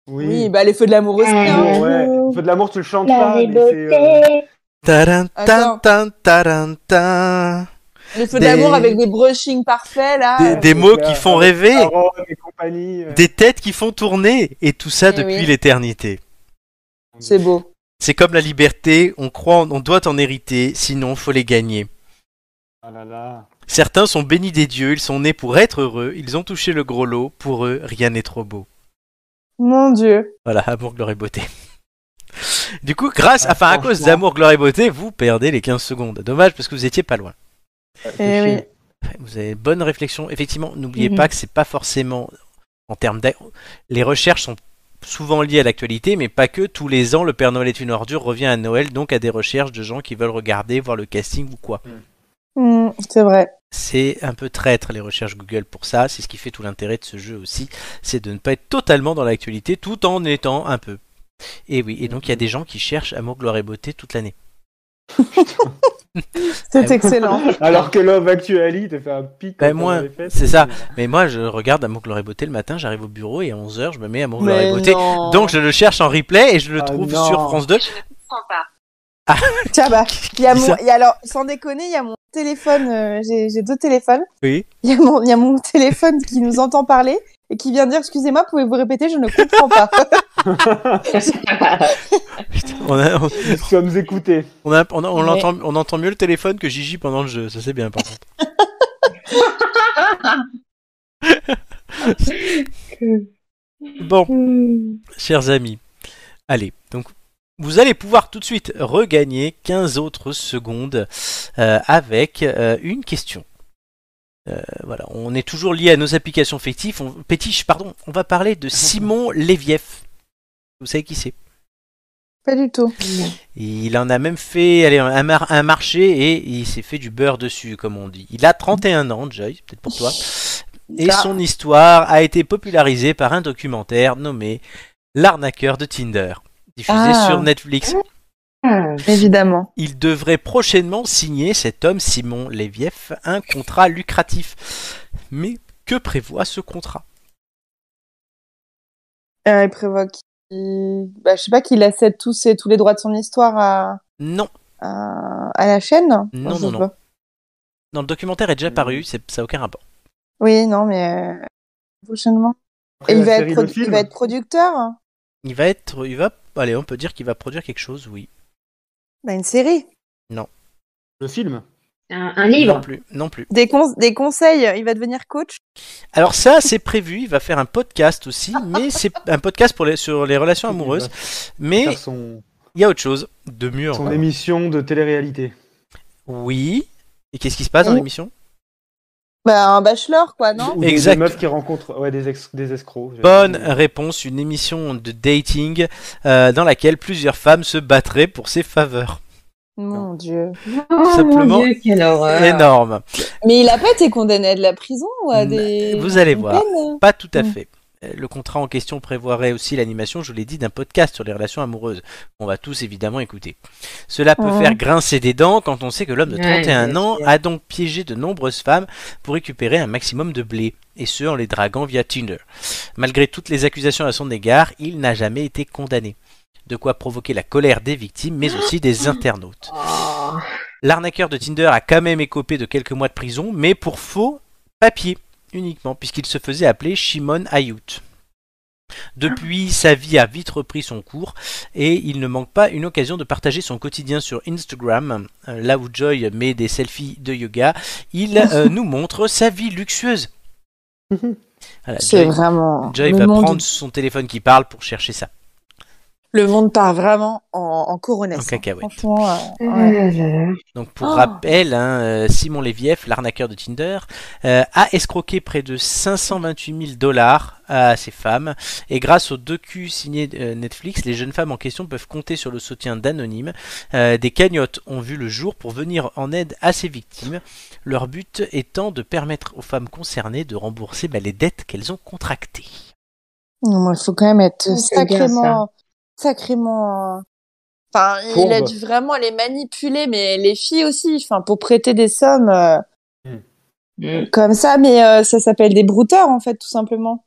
[SPEAKER 4] Oui.
[SPEAKER 2] Oui. bah les feux de l'amour aussi.
[SPEAKER 5] Ah,
[SPEAKER 2] hein.
[SPEAKER 4] Bon, ouais. Les feux de l'amour, tu le chantes
[SPEAKER 5] La
[SPEAKER 4] pas. mais c'est, euh,
[SPEAKER 5] beauté.
[SPEAKER 3] Taran, tan,
[SPEAKER 2] Attends.
[SPEAKER 3] tan, taran, tan.
[SPEAKER 2] Les feux
[SPEAKER 3] Des-
[SPEAKER 2] d'amour avec des brushings parfaits, là.
[SPEAKER 3] des,
[SPEAKER 2] euh,
[SPEAKER 3] des mots qui font rêver,
[SPEAKER 4] Aaron euh, et compagnie. euh,
[SPEAKER 3] des têtes qui font tourner, et tout ça
[SPEAKER 2] Eh
[SPEAKER 3] depuis
[SPEAKER 2] oui.
[SPEAKER 3] l'éternité.
[SPEAKER 2] C'est beau.
[SPEAKER 3] C'est comme la liberté, on croit, en- on doit en hériter, sinon faut les gagner.
[SPEAKER 4] Ah là là.
[SPEAKER 3] Certains sont bénis des dieux, ils sont nés pour être heureux, ils ont touché le gros lot, pour eux, rien n'est trop beau.
[SPEAKER 2] Mon Dieu.
[SPEAKER 3] Voilà, amour, gloire et beauté. Du coup, grâce,
[SPEAKER 4] Ah,
[SPEAKER 3] enfin, à cause
[SPEAKER 4] franchement.
[SPEAKER 3] d'amour, gloire et beauté, vous perdez les 15 secondes. Dommage parce que vous étiez pas loin.
[SPEAKER 4] Ouais,
[SPEAKER 2] Eh
[SPEAKER 4] c'est
[SPEAKER 2] oui.
[SPEAKER 4] chier.
[SPEAKER 3] Vous avez bonne réflexion. Effectivement, n'oubliez
[SPEAKER 2] Mhm.
[SPEAKER 3] pas que c'est pas forcément en termes d'a- les recherches sont souvent liées à l'actualité, mais pas que. Tous les ans, le Père Noël est une ordure revient à Noël, donc à des recherches de gens qui veulent regarder, voir le casting ou quoi.
[SPEAKER 2] Hmm, c'est vrai.
[SPEAKER 3] C'est un peu traître les recherches Google pour ça. C'est ce qui fait tout l'intérêt de ce jeu aussi, c'est de ne pas être totalement dans l'actualité, tout en étant un peu. Et oui, et donc il y a des gens qui cherchent amour, gloire et beauté toute l'année.
[SPEAKER 2] C'est excellent.
[SPEAKER 4] Alors que Love Actually te fait un pic.
[SPEAKER 3] Ben,
[SPEAKER 4] en temps
[SPEAKER 3] moi,
[SPEAKER 4] dans les fêtes.
[SPEAKER 3] c'est ça. Mais moi, je regarde Amour, Gloire et Beauté le matin, j'arrive au bureau et à 11h, je me mets Amour, Gloire et
[SPEAKER 2] Mais
[SPEAKER 3] Beauté.
[SPEAKER 2] non.
[SPEAKER 3] Donc, je le cherche en replay et je le
[SPEAKER 4] Ah,
[SPEAKER 3] trouve
[SPEAKER 4] non.
[SPEAKER 3] sur France 2.
[SPEAKER 5] comprends pas.
[SPEAKER 2] Tiens, bah, il y a
[SPEAKER 3] Dis
[SPEAKER 2] mon,
[SPEAKER 3] ça.
[SPEAKER 2] il y a alors, sans déconner, il y a mon téléphone, euh, j'ai j'ai deux téléphones.
[SPEAKER 3] Oui.
[SPEAKER 2] Il y, a mon- il y a mon téléphone qui nous entend parler et qui vient dire, excusez-moi, pouvez-vous répéter, je ne comprends pas.
[SPEAKER 3] On, a- on-
[SPEAKER 4] Nous sommes écoutés.
[SPEAKER 3] on a- on a- on
[SPEAKER 2] Mais-
[SPEAKER 3] l'entend- on entend mieux le téléphone que Gigi pendant le jeu. Ça, c'est bien, par contre. Bon, chers amis, allez, donc vous allez pouvoir tout de suite regagner 15 autres secondes euh, avec euh, une question. Euh, voilà, on est toujours lié à nos applications fictives. On, fétiches, pardon, on va parler de Simon Lévieff. Vous savez qui c'est
[SPEAKER 2] pas du tout.
[SPEAKER 3] Il en a même fait allez, un, mar- un marché et il s'est fait du beurre dessus, comme on dit. Il a 31 ans, Joy, c'est peut-être pour toi. Et
[SPEAKER 2] Ah.
[SPEAKER 3] son histoire a été popularisée par un documentaire nommé L'arnaqueur de Tinder, diffusé
[SPEAKER 5] Ah.
[SPEAKER 3] sur Netflix.
[SPEAKER 2] Évidemment.
[SPEAKER 3] Il devrait prochainement signer, cet homme, Simon Lévieff, un contrat lucratif. Mais que prévoit ce contrat
[SPEAKER 2] Euh, il prévoit qu'il, bah, je sais pas, qu'il accède tous et tous les droits de son histoire à,
[SPEAKER 3] Non,
[SPEAKER 2] à, à la chaîne.
[SPEAKER 3] Non,
[SPEAKER 2] Je sais
[SPEAKER 3] non, non.
[SPEAKER 2] pas.
[SPEAKER 3] dans le documentaire est déjà paru, c'est- ça n'a aucun rapport.
[SPEAKER 2] Oui, non, mais euh, prochainement.
[SPEAKER 4] Après
[SPEAKER 2] Et il
[SPEAKER 4] la
[SPEAKER 2] va, être
[SPEAKER 4] série,
[SPEAKER 2] produ-
[SPEAKER 4] le film.
[SPEAKER 2] il va être producteur. hein.
[SPEAKER 3] Il va être, il va, allez, on peut dire qu'il va produire quelque chose, oui.
[SPEAKER 2] Bah, une série.
[SPEAKER 4] Le film.
[SPEAKER 5] Un, un
[SPEAKER 3] Non
[SPEAKER 5] livre.
[SPEAKER 3] plus, non plus.
[SPEAKER 2] Des, cons- des conseils. Il va devenir coach.
[SPEAKER 3] Alors ça, c'est prévu. Il va faire un podcast aussi, mais c'est un podcast pour les, sur les relations amoureuses.
[SPEAKER 4] Il
[SPEAKER 3] Mais
[SPEAKER 4] va faire son,
[SPEAKER 3] il y a autre chose de mieux.
[SPEAKER 4] son
[SPEAKER 3] encore.
[SPEAKER 4] émission de télé-réalité.
[SPEAKER 3] Oui. Et qu'est-ce qui se passe dans
[SPEAKER 2] Oui. l'émission
[SPEAKER 3] l'émission
[SPEAKER 2] Bah, un bachelor, quoi, non
[SPEAKER 4] Ou des-
[SPEAKER 3] Exact.
[SPEAKER 4] Des meufs qui rencontrent ouais, des, ex- des escrocs. j'avais
[SPEAKER 3] Bonne
[SPEAKER 4] oublié.
[SPEAKER 3] réponse, une émission de dating euh, dans laquelle plusieurs femmes se battraient pour ses faveurs.
[SPEAKER 2] Mon Dieu.
[SPEAKER 5] Oh
[SPEAKER 3] Simplement
[SPEAKER 5] mon dieu, quelle horreur.
[SPEAKER 3] Énorme.
[SPEAKER 2] Mais il a pas été condamné à de la prison ou à des.
[SPEAKER 3] Vous allez
[SPEAKER 2] une
[SPEAKER 3] voir.
[SPEAKER 2] peine
[SPEAKER 3] Pas tout à
[SPEAKER 2] Mm.
[SPEAKER 3] fait. Euh, Le contrat en question prévoirait aussi l'animation, je vous l'ai dit, d'un podcast sur les relations amoureuses. On va tous évidemment écouter. Cela peut
[SPEAKER 2] Ouais.
[SPEAKER 3] faire grincer des dents quand on sait que l'homme de
[SPEAKER 5] Ouais,
[SPEAKER 3] 31
[SPEAKER 5] bien
[SPEAKER 3] ans
[SPEAKER 5] sûr.
[SPEAKER 3] a donc piégé de nombreuses femmes pour récupérer un maximum de blé, et ce en les draguant via Tinder. Malgré toutes les accusations à son égard, il n'a jamais été condamné. De quoi provoquer la colère des victimes, mais
[SPEAKER 2] Ah.
[SPEAKER 3] aussi des internautes.
[SPEAKER 5] Oh.
[SPEAKER 3] L'arnaqueur de Tinder a quand même écopé de quelques mois de prison, mais pour faux papier uniquement, puisqu'il se faisait appeler Shimon Ayut. Depuis, sa vie a vite repris son cours et il ne manque pas une occasion de partager son quotidien sur Instagram, euh, là où Joy met des selfies de yoga. Il euh, nous montre sa vie luxueuse. Voilà,
[SPEAKER 2] Mhm. C'est
[SPEAKER 3] Joy,
[SPEAKER 2] vraiment.
[SPEAKER 3] Joy
[SPEAKER 2] le
[SPEAKER 3] va
[SPEAKER 2] monde-
[SPEAKER 3] prendre son téléphone qui parle pour chercher ça.
[SPEAKER 2] Le monde part vraiment en, en
[SPEAKER 3] En
[SPEAKER 2] coronation.
[SPEAKER 3] cacahuète.
[SPEAKER 2] Franchement, euh, ouais.
[SPEAKER 5] Euh, là, là.
[SPEAKER 3] Donc pour
[SPEAKER 2] Oh.
[SPEAKER 3] rappel, hein, euh, Simon Lévieff, l'arnaqueur de Tinder, euh, a escroqué près de 528 000 dollars à ses femmes. Et grâce au docu signé euh, Netflix, les jeunes femmes en question peuvent compter sur le soutien d'anonymes. Euh, des cagnottes ont vu le jour pour venir en aide à ces victimes. Leur but étant de permettre aux femmes concernées de rembourser bah, les dettes qu'elles ont contractées.
[SPEAKER 2] Non, mais il faut quand même être
[SPEAKER 5] Ouais, c'est bien,
[SPEAKER 2] sacrément, sacrément. euh, Enfin, il a
[SPEAKER 4] Fourbe.
[SPEAKER 2] dû
[SPEAKER 3] euh,
[SPEAKER 2] vraiment les manipuler, mais les filles aussi, enfin, pour prêter des sommes euh,
[SPEAKER 5] Mm.
[SPEAKER 2] comme ça, mais euh, ça s'appelle des brouteurs en fait, tout simplement.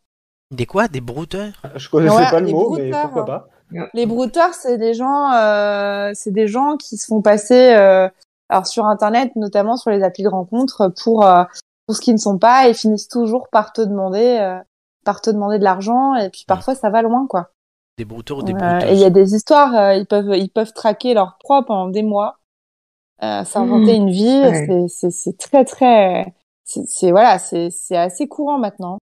[SPEAKER 3] Des quoi Des brouteurs
[SPEAKER 4] Je connaissais
[SPEAKER 2] Ouais,
[SPEAKER 4] pas le
[SPEAKER 2] les
[SPEAKER 4] mot, mais
[SPEAKER 2] brouteurs,
[SPEAKER 4] pourquoi
[SPEAKER 2] hein.
[SPEAKER 4] pas.
[SPEAKER 2] Les brouteurs, c'est des gens, euh, c'est des gens qui se font passer euh, alors sur internet, notamment sur les applis de rencontre pour euh, pour ce qui ne sont pas et finissent toujours par te demander euh, par te demander de l'argent et puis parfois ça va loin quoi.
[SPEAKER 3] Des brouteurs, des
[SPEAKER 2] Euh,
[SPEAKER 3] brouteuses.
[SPEAKER 2] et il y a des histoires, euh, ils peuvent ils peuvent traquer leur proie pendant des mois, euh, s'inventer une vie,
[SPEAKER 5] Ouais.
[SPEAKER 2] c'est- c'est c'est très très c'est c'est- voilà c'est c'est assez courant maintenant.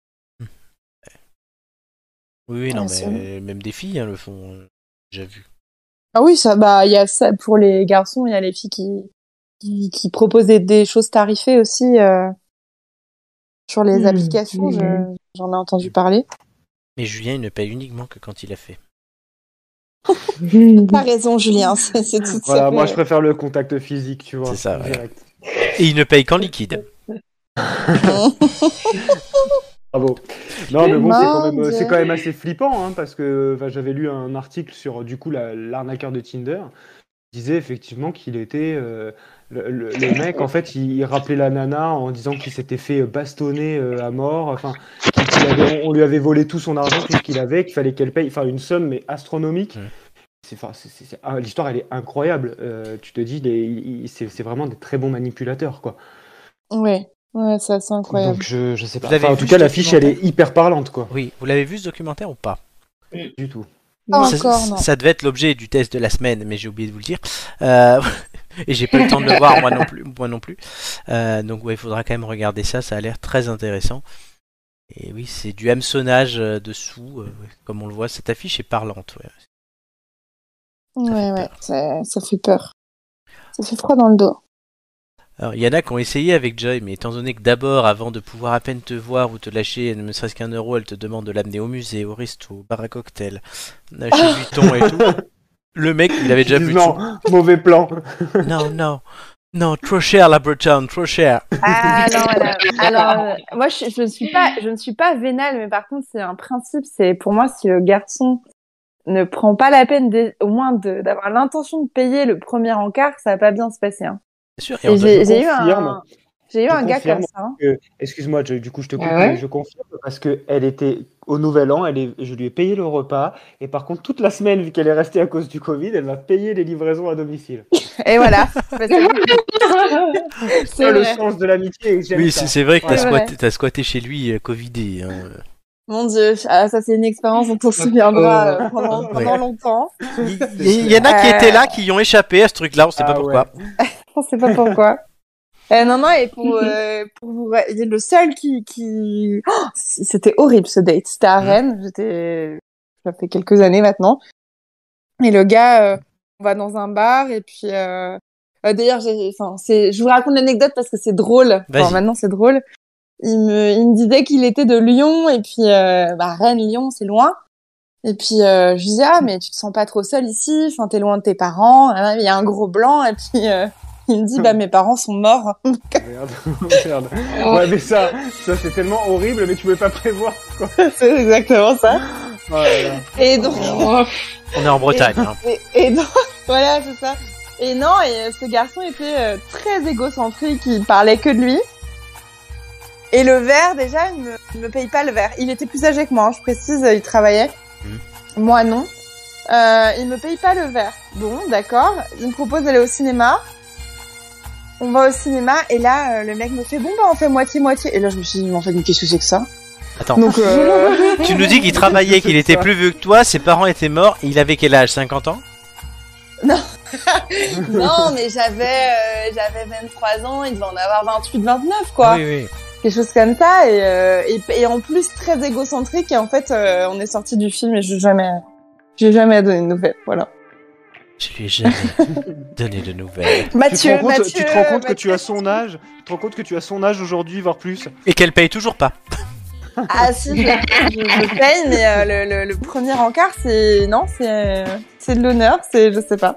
[SPEAKER 3] Oui, oui, non,
[SPEAKER 2] Bien sûr.
[SPEAKER 3] mais même des filles hein, le font. euh, J'ai vu.
[SPEAKER 2] Ah oui ça bah il y a ça pour les garçons il y a les filles qui qui, qui proposent des, des choses tarifées aussi euh, sur les
[SPEAKER 5] Hmm.
[SPEAKER 2] applications je-
[SPEAKER 5] Mhm.
[SPEAKER 2] j'en ai entendu parler.
[SPEAKER 3] Mais Julien, il ne paye uniquement que quand il a fait.
[SPEAKER 2] T'as raison Julien c'est c'est tout à
[SPEAKER 4] Voilà,
[SPEAKER 2] fait-
[SPEAKER 4] moi je préfère le contact physique, tu vois.
[SPEAKER 3] C'est ça, ouais.
[SPEAKER 4] direct.
[SPEAKER 3] Et il ne paye qu'en liquide.
[SPEAKER 4] Bravo. Non, mais bon, c'est quand,
[SPEAKER 2] Mon
[SPEAKER 4] même, euh, c'est
[SPEAKER 2] Dieu.
[SPEAKER 4] quand même assez flippant, hein, parce que enfin, j'avais lu un article sur du coup la- l'arnaqueur de Tinder. Il disait effectivement qu'il était. euh, le, le- le mec, en fait, il, il rappelait la nana en disant qu'il s'était fait bastonner euh, à mort. Enfin, qu'il- qu'il avait- on lui avait volé tout son argent, tout ce qu'il avait, qu'il fallait qu'elle paye enfin, une somme, mais astronomique.
[SPEAKER 3] Ouais.
[SPEAKER 4] C'est, enfin, c'est- c'est- c'est- ah, l'histoire, elle est incroyable. Euh, tu te dis, les- il- il- c'est, c'est vraiment des très bons manipulateurs, quoi.
[SPEAKER 2] ouais ouais c'est assez incroyable.
[SPEAKER 4] Donc, je, je sais pas.
[SPEAKER 3] Vous avez
[SPEAKER 4] Bah, Enfin, en
[SPEAKER 3] vu
[SPEAKER 4] tout
[SPEAKER 3] ce
[SPEAKER 4] cas, l'affiche, elle est
[SPEAKER 3] documentaire
[SPEAKER 4] hyper parlante, quoi.
[SPEAKER 3] Oui, vous l'avez vu ce documentaire ou pas
[SPEAKER 4] Du tout.
[SPEAKER 2] Pas
[SPEAKER 3] ça,
[SPEAKER 2] encore non.
[SPEAKER 3] ça devait être l'objet du test de la semaine, mais j'ai oublié de vous le dire. Euh, et j'ai pas eu le temps de le voir moi non plus. Moi non plus. Euh, donc ouais, il faudra quand même regarder ça. Ça a l'air très intéressant. Et oui, c'est du hameçonnage euh, dessous, euh, ouais, comme on le voit. Cette affiche est parlante. ouais.
[SPEAKER 2] Ouais,
[SPEAKER 3] fait
[SPEAKER 2] ouais,
[SPEAKER 3] peur.
[SPEAKER 2] ça, ça fait peur. Ça fait froid dans le dos.
[SPEAKER 3] Alors, il y en a qui ont essayé avec Joy, mais étant donné que d'abord, avant de pouvoir à peine te voir ou te lâcher, ne serait-ce qu'un euro, elle te demande de l'amener au musée, au resto, au bar à cocktail, euh, chez Vuitton et tout. Le mec, il avait déjà
[SPEAKER 4] Ils
[SPEAKER 3] plus de
[SPEAKER 4] disent,
[SPEAKER 3] sous.
[SPEAKER 4] non, mauvais plan.
[SPEAKER 3] Non, non, non, trop cher la Bretonne, trop cher.
[SPEAKER 2] Ah non, madame. Alors, euh, moi, je, je ne suis pas, je ne suis pas vénale, mais par contre, c'est un principe. C'est pour moi, si le garçon ne prend pas la peine, d'e- au moins de- d'avoir l'intention de payer le premier encart, ça va pas bien se passer. Hein.
[SPEAKER 3] Bien sûr, et
[SPEAKER 2] Et
[SPEAKER 3] on donne-
[SPEAKER 2] J'ai j'ai eu
[SPEAKER 4] confirme.
[SPEAKER 2] un, j'ai eu
[SPEAKER 4] Je
[SPEAKER 2] un gars
[SPEAKER 4] confirme.
[SPEAKER 2] comme ça. hein.
[SPEAKER 4] Euh, Excuse-moi, je- du coup, je te coupe,
[SPEAKER 5] Ah ouais
[SPEAKER 4] mais je confirme parce que elle était au Nouvel An, elle est, je lui ai payé le repas, et par contre, toute la semaine, vu qu'elle est restée à cause du Covid, elle m'a payé les livraisons à domicile.
[SPEAKER 2] Et voilà. Parce que-
[SPEAKER 4] C'est
[SPEAKER 2] c'est
[SPEAKER 4] le
[SPEAKER 2] vrai.
[SPEAKER 4] sens de l'amitié. et j'aime
[SPEAKER 3] Oui,
[SPEAKER 4] ça.
[SPEAKER 3] c'est c'est vrai que t'as
[SPEAKER 2] Ouais, ouais.
[SPEAKER 3] squatté, t'as squatté chez lui, euh, Covidé. hein.
[SPEAKER 2] Mon Dieu, ah, ça c'est une expérience dont on se souviendra euh, pendant,
[SPEAKER 3] Ouais.
[SPEAKER 2] pendant longtemps.
[SPEAKER 3] Il il y en a qui
[SPEAKER 2] Euh.
[SPEAKER 3] étaient là, qui y ont échappé à ce truc-là, on sait
[SPEAKER 4] Ah
[SPEAKER 3] pas pourquoi.
[SPEAKER 2] On sait pas pourquoi. Euh, non, non, et pour, euh, pour vous, il est le seul qui, qui... Oh, c- c'était horrible ce date. C'était à
[SPEAKER 3] Mhm.
[SPEAKER 2] Rennes. J'étais, ça fait quelques années maintenant. Et le gars, euh, on va dans un bar et puis, euh... euh, d'ailleurs, j'ai, enfin, c'est, je vous raconte l'anecdote parce que c'est drôle. Enfin,
[SPEAKER 3] Vas-y.
[SPEAKER 2] maintenant, c'est drôle. Il me, il me disait qu'il était de Lyon et puis, euh, bah, Rennes, Lyon, c'est loin. Et puis euh, je lui disais ah mais tu te sens pas trop seule ici, enfin t'es loin de tes parents, Ah, il y a un gros blanc et puis euh, il me dit bah mes parents sont morts.
[SPEAKER 4] Merde, merde.
[SPEAKER 2] Oh.
[SPEAKER 4] Ouais, mais ça, ça c'est tellement horrible, mais tu pouvais pas prévoir. quoi.
[SPEAKER 2] c'est exactement ça.
[SPEAKER 4] Oh là là.
[SPEAKER 2] Et donc
[SPEAKER 3] On est en Bretagne. hein.
[SPEAKER 2] et, et donc voilà c'est ça. Et non et euh, ce garçon était euh, très égocentrique, il parlait que de lui. Et le verre déjà il me, il me paye pas le verre. Il était plus âgé que moi, hein, je précise, euh, il travaillait. Moi non. Euh, il me paye pas le verre. Bon, d'accord. Il me propose d'aller au cinéma. On va au cinéma et là euh, le mec me fait bon bah on fait moitié moitié et là je me suis dit mais en fait mais qu'est-ce que c'est que ça
[SPEAKER 3] Attends.
[SPEAKER 2] donc euh,
[SPEAKER 3] Tu nous dis qu'il travaillait, qu'il était plus vieux que toi, ses parents étaient morts, il avait quel âge 50 ans
[SPEAKER 2] non mais j'avais euh, j'avais 23 ans il devait en avoir 28 29 quoi
[SPEAKER 3] Oui, oui.
[SPEAKER 2] quelque chose comme ça et, euh, et, et en plus très égocentrique et en fait euh, on est sorti du film et je jamais j'ai jamais donné de nouvelles voilà
[SPEAKER 3] Je lui ai jamais donné de nouvelles.
[SPEAKER 4] Tu te
[SPEAKER 2] Mathieu
[SPEAKER 4] rends compte,
[SPEAKER 2] Mathieu
[SPEAKER 4] tu te rends compte que tu
[SPEAKER 2] Mathieu.
[SPEAKER 4] as son âge Tu te rends compte que tu as son âge aujourd'hui, voire plus
[SPEAKER 3] Et qu'elle paye toujours pas.
[SPEAKER 2] ah si je, je, je paye mais euh, le, le, le premier encart c'est non c'est euh, c'est de l'honneur c'est je sais pas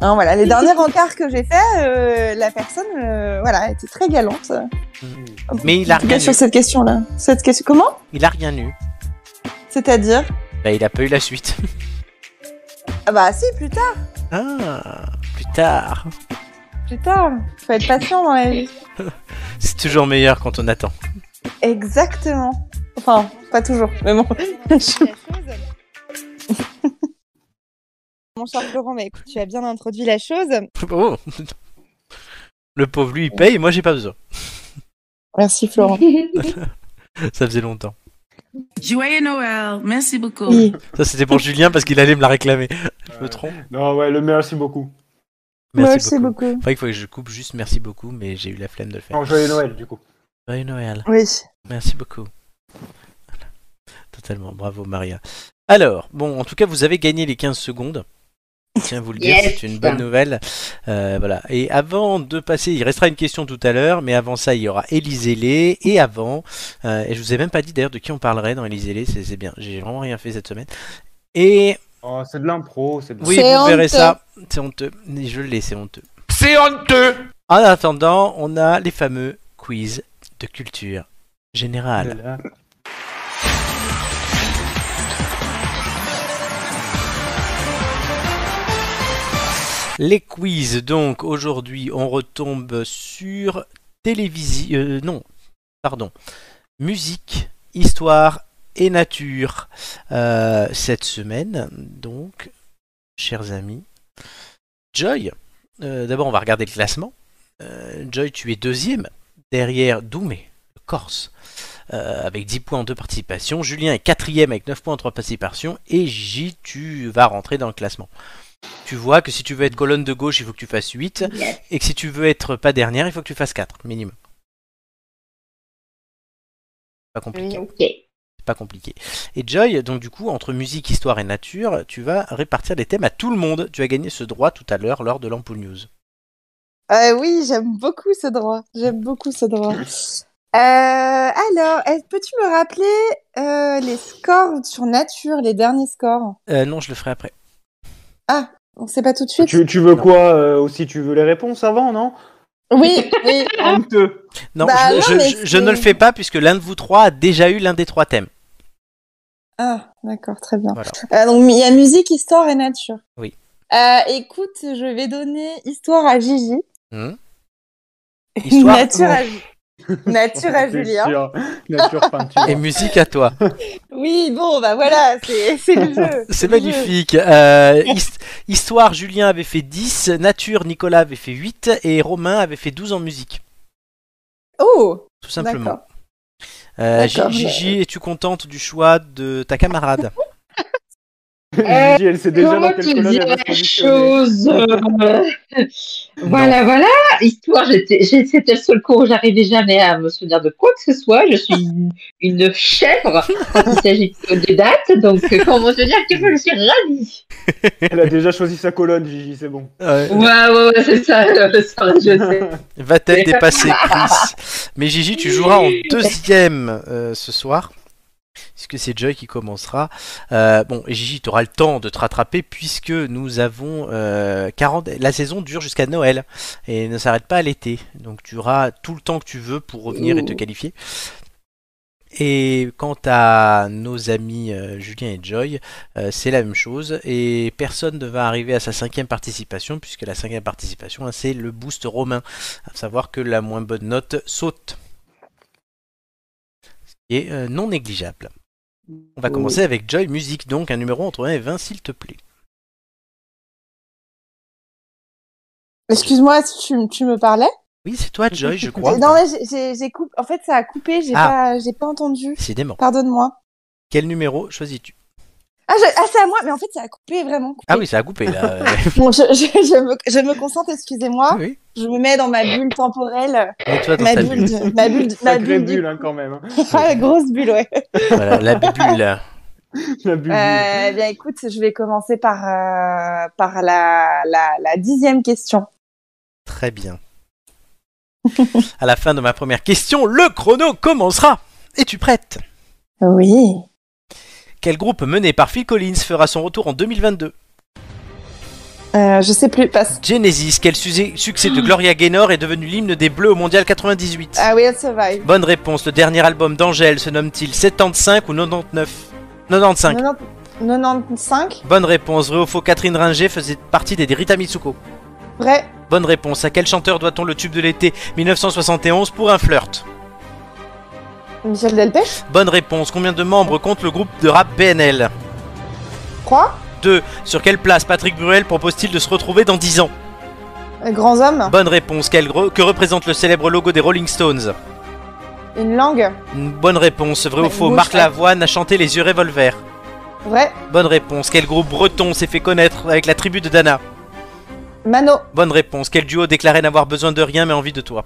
[SPEAKER 2] Hein, voilà les derniers encarts que j'ai fait euh, la personne euh, voilà était très galante
[SPEAKER 3] Mais il a
[SPEAKER 2] En tout cas,
[SPEAKER 3] rien eu.
[SPEAKER 2] sur cette question là cette question comment
[SPEAKER 3] Il a rien eu.
[SPEAKER 2] c'est-à-dire
[SPEAKER 3] Bah, il a pas eu la suite.
[SPEAKER 2] ah bah si plus tard
[SPEAKER 3] Ah, plus tard.
[SPEAKER 2] plus tard faut être patient dans la vie
[SPEAKER 3] C'est toujours meilleur quand on attend.
[SPEAKER 2] Exactement. Enfin, pas toujours, mais bon. Mon cher Florent, mais écoute, tu as bien introduit la chose.
[SPEAKER 3] Oh Le pauvre lui, il paye, moi j'ai pas besoin.
[SPEAKER 2] Merci Florent.
[SPEAKER 3] Ça faisait longtemps.
[SPEAKER 12] Joyeux Noël, merci beaucoup.
[SPEAKER 2] Oui.
[SPEAKER 3] Ça c'était pour Julien parce qu'il allait me la réclamer. Je me
[SPEAKER 4] Ouais.
[SPEAKER 3] trompe.
[SPEAKER 4] Non, ouais, le merci beaucoup.
[SPEAKER 2] Merci beaucoup.
[SPEAKER 3] Faudrait qu'il faut que je coupe juste merci beaucoup, mais j'ai eu la flemme de le faire.
[SPEAKER 4] Non, joyeux Noël, du coup.
[SPEAKER 3] Joyeux Noël.
[SPEAKER 2] Oui.
[SPEAKER 3] Merci beaucoup. Voilà. Totalement. Bravo, Maria. Alors, bon, en tout cas, vous avez gagné les 15 secondes. Tiens, vous le dire,
[SPEAKER 5] Yes.
[SPEAKER 3] c'est une bonne nouvelle. Euh, voilà. Et avant de passer, il restera une question tout à l'heure, mais avant ça, il y aura Élisée-les. Et avant, euh, et je vous ai même pas dit d'ailleurs de qui on parlerait dans Élisée-les, c'est c'est bien. J'ai vraiment rien fait cette semaine. Et
[SPEAKER 4] Oh, c'est de l'impro, c'est de
[SPEAKER 3] oui,
[SPEAKER 2] C'est
[SPEAKER 3] vous verrez
[SPEAKER 2] honteux.
[SPEAKER 3] ça. C'est honteux. Mais Je l'ai, c'est honteux.
[SPEAKER 13] C'est honteux
[SPEAKER 3] En attendant, on a les fameux quiz de culture générale.
[SPEAKER 4] l'impro.
[SPEAKER 3] Les quiz, donc aujourd'hui on retombe sur télévision. euh, non, pardon. Musique, histoire et nature. Euh, cette semaine, donc, chers amis. Joy, euh, d'abord on va regarder le classement. Euh, Joy, tu es deuxième derrière Doumé, le Corse, euh, avec 10 points en deux participations. Julien est quatrième avec 9 points en trois participations. Et J, tu vas rentrer dans le classement. Tu vois que si tu veux être colonne de gauche, il faut que tu fasses 8.
[SPEAKER 5] Yes.
[SPEAKER 3] Et que si tu veux être pas dernière, il faut que tu fasses 4 minimum. Pas compliqué.
[SPEAKER 5] Ok.
[SPEAKER 3] C'est pas compliqué. Et Joy, donc du coup, entre musique, histoire et nature, tu vas répartir les thèmes à tout le monde. Tu as gagné ce droit tout à l'heure lors de l'Ampoule News.
[SPEAKER 2] Euh, oui, j'aime beaucoup ce droit. J'aime beaucoup ce droit. Euh, alors, est- peux-tu me rappeler euh, les scores sur nature, les derniers scores
[SPEAKER 3] Euh, non, je le ferai après.
[SPEAKER 2] On sait pas tout de suite.
[SPEAKER 4] Tu, tu veux quoi euh, aussi Tu veux les réponses avant, non
[SPEAKER 2] Oui, oui.
[SPEAKER 4] Honteux.
[SPEAKER 3] Non,
[SPEAKER 2] Bah
[SPEAKER 3] je,
[SPEAKER 2] non,
[SPEAKER 3] je-
[SPEAKER 2] mais
[SPEAKER 3] je- je ne
[SPEAKER 2] c'est-
[SPEAKER 3] le fais pas puisque l'un de vous trois a déjà eu l'un des trois thèmes.
[SPEAKER 2] Ah, d'accord, très bien.
[SPEAKER 3] Voilà.
[SPEAKER 2] Euh, donc, il y a musique, histoire et nature.
[SPEAKER 3] Oui.
[SPEAKER 2] Euh, écoute, je vais donner histoire à Gigi.
[SPEAKER 3] Hmm. Histoire
[SPEAKER 2] nature, à... Ju- nature à Julien.
[SPEAKER 4] Nature, nature peinture.
[SPEAKER 3] et musique à toi.
[SPEAKER 2] Oui, bon, bah voilà, c'est c'est le jeu.
[SPEAKER 3] C'est
[SPEAKER 2] le jeu.
[SPEAKER 3] magnifique. Euh, his- histoire, Julien avait fait 10, Nature, Nicolas avait fait 8 et Romain avait fait 12 en musique,
[SPEAKER 2] Oh,
[SPEAKER 3] tout
[SPEAKER 2] d'accord.
[SPEAKER 3] simplement. Euh, Gi-
[SPEAKER 2] D'accord,
[SPEAKER 3] Gigi, es-tu contente du choix de ta camarade
[SPEAKER 4] Gigi, elle sait déjà
[SPEAKER 5] Comment
[SPEAKER 4] dans quelle
[SPEAKER 5] tu
[SPEAKER 4] colonne
[SPEAKER 5] dis
[SPEAKER 4] elle va se
[SPEAKER 5] la
[SPEAKER 4] positionner.
[SPEAKER 5] chose euh, Voilà, voilà. Histoire, j'étais- j'ai- c'était le seul cours où j'arrivais jamais à me souvenir de quoi que ce soit. Je suis une, une chèvre quand il s'agit de de dates. Donc, euh, comment te dire que je suis ravie
[SPEAKER 4] Elle a déjà choisi sa colonne, Gigi, c'est bon.
[SPEAKER 5] Ouais, ouais, ouais, c'est ça. euh, ça, je sais.
[SPEAKER 3] Va-t-elle dépasser Chris Mais Gigi, tu joueras en deuxième euh, ce soir. Puisque c'est Joy qui commencera. Euh, bon, et Gigi, tu auras le temps de te rattraper puisque nous avons euh, 40... La saison dure jusqu'à Noël et ne s'arrête pas à l'été. Donc tu auras tout le temps que tu veux pour revenir et te qualifier. Et quant à nos amis euh, Julien et Joy, euh, c'est la même chose. Et personne ne va arriver à sa cinquième participation puisque la cinquième participation, hein, c'est le boost romain à savoir que la moins bonne note saute. Ce qui est euh, non négligeable. On va commencer avec Joy Music, donc un numéro entre 1 et 20, s'il te plaît.
[SPEAKER 2] Excuse-moi, tu, tu me parlais
[SPEAKER 3] Oui, c'est toi, Joy, je crois.
[SPEAKER 2] Non, mais j'ai- j'ai- j'ai coupé. En fait, ça a coupé, j'ai
[SPEAKER 3] Ah.
[SPEAKER 2] pas, j'ai pas entendu.
[SPEAKER 3] Décidément.
[SPEAKER 2] Pardonne-moi.
[SPEAKER 3] Quel numéro choisis-tu
[SPEAKER 2] Ah, je- ah, c'est à moi, mais en fait, ça a coupé vraiment. Coupé.
[SPEAKER 3] Ah oui, ça a coupé là.
[SPEAKER 2] Bon, je, je, je me, je me concentre, excusez-moi.
[SPEAKER 3] oui.
[SPEAKER 2] Je me mets dans ma bulle temporelle.
[SPEAKER 3] Mets-toi dans
[SPEAKER 2] Ma
[SPEAKER 3] ta
[SPEAKER 2] bulle,
[SPEAKER 3] bulle.
[SPEAKER 2] de- ma bulle, de- ma
[SPEAKER 4] Sacrée
[SPEAKER 2] bulle.
[SPEAKER 4] bulle,
[SPEAKER 2] du-
[SPEAKER 4] hein, quand même.
[SPEAKER 2] Ah, la grosse bulle, ouais.
[SPEAKER 3] Voilà, la bulle.
[SPEAKER 4] La bulle.
[SPEAKER 2] Euh, bien, écoute, je vais commencer par, euh, par la, la, la dixième question.
[SPEAKER 3] Très bien. À la fin de ma première question, le chrono commencera. Es-tu prête
[SPEAKER 2] Oui.
[SPEAKER 3] Quel groupe mené par Phil Collins fera son retour en 2022
[SPEAKER 2] Euh, je sais plus, passe.
[SPEAKER 3] Genesis, quel sujet- succès de Gloria Gaynor est devenu l'hymne des Bleus au Mondial 98
[SPEAKER 2] Ah, Will Survive.
[SPEAKER 3] Bonne réponse, le dernier album d'Angèle se nomme-t-il 75 ou 99 95.
[SPEAKER 2] 90 95
[SPEAKER 3] Bonne réponse, vrai ou faux, Catherine Ringer faisait partie des Rita Mitsuko.
[SPEAKER 2] Vrai.
[SPEAKER 3] Bonne réponse, à quel chanteur doit-on le tube de l'été 1971 pour un flirt
[SPEAKER 2] Michel Delpech
[SPEAKER 3] Bonne réponse, combien de membres compte le groupe de rap BNL
[SPEAKER 2] 3
[SPEAKER 3] 2. Sur quelle place Patrick Bruel propose-t-il de se retrouver dans 10 ans
[SPEAKER 2] Grands hommes
[SPEAKER 3] Bonne réponse. Quel gro- que représente le célèbre logo des Rolling Stones
[SPEAKER 2] Une langue
[SPEAKER 3] Une Bonne réponse. Vrai ou
[SPEAKER 2] Une
[SPEAKER 3] faux
[SPEAKER 2] bouche,
[SPEAKER 3] Marc
[SPEAKER 2] ouais.
[SPEAKER 3] Lavoine a chanté Les Yeux Revolver.
[SPEAKER 2] Vrai
[SPEAKER 3] Bonne réponse. Quel groupe breton s'est fait connaître avec la tribu de Dana
[SPEAKER 2] Mano
[SPEAKER 3] Bonne réponse. Quel duo déclarait n'avoir besoin de rien mais envie de toi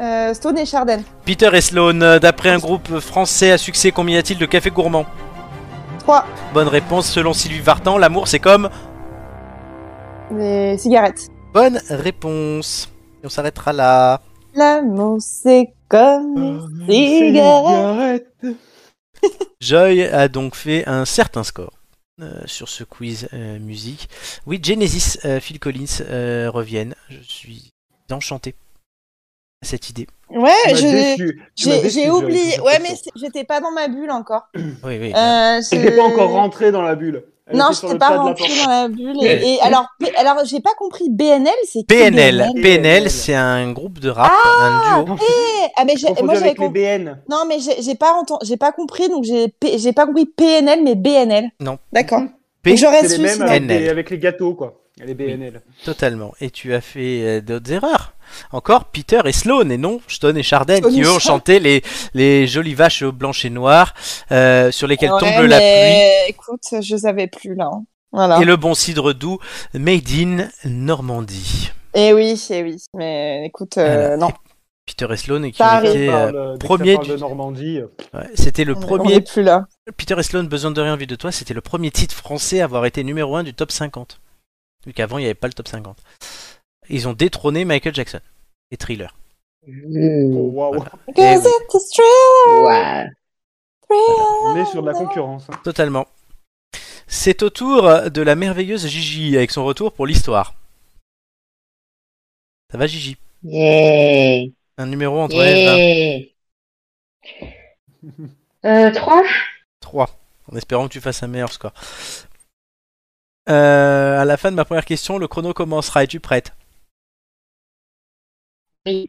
[SPEAKER 2] euh, Stone et Charden.
[SPEAKER 3] Peter et Sloan, euh, d'après un groupe français à succès, combien y a-t-il de café gourmand
[SPEAKER 2] 3.
[SPEAKER 3] Bonne réponse. Selon Sylvie Vartan, l'amour c'est comme.
[SPEAKER 2] Les cigarettes.
[SPEAKER 3] Bonne réponse. Et on s'arrêtera là.
[SPEAKER 2] L'amour, c'est
[SPEAKER 4] Ah,
[SPEAKER 2] comme les cigarettes.
[SPEAKER 3] Joy a donc fait un certain score euh, sur ce quiz euh, musique. Oui, Genesis, euh, Phil Collins euh, reviennent. Je suis enchanté à cette idée.
[SPEAKER 2] Ouais,
[SPEAKER 4] Euh, Tu m'as
[SPEAKER 2] je-
[SPEAKER 4] déçu. Tu m'as
[SPEAKER 2] j'ai
[SPEAKER 4] déçu,
[SPEAKER 2] j'ai
[SPEAKER 4] Joy, sur
[SPEAKER 2] oublié.
[SPEAKER 4] cette
[SPEAKER 2] Ouais, mais
[SPEAKER 4] question.
[SPEAKER 2] c'est- j'étais pas dans ma bulle encore.
[SPEAKER 3] Oui, oui.
[SPEAKER 2] Euh,
[SPEAKER 4] Elle
[SPEAKER 2] je-
[SPEAKER 4] n'était pas encore rentrée dans la bulle. Elle
[SPEAKER 2] Non,
[SPEAKER 4] était sur
[SPEAKER 2] j'étais
[SPEAKER 4] le
[SPEAKER 2] pas
[SPEAKER 4] pas de la
[SPEAKER 2] rentrée
[SPEAKER 4] porte.
[SPEAKER 2] dans la bulle. Et, et alors, P- alors j'ai pas compris. BNL, c'est qui,
[SPEAKER 3] PNL,
[SPEAKER 4] PNL.
[SPEAKER 3] PNL, c'est un groupe de rap, un duo.
[SPEAKER 2] Eh, Ah, mais j'ai-
[SPEAKER 4] Confondu
[SPEAKER 2] moi j'avais
[SPEAKER 4] avec les
[SPEAKER 2] compris.
[SPEAKER 4] BN.
[SPEAKER 2] Non, mais j'ai j'ai pas entendu, j'ai pas compris, donc j'ai P- j'ai pas compris PNL, mais BNL.
[SPEAKER 3] Non.
[SPEAKER 2] D'accord.
[SPEAKER 3] P-
[SPEAKER 2] J'aurais
[SPEAKER 4] Mhm. C'est les
[SPEAKER 2] su.
[SPEAKER 4] mêmes
[SPEAKER 2] sinon.
[SPEAKER 4] avec
[SPEAKER 3] NL.
[SPEAKER 4] les, avec les gâteaux, quoi. Les BNL.
[SPEAKER 3] Totalement. Et tu as fait euh, d'autres erreurs. Encore Peter et Sloan, et non Stone et Charden,
[SPEAKER 2] Stone
[SPEAKER 3] qui
[SPEAKER 2] et
[SPEAKER 3] eux ont
[SPEAKER 2] Charden.
[SPEAKER 3] chanté les, les jolies vaches blanches et noires euh, sur lesquelles
[SPEAKER 2] Ouais,
[SPEAKER 3] tombe la pluie.
[SPEAKER 2] mais Écoute, je savais plus là. hein. Voilà.
[SPEAKER 3] Et le bon cidre doux, made in Normandie.
[SPEAKER 2] Eh oui, eh oui. Mais écoute, euh,
[SPEAKER 3] Voilà.
[SPEAKER 2] non.
[SPEAKER 3] Peter et Sloan, et qui
[SPEAKER 2] Ça
[SPEAKER 3] ont
[SPEAKER 2] arrive.
[SPEAKER 3] été, euh,
[SPEAKER 4] Parle- dès que ça
[SPEAKER 3] premier
[SPEAKER 4] parle
[SPEAKER 3] du-
[SPEAKER 4] de Normandie. euh,
[SPEAKER 3] ouais, c'était le
[SPEAKER 2] on est-
[SPEAKER 3] premier.
[SPEAKER 2] On est plus là.
[SPEAKER 3] Peter et Sloan, besoin de rien vu de toi, c'était le premier titre français à avoir été numéro 1 du top 50. Vu qu'avant, il n'y avait pas le top 50. Ils ont détrôné Michael Jackson et Thriller.
[SPEAKER 4] oh,
[SPEAKER 5] Mmh.
[SPEAKER 4] waouh.
[SPEAKER 3] Voilà.
[SPEAKER 2] Because
[SPEAKER 3] Eh oui.
[SPEAKER 2] it's a thrill,
[SPEAKER 5] Ouais.
[SPEAKER 4] On est sur de la concurrence. hein.
[SPEAKER 3] Totalement. C'est au tour de la merveilleuse Gigi avec son retour pour l'histoire. Ça va Gigi
[SPEAKER 5] Yeah.
[SPEAKER 3] Un numéro entre elles,
[SPEAKER 5] Yeah. Euh, 3
[SPEAKER 3] 3, en espérant que tu fasses un meilleur score. Euh, à la fin de ma première question, le chrono commencera. Es-tu prête
[SPEAKER 5] Oui.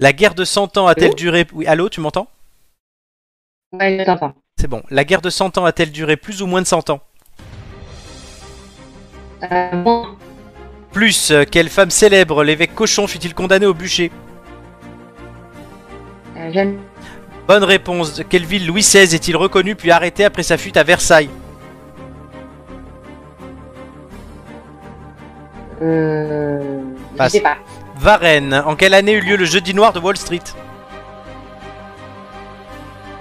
[SPEAKER 3] La guerre de 100 ans a-t-elle duré... Oui, allô, tu m'entends
[SPEAKER 5] Ouais, je t'entends.
[SPEAKER 3] C'est bon. La guerre de 100 ans a-t-elle duré plus ou moins de 100 ans
[SPEAKER 5] Euh, moins.
[SPEAKER 3] Plus, euh, quelle femme célèbre, l'évêque cochon, fut-il condamné au bûcher
[SPEAKER 5] Euh, Jeanne.
[SPEAKER 3] Bonne réponse. De quelle ville Louis XVI est-il reconnu puis arrêté après sa fuite à Versailles
[SPEAKER 5] Euh, je
[SPEAKER 3] Passe.
[SPEAKER 5] sais pas.
[SPEAKER 3] Varennes. En quelle année eut lieu le jeudi noir de Wall Street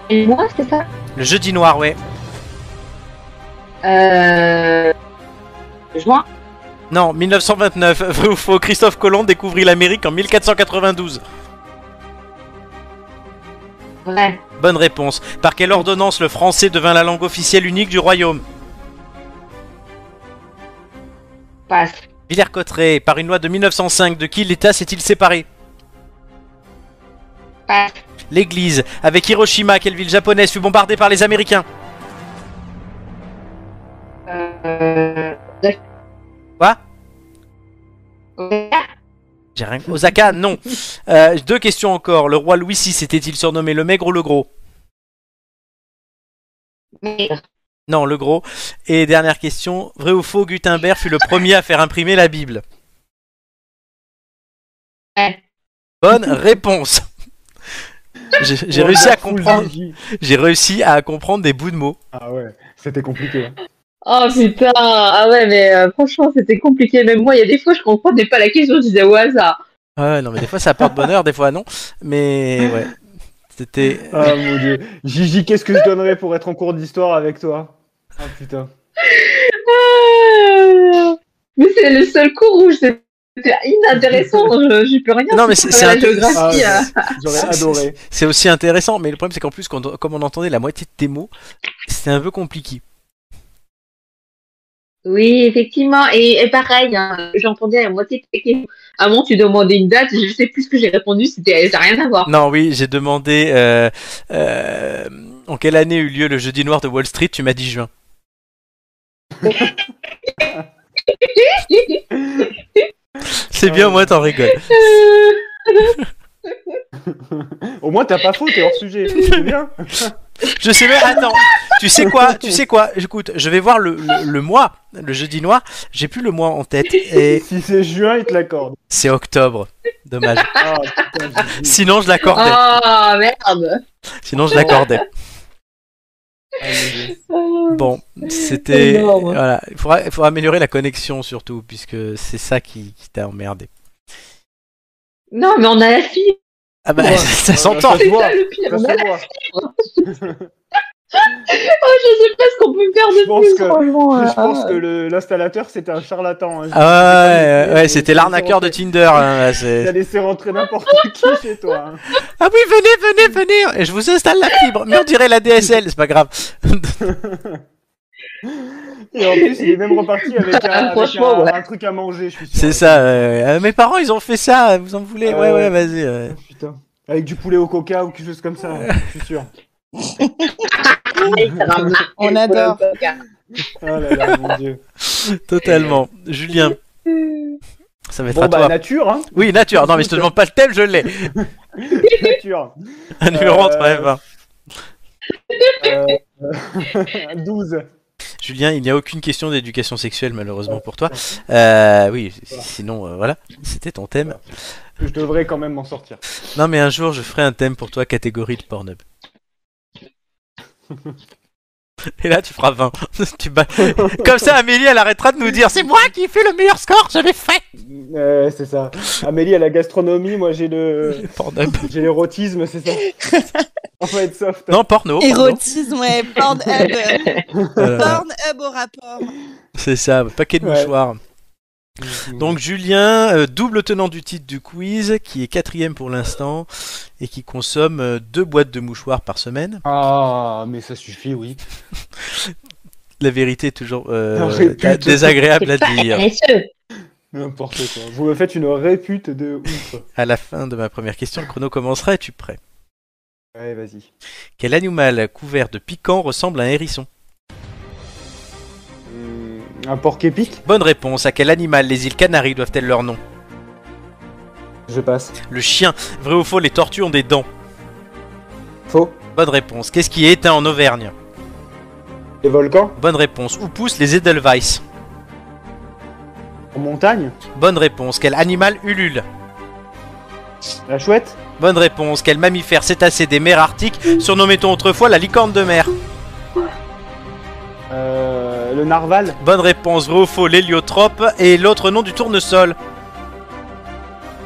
[SPEAKER 5] Et moi, c'est ça
[SPEAKER 3] Le jeudi noir, ouais.
[SPEAKER 5] Euh, juin.
[SPEAKER 3] Non, 1929. Vrai ou faux Christophe Colomb découvrit l'Amérique en 1492.
[SPEAKER 5] Vrai.
[SPEAKER 3] Bonne réponse. Par quelle ordonnance le français devint la langue officielle unique du royaume
[SPEAKER 5] Passe.
[SPEAKER 3] Villers-Cotterêts. Par une loi de 1905, de qui l'État s'est-il séparé
[SPEAKER 5] Passe.
[SPEAKER 3] L'Église. Avec Hiroshima, quelle ville japonaise fut bombardée par les Américains
[SPEAKER 5] Euh,
[SPEAKER 3] Quoi
[SPEAKER 5] Osaka.
[SPEAKER 3] J'ai rien. Osaka, non. Euh, deux questions encore. Le roi Louis VI était-il surnommé le maigre ou le gros
[SPEAKER 5] Mais,
[SPEAKER 3] Non, le gros. Et dernière question. Vrai ou faux, Gutenberg fut le premier à faire imprimer la Bible
[SPEAKER 5] Ouais.
[SPEAKER 3] Bonne réponse. J'ai j'ai réussi à comprendre. J'ai réussi à comprendre des bouts de mots.
[SPEAKER 4] Ah ouais, c'était compliqué. hein.
[SPEAKER 5] Oh putain, ah ouais, mais euh, franchement, c'était compliqué. Même moi, il y a des fois, je comprenais pas la question, je disais au hasard.
[SPEAKER 3] Ah ouais, non, mais des fois ça porte bonheur, des fois non. Mais ouais, c'était.
[SPEAKER 4] Ah mon dieu. Gigi, qu'est-ce que je donnerais pour être en cours d'histoire avec toi Ah putain.
[SPEAKER 5] Ah. Mais c'est le seul cours où c'était inintéressant, je, je peux rien.
[SPEAKER 3] Non, mais
[SPEAKER 5] faire
[SPEAKER 3] c'est- c'est
[SPEAKER 5] à
[SPEAKER 3] un-
[SPEAKER 5] la géographie.
[SPEAKER 4] Ah,
[SPEAKER 5] hein.
[SPEAKER 4] J'aurais
[SPEAKER 3] C'est-
[SPEAKER 4] adoré.
[SPEAKER 3] C'est aussi intéressant, mais le problème c'est qu'en plus, quand on- comme on entendait la moitié de tes mots, c'était un peu compliqué.
[SPEAKER 5] Oui, effectivement. Et, et pareil, hein, j'entendais à la moitié de tes questions. Avant, tu demandais une date, je sais plus ce que j'ai répondu, c'était ça n'a rien à voir.
[SPEAKER 3] Non, oui, j'ai demandé euh, euh, en quelle année eut lieu le jeudi noir de Wall Street. Tu m'as dit juin. C'est bien, moi, t'en rigoles.
[SPEAKER 5] Euh.
[SPEAKER 4] Au moins, t'as pas faux, t'es hors sujet. C'est bien.
[SPEAKER 3] Je sais même. Attends, tu sais quoi Tu sais quoi Écoute, je vais voir le, le, le mois, le jeudi noir. J'ai plus le mois en tête et
[SPEAKER 4] Si c'est juin, il te l'accorde.
[SPEAKER 3] c'est octobre. Dommage.
[SPEAKER 4] Ah, putain, j'ai dit.
[SPEAKER 3] Sinon, je l'accordais.
[SPEAKER 5] Oh merde
[SPEAKER 3] Sinon, je l'accordais.
[SPEAKER 4] Ah, mais Ah.
[SPEAKER 3] Bon, c'était.
[SPEAKER 5] Énorme.
[SPEAKER 3] Voilà. Il faudra, il faudra améliorer la connexion surtout, puisque c'est ça qui, qui t'a emmerdé.
[SPEAKER 5] Non, mais on a la fille
[SPEAKER 3] Ah bah,
[SPEAKER 4] Ouais.
[SPEAKER 3] ça
[SPEAKER 4] Ouais,
[SPEAKER 3] s'entend.
[SPEAKER 4] Je
[SPEAKER 5] C'est
[SPEAKER 4] vois,
[SPEAKER 5] ça le pire
[SPEAKER 4] ça
[SPEAKER 5] On a
[SPEAKER 4] se
[SPEAKER 5] la-
[SPEAKER 4] voit.
[SPEAKER 5] Oh, je sais pas ce qu'on peut faire
[SPEAKER 4] Je
[SPEAKER 5] de
[SPEAKER 4] pense
[SPEAKER 5] plus
[SPEAKER 4] que-
[SPEAKER 5] franchement
[SPEAKER 4] Je
[SPEAKER 5] euh,
[SPEAKER 4] pense que le- l'installateur, c'était un charlatan. hein.
[SPEAKER 3] Ah ouais,
[SPEAKER 4] Il a
[SPEAKER 3] ouais,
[SPEAKER 4] laissé-
[SPEAKER 3] ouais, c'était l'arnaqueur de Tinder. hein, là,
[SPEAKER 4] Il a
[SPEAKER 3] c'est-
[SPEAKER 4] laissé rentrer n'importe qui chez toi. hein.
[SPEAKER 3] ah oui, venez, venez, venez. Et je vous installe la fibre. Mais on dirait la DSL, c'est pas grave.
[SPEAKER 4] Et en plus, il est même reparti avec un, avec
[SPEAKER 5] Franchement,
[SPEAKER 4] un-
[SPEAKER 5] ouais.
[SPEAKER 4] un truc à manger, je suis sûr.
[SPEAKER 3] C'est ça. ouais, ouais. Euh, mes parents, ils ont fait ça. Vous en voulez Ouais,
[SPEAKER 4] Euh,
[SPEAKER 3] ouais, vas-y. ouais.
[SPEAKER 4] Putain. Avec du poulet au coca ou quelque chose comme ça, hein, je suis sûr.
[SPEAKER 2] On adore.
[SPEAKER 4] Oh là là, mon dieu.
[SPEAKER 3] Totalement. Julien, ça va être
[SPEAKER 4] Bon,
[SPEAKER 3] à
[SPEAKER 4] bah,
[SPEAKER 3] toi.
[SPEAKER 4] nature, hein.
[SPEAKER 3] Oui, nature. Non, mais je te demande pas le thème, je l'ai.
[SPEAKER 4] Nature.
[SPEAKER 3] Un numéro entre
[SPEAKER 4] Euh,
[SPEAKER 3] les mains.
[SPEAKER 4] Euh, 12.
[SPEAKER 3] Julien, il n'y a aucune question d'éducation sexuelle, malheureusement pour toi. Euh, oui, c- sinon, euh, voilà. C'était ton thème.
[SPEAKER 4] Je devrais quand même m'en sortir.
[SPEAKER 3] Non, mais un jour, je ferai un thème pour toi, catégorie de Pornhub. Et là, tu feras 20. Tu bats- Comme ça, Amélie, elle arrêtera de nous dire C'est moi qui ai fait le meilleur score, j'avais fait
[SPEAKER 4] Euh, c'est ça. Amélie a la gastronomie, moi j'ai le
[SPEAKER 3] Pornhub.
[SPEAKER 4] j'ai l'érotisme, c'est ça. On va être soft.
[SPEAKER 3] Non, porno.
[SPEAKER 2] euh,
[SPEAKER 3] porno.
[SPEAKER 2] Érotisme, ouais, Pornhub.
[SPEAKER 3] Euh,
[SPEAKER 2] Pornhub au rapport.
[SPEAKER 3] c'est ça, paquet de
[SPEAKER 4] Ouais.
[SPEAKER 3] mouchoirs. Donc, Julien, euh, double tenant du titre du quiz, qui est quatrième pour l'instant et qui consomme euh, deux boîtes de mouchoirs par semaine.
[SPEAKER 4] Ah, mais ça suffit, oui.
[SPEAKER 3] La vérité est toujours euh,
[SPEAKER 4] Non, j'ai plus de-
[SPEAKER 3] désagréable à
[SPEAKER 5] C'est pas
[SPEAKER 3] dire.
[SPEAKER 5] RSE.
[SPEAKER 4] N'importe quoi. Vous me faites une répute de ouf.
[SPEAKER 3] À la fin de ma première question, le chrono commencera. Es-tu prêt
[SPEAKER 4] Ouais, vas-y.
[SPEAKER 3] Quel animal couvert de piquants ressemble à un hérisson
[SPEAKER 4] Hum, Un porc épique
[SPEAKER 3] Bonne réponse. À quel animal les îles Canaries doivent-elles leur nom
[SPEAKER 4] Je passe.
[SPEAKER 3] Le chien. Vrai ou faux, les tortues ont des dents
[SPEAKER 4] Faux.
[SPEAKER 3] Bonne réponse. Qu'est-ce qui est éteint en Auvergne
[SPEAKER 4] Les volcans
[SPEAKER 3] Bonne réponse. Où poussent les Edelweiss
[SPEAKER 4] En montagne
[SPEAKER 3] Bonne réponse. Quel animal ulule
[SPEAKER 4] La chouette
[SPEAKER 3] Bonne réponse. Quel mammifère cétacé des mers arctiques surnommait-on autrefois la licorne de mer
[SPEAKER 4] Euh, Le narval
[SPEAKER 3] Bonne réponse. Vrai ou faux, l'héliotrope et l'autre nom du tournesol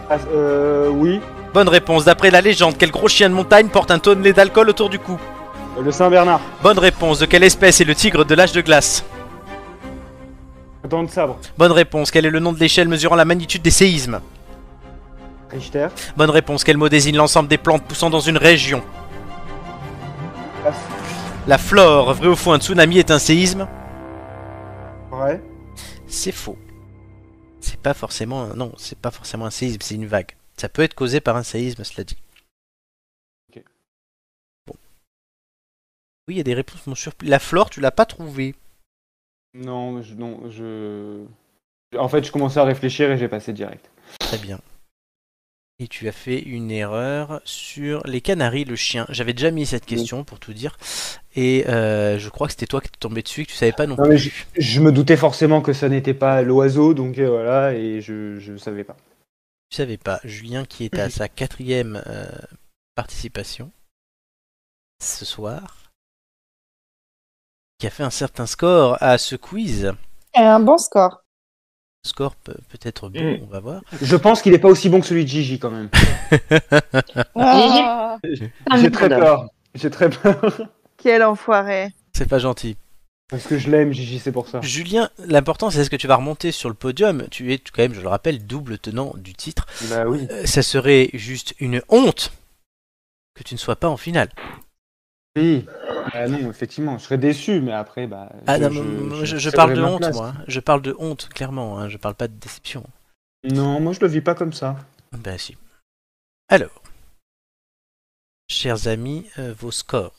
[SPEAKER 4] Ah, Euh, oui.
[SPEAKER 3] Bonne réponse. D'après la légende, quel gros chien de montagne porte un tonnelet d'alcool autour du cou
[SPEAKER 4] Le Saint-Bernard.
[SPEAKER 3] Bonne réponse. De quelle espèce est le tigre de l'âge de glace
[SPEAKER 4] Un dent de sabre.
[SPEAKER 3] Bonne réponse. Quel est le nom de l'échelle mesurant la magnitude des séismes
[SPEAKER 4] Richter.
[SPEAKER 3] Bonne réponse. Quel mot désigne l'ensemble des plantes poussant dans une région
[SPEAKER 4] Passe.
[SPEAKER 3] La flore. Vrai ou faux, un tsunami est un séisme
[SPEAKER 4] Ouais.
[SPEAKER 3] C'est faux. C'est pas forcément un... non, c'est pas forcément un séisme, c'est une vague. Ça peut être causé par un séisme, cela dit.
[SPEAKER 4] Ok.
[SPEAKER 3] Bon. Oui, il y a des réponses mon surpris. La flore, tu l'as pas trouvée.
[SPEAKER 4] Non, je, non, je. En fait, je commençais à réfléchir et j'ai passé direct.
[SPEAKER 3] Très bien. Et tu as fait une erreur sur les Canaries, le chien. J'avais déjà mis cette question pour tout dire. Et euh, je crois que c'était toi qui étais tombé dessus et que tu savais pas non,
[SPEAKER 4] Non, mais
[SPEAKER 3] plus.
[SPEAKER 4] Je me doutais forcément que ça n'était pas l'oiseau, donc euh, voilà, et je, je savais pas.
[SPEAKER 3] Tu savais pas. Julien qui est à sa quatrième euh, participation ce soir, qui a fait un certain score à ce quiz.
[SPEAKER 2] Un bon score.
[SPEAKER 3] Score peut- peut-être
[SPEAKER 4] Mm.
[SPEAKER 3] bon, on va voir.
[SPEAKER 4] Je pense qu'il est pas aussi bon que celui de Gigi quand même.
[SPEAKER 2] Ah,
[SPEAKER 4] J'ai très peur. J'ai très peur.
[SPEAKER 2] quel enfoiré.
[SPEAKER 3] C'est pas gentil.
[SPEAKER 4] Parce que je l'aime, Gigi, c'est pour ça.
[SPEAKER 3] Julien, l'important c'est ce que tu vas remonter sur le podium. Tu es quand même, je le rappelle, double tenant du titre.
[SPEAKER 4] Bah oui.
[SPEAKER 3] Euh, ça serait juste une honte que tu ne sois pas en finale.
[SPEAKER 4] Oui. Bah non, effectivement, je serais déçu, mais après, bah.
[SPEAKER 3] Ah,
[SPEAKER 4] je-
[SPEAKER 3] non,
[SPEAKER 4] je-
[SPEAKER 3] moi,
[SPEAKER 4] je
[SPEAKER 3] je, je
[SPEAKER 4] céderai
[SPEAKER 3] parle de
[SPEAKER 4] ma
[SPEAKER 3] honte,
[SPEAKER 4] place.
[SPEAKER 3] moi. hein. Je parle de honte, clairement. hein. Je parle pas de déception.
[SPEAKER 4] Non, moi je le vis pas comme ça.
[SPEAKER 3] Ben si. Alors, chers amis, euh, vos scores.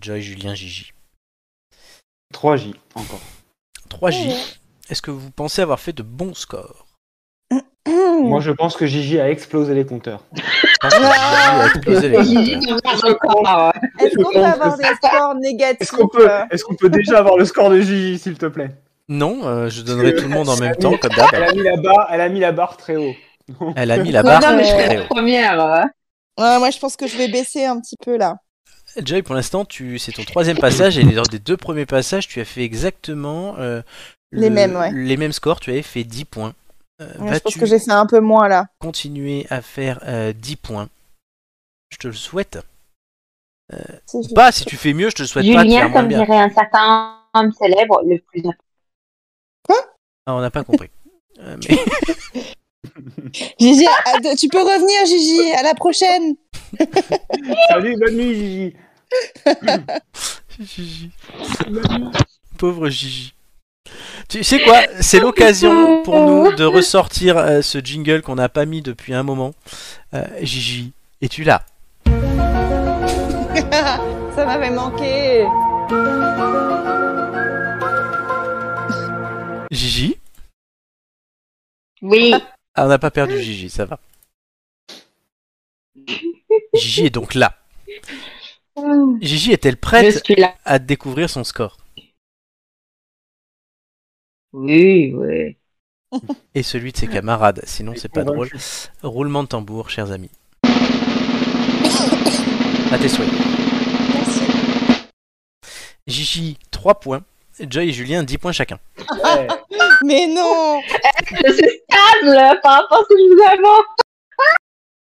[SPEAKER 3] Joy, Julien, Gigi.
[SPEAKER 4] 3J, encore.
[SPEAKER 3] 3J. Est-ce que vous pensez avoir fait de bons scores
[SPEAKER 2] Mmh. Hmm.
[SPEAKER 4] Moi, je pense que Gigi a explosé les compteurs.
[SPEAKER 5] Ah
[SPEAKER 3] Je pense que Gigi a explosé les
[SPEAKER 5] Gigi,
[SPEAKER 3] compteurs.
[SPEAKER 5] tu me fais un record.
[SPEAKER 2] Est-ce qu'on peut
[SPEAKER 4] pense
[SPEAKER 2] avoir
[SPEAKER 4] que
[SPEAKER 2] des scores
[SPEAKER 4] Est-ce
[SPEAKER 2] négatifs
[SPEAKER 4] qu'on peut, est-ce qu'on peut déjà avoir le score de Gigi, s'il te plaît
[SPEAKER 3] Non, euh, je donnerai tout le monde en même temps, comme
[SPEAKER 4] Elle
[SPEAKER 3] d'hab.
[SPEAKER 4] a mis la barre, elle a mis la barre très haut.
[SPEAKER 3] Elle a mis la
[SPEAKER 2] Non,
[SPEAKER 3] barre
[SPEAKER 5] Non, mais je
[SPEAKER 3] très
[SPEAKER 5] serais
[SPEAKER 3] haut.
[SPEAKER 5] la première. euh.
[SPEAKER 2] Ouais, Moi, je pense que je vais baisser un petit peu là.
[SPEAKER 3] Joy, pour l'instant, tu... c'est ton troisième passage et lors des deux premiers passages, tu as fait exactement euh,
[SPEAKER 2] Les
[SPEAKER 3] le-
[SPEAKER 2] mêmes, ouais.
[SPEAKER 3] les mêmes scores. Tu avais fait 10 points. Euh,
[SPEAKER 2] Ouais, je pense
[SPEAKER 3] Vas-tu
[SPEAKER 2] que j'ai fait un peu moins là.
[SPEAKER 3] continuer à faire euh, 10 points Je te le souhaite.
[SPEAKER 2] Si, je-
[SPEAKER 3] Pas si tu fais mieux, je te le souhaite pas de
[SPEAKER 5] Julien,
[SPEAKER 3] faire moins
[SPEAKER 5] comme
[SPEAKER 3] bien.
[SPEAKER 5] dirait un certain homme célèbre, le plus
[SPEAKER 3] Ah, on n'a pas compris. Euh, mais-
[SPEAKER 2] Gigi, à de- tu peux revenir, Gigi, à la prochaine.
[SPEAKER 4] Salut, bonne nuit, Gigi.
[SPEAKER 3] Gigi. Pauvre Gigi. Tu sais quoi C'est l'occasion pour nous de ressortir euh, ce jingle qu'on n'a pas mis depuis un moment. Euh, Gigi, es-tu là
[SPEAKER 2] Ça m'avait manqué.
[SPEAKER 3] Gigi
[SPEAKER 5] Oui.
[SPEAKER 3] Ah, on n'a pas perdu Gigi, ça va. Gigi est donc là.
[SPEAKER 5] Je
[SPEAKER 3] Gigi est-elle prête
[SPEAKER 5] suis là.
[SPEAKER 3] à découvrir son score
[SPEAKER 5] Oui, oui.
[SPEAKER 3] Et celui de ses camarades, sinon c'est pas drôle. Roulement de tambour, chers amis. À tes souhaits.
[SPEAKER 2] Merci.
[SPEAKER 3] Gigi, 3 points. Joy et Julien, 10 points chacun.
[SPEAKER 4] Ouais.
[SPEAKER 2] Mais non.
[SPEAKER 5] Je suis stable par rapport à ce que je vous avance.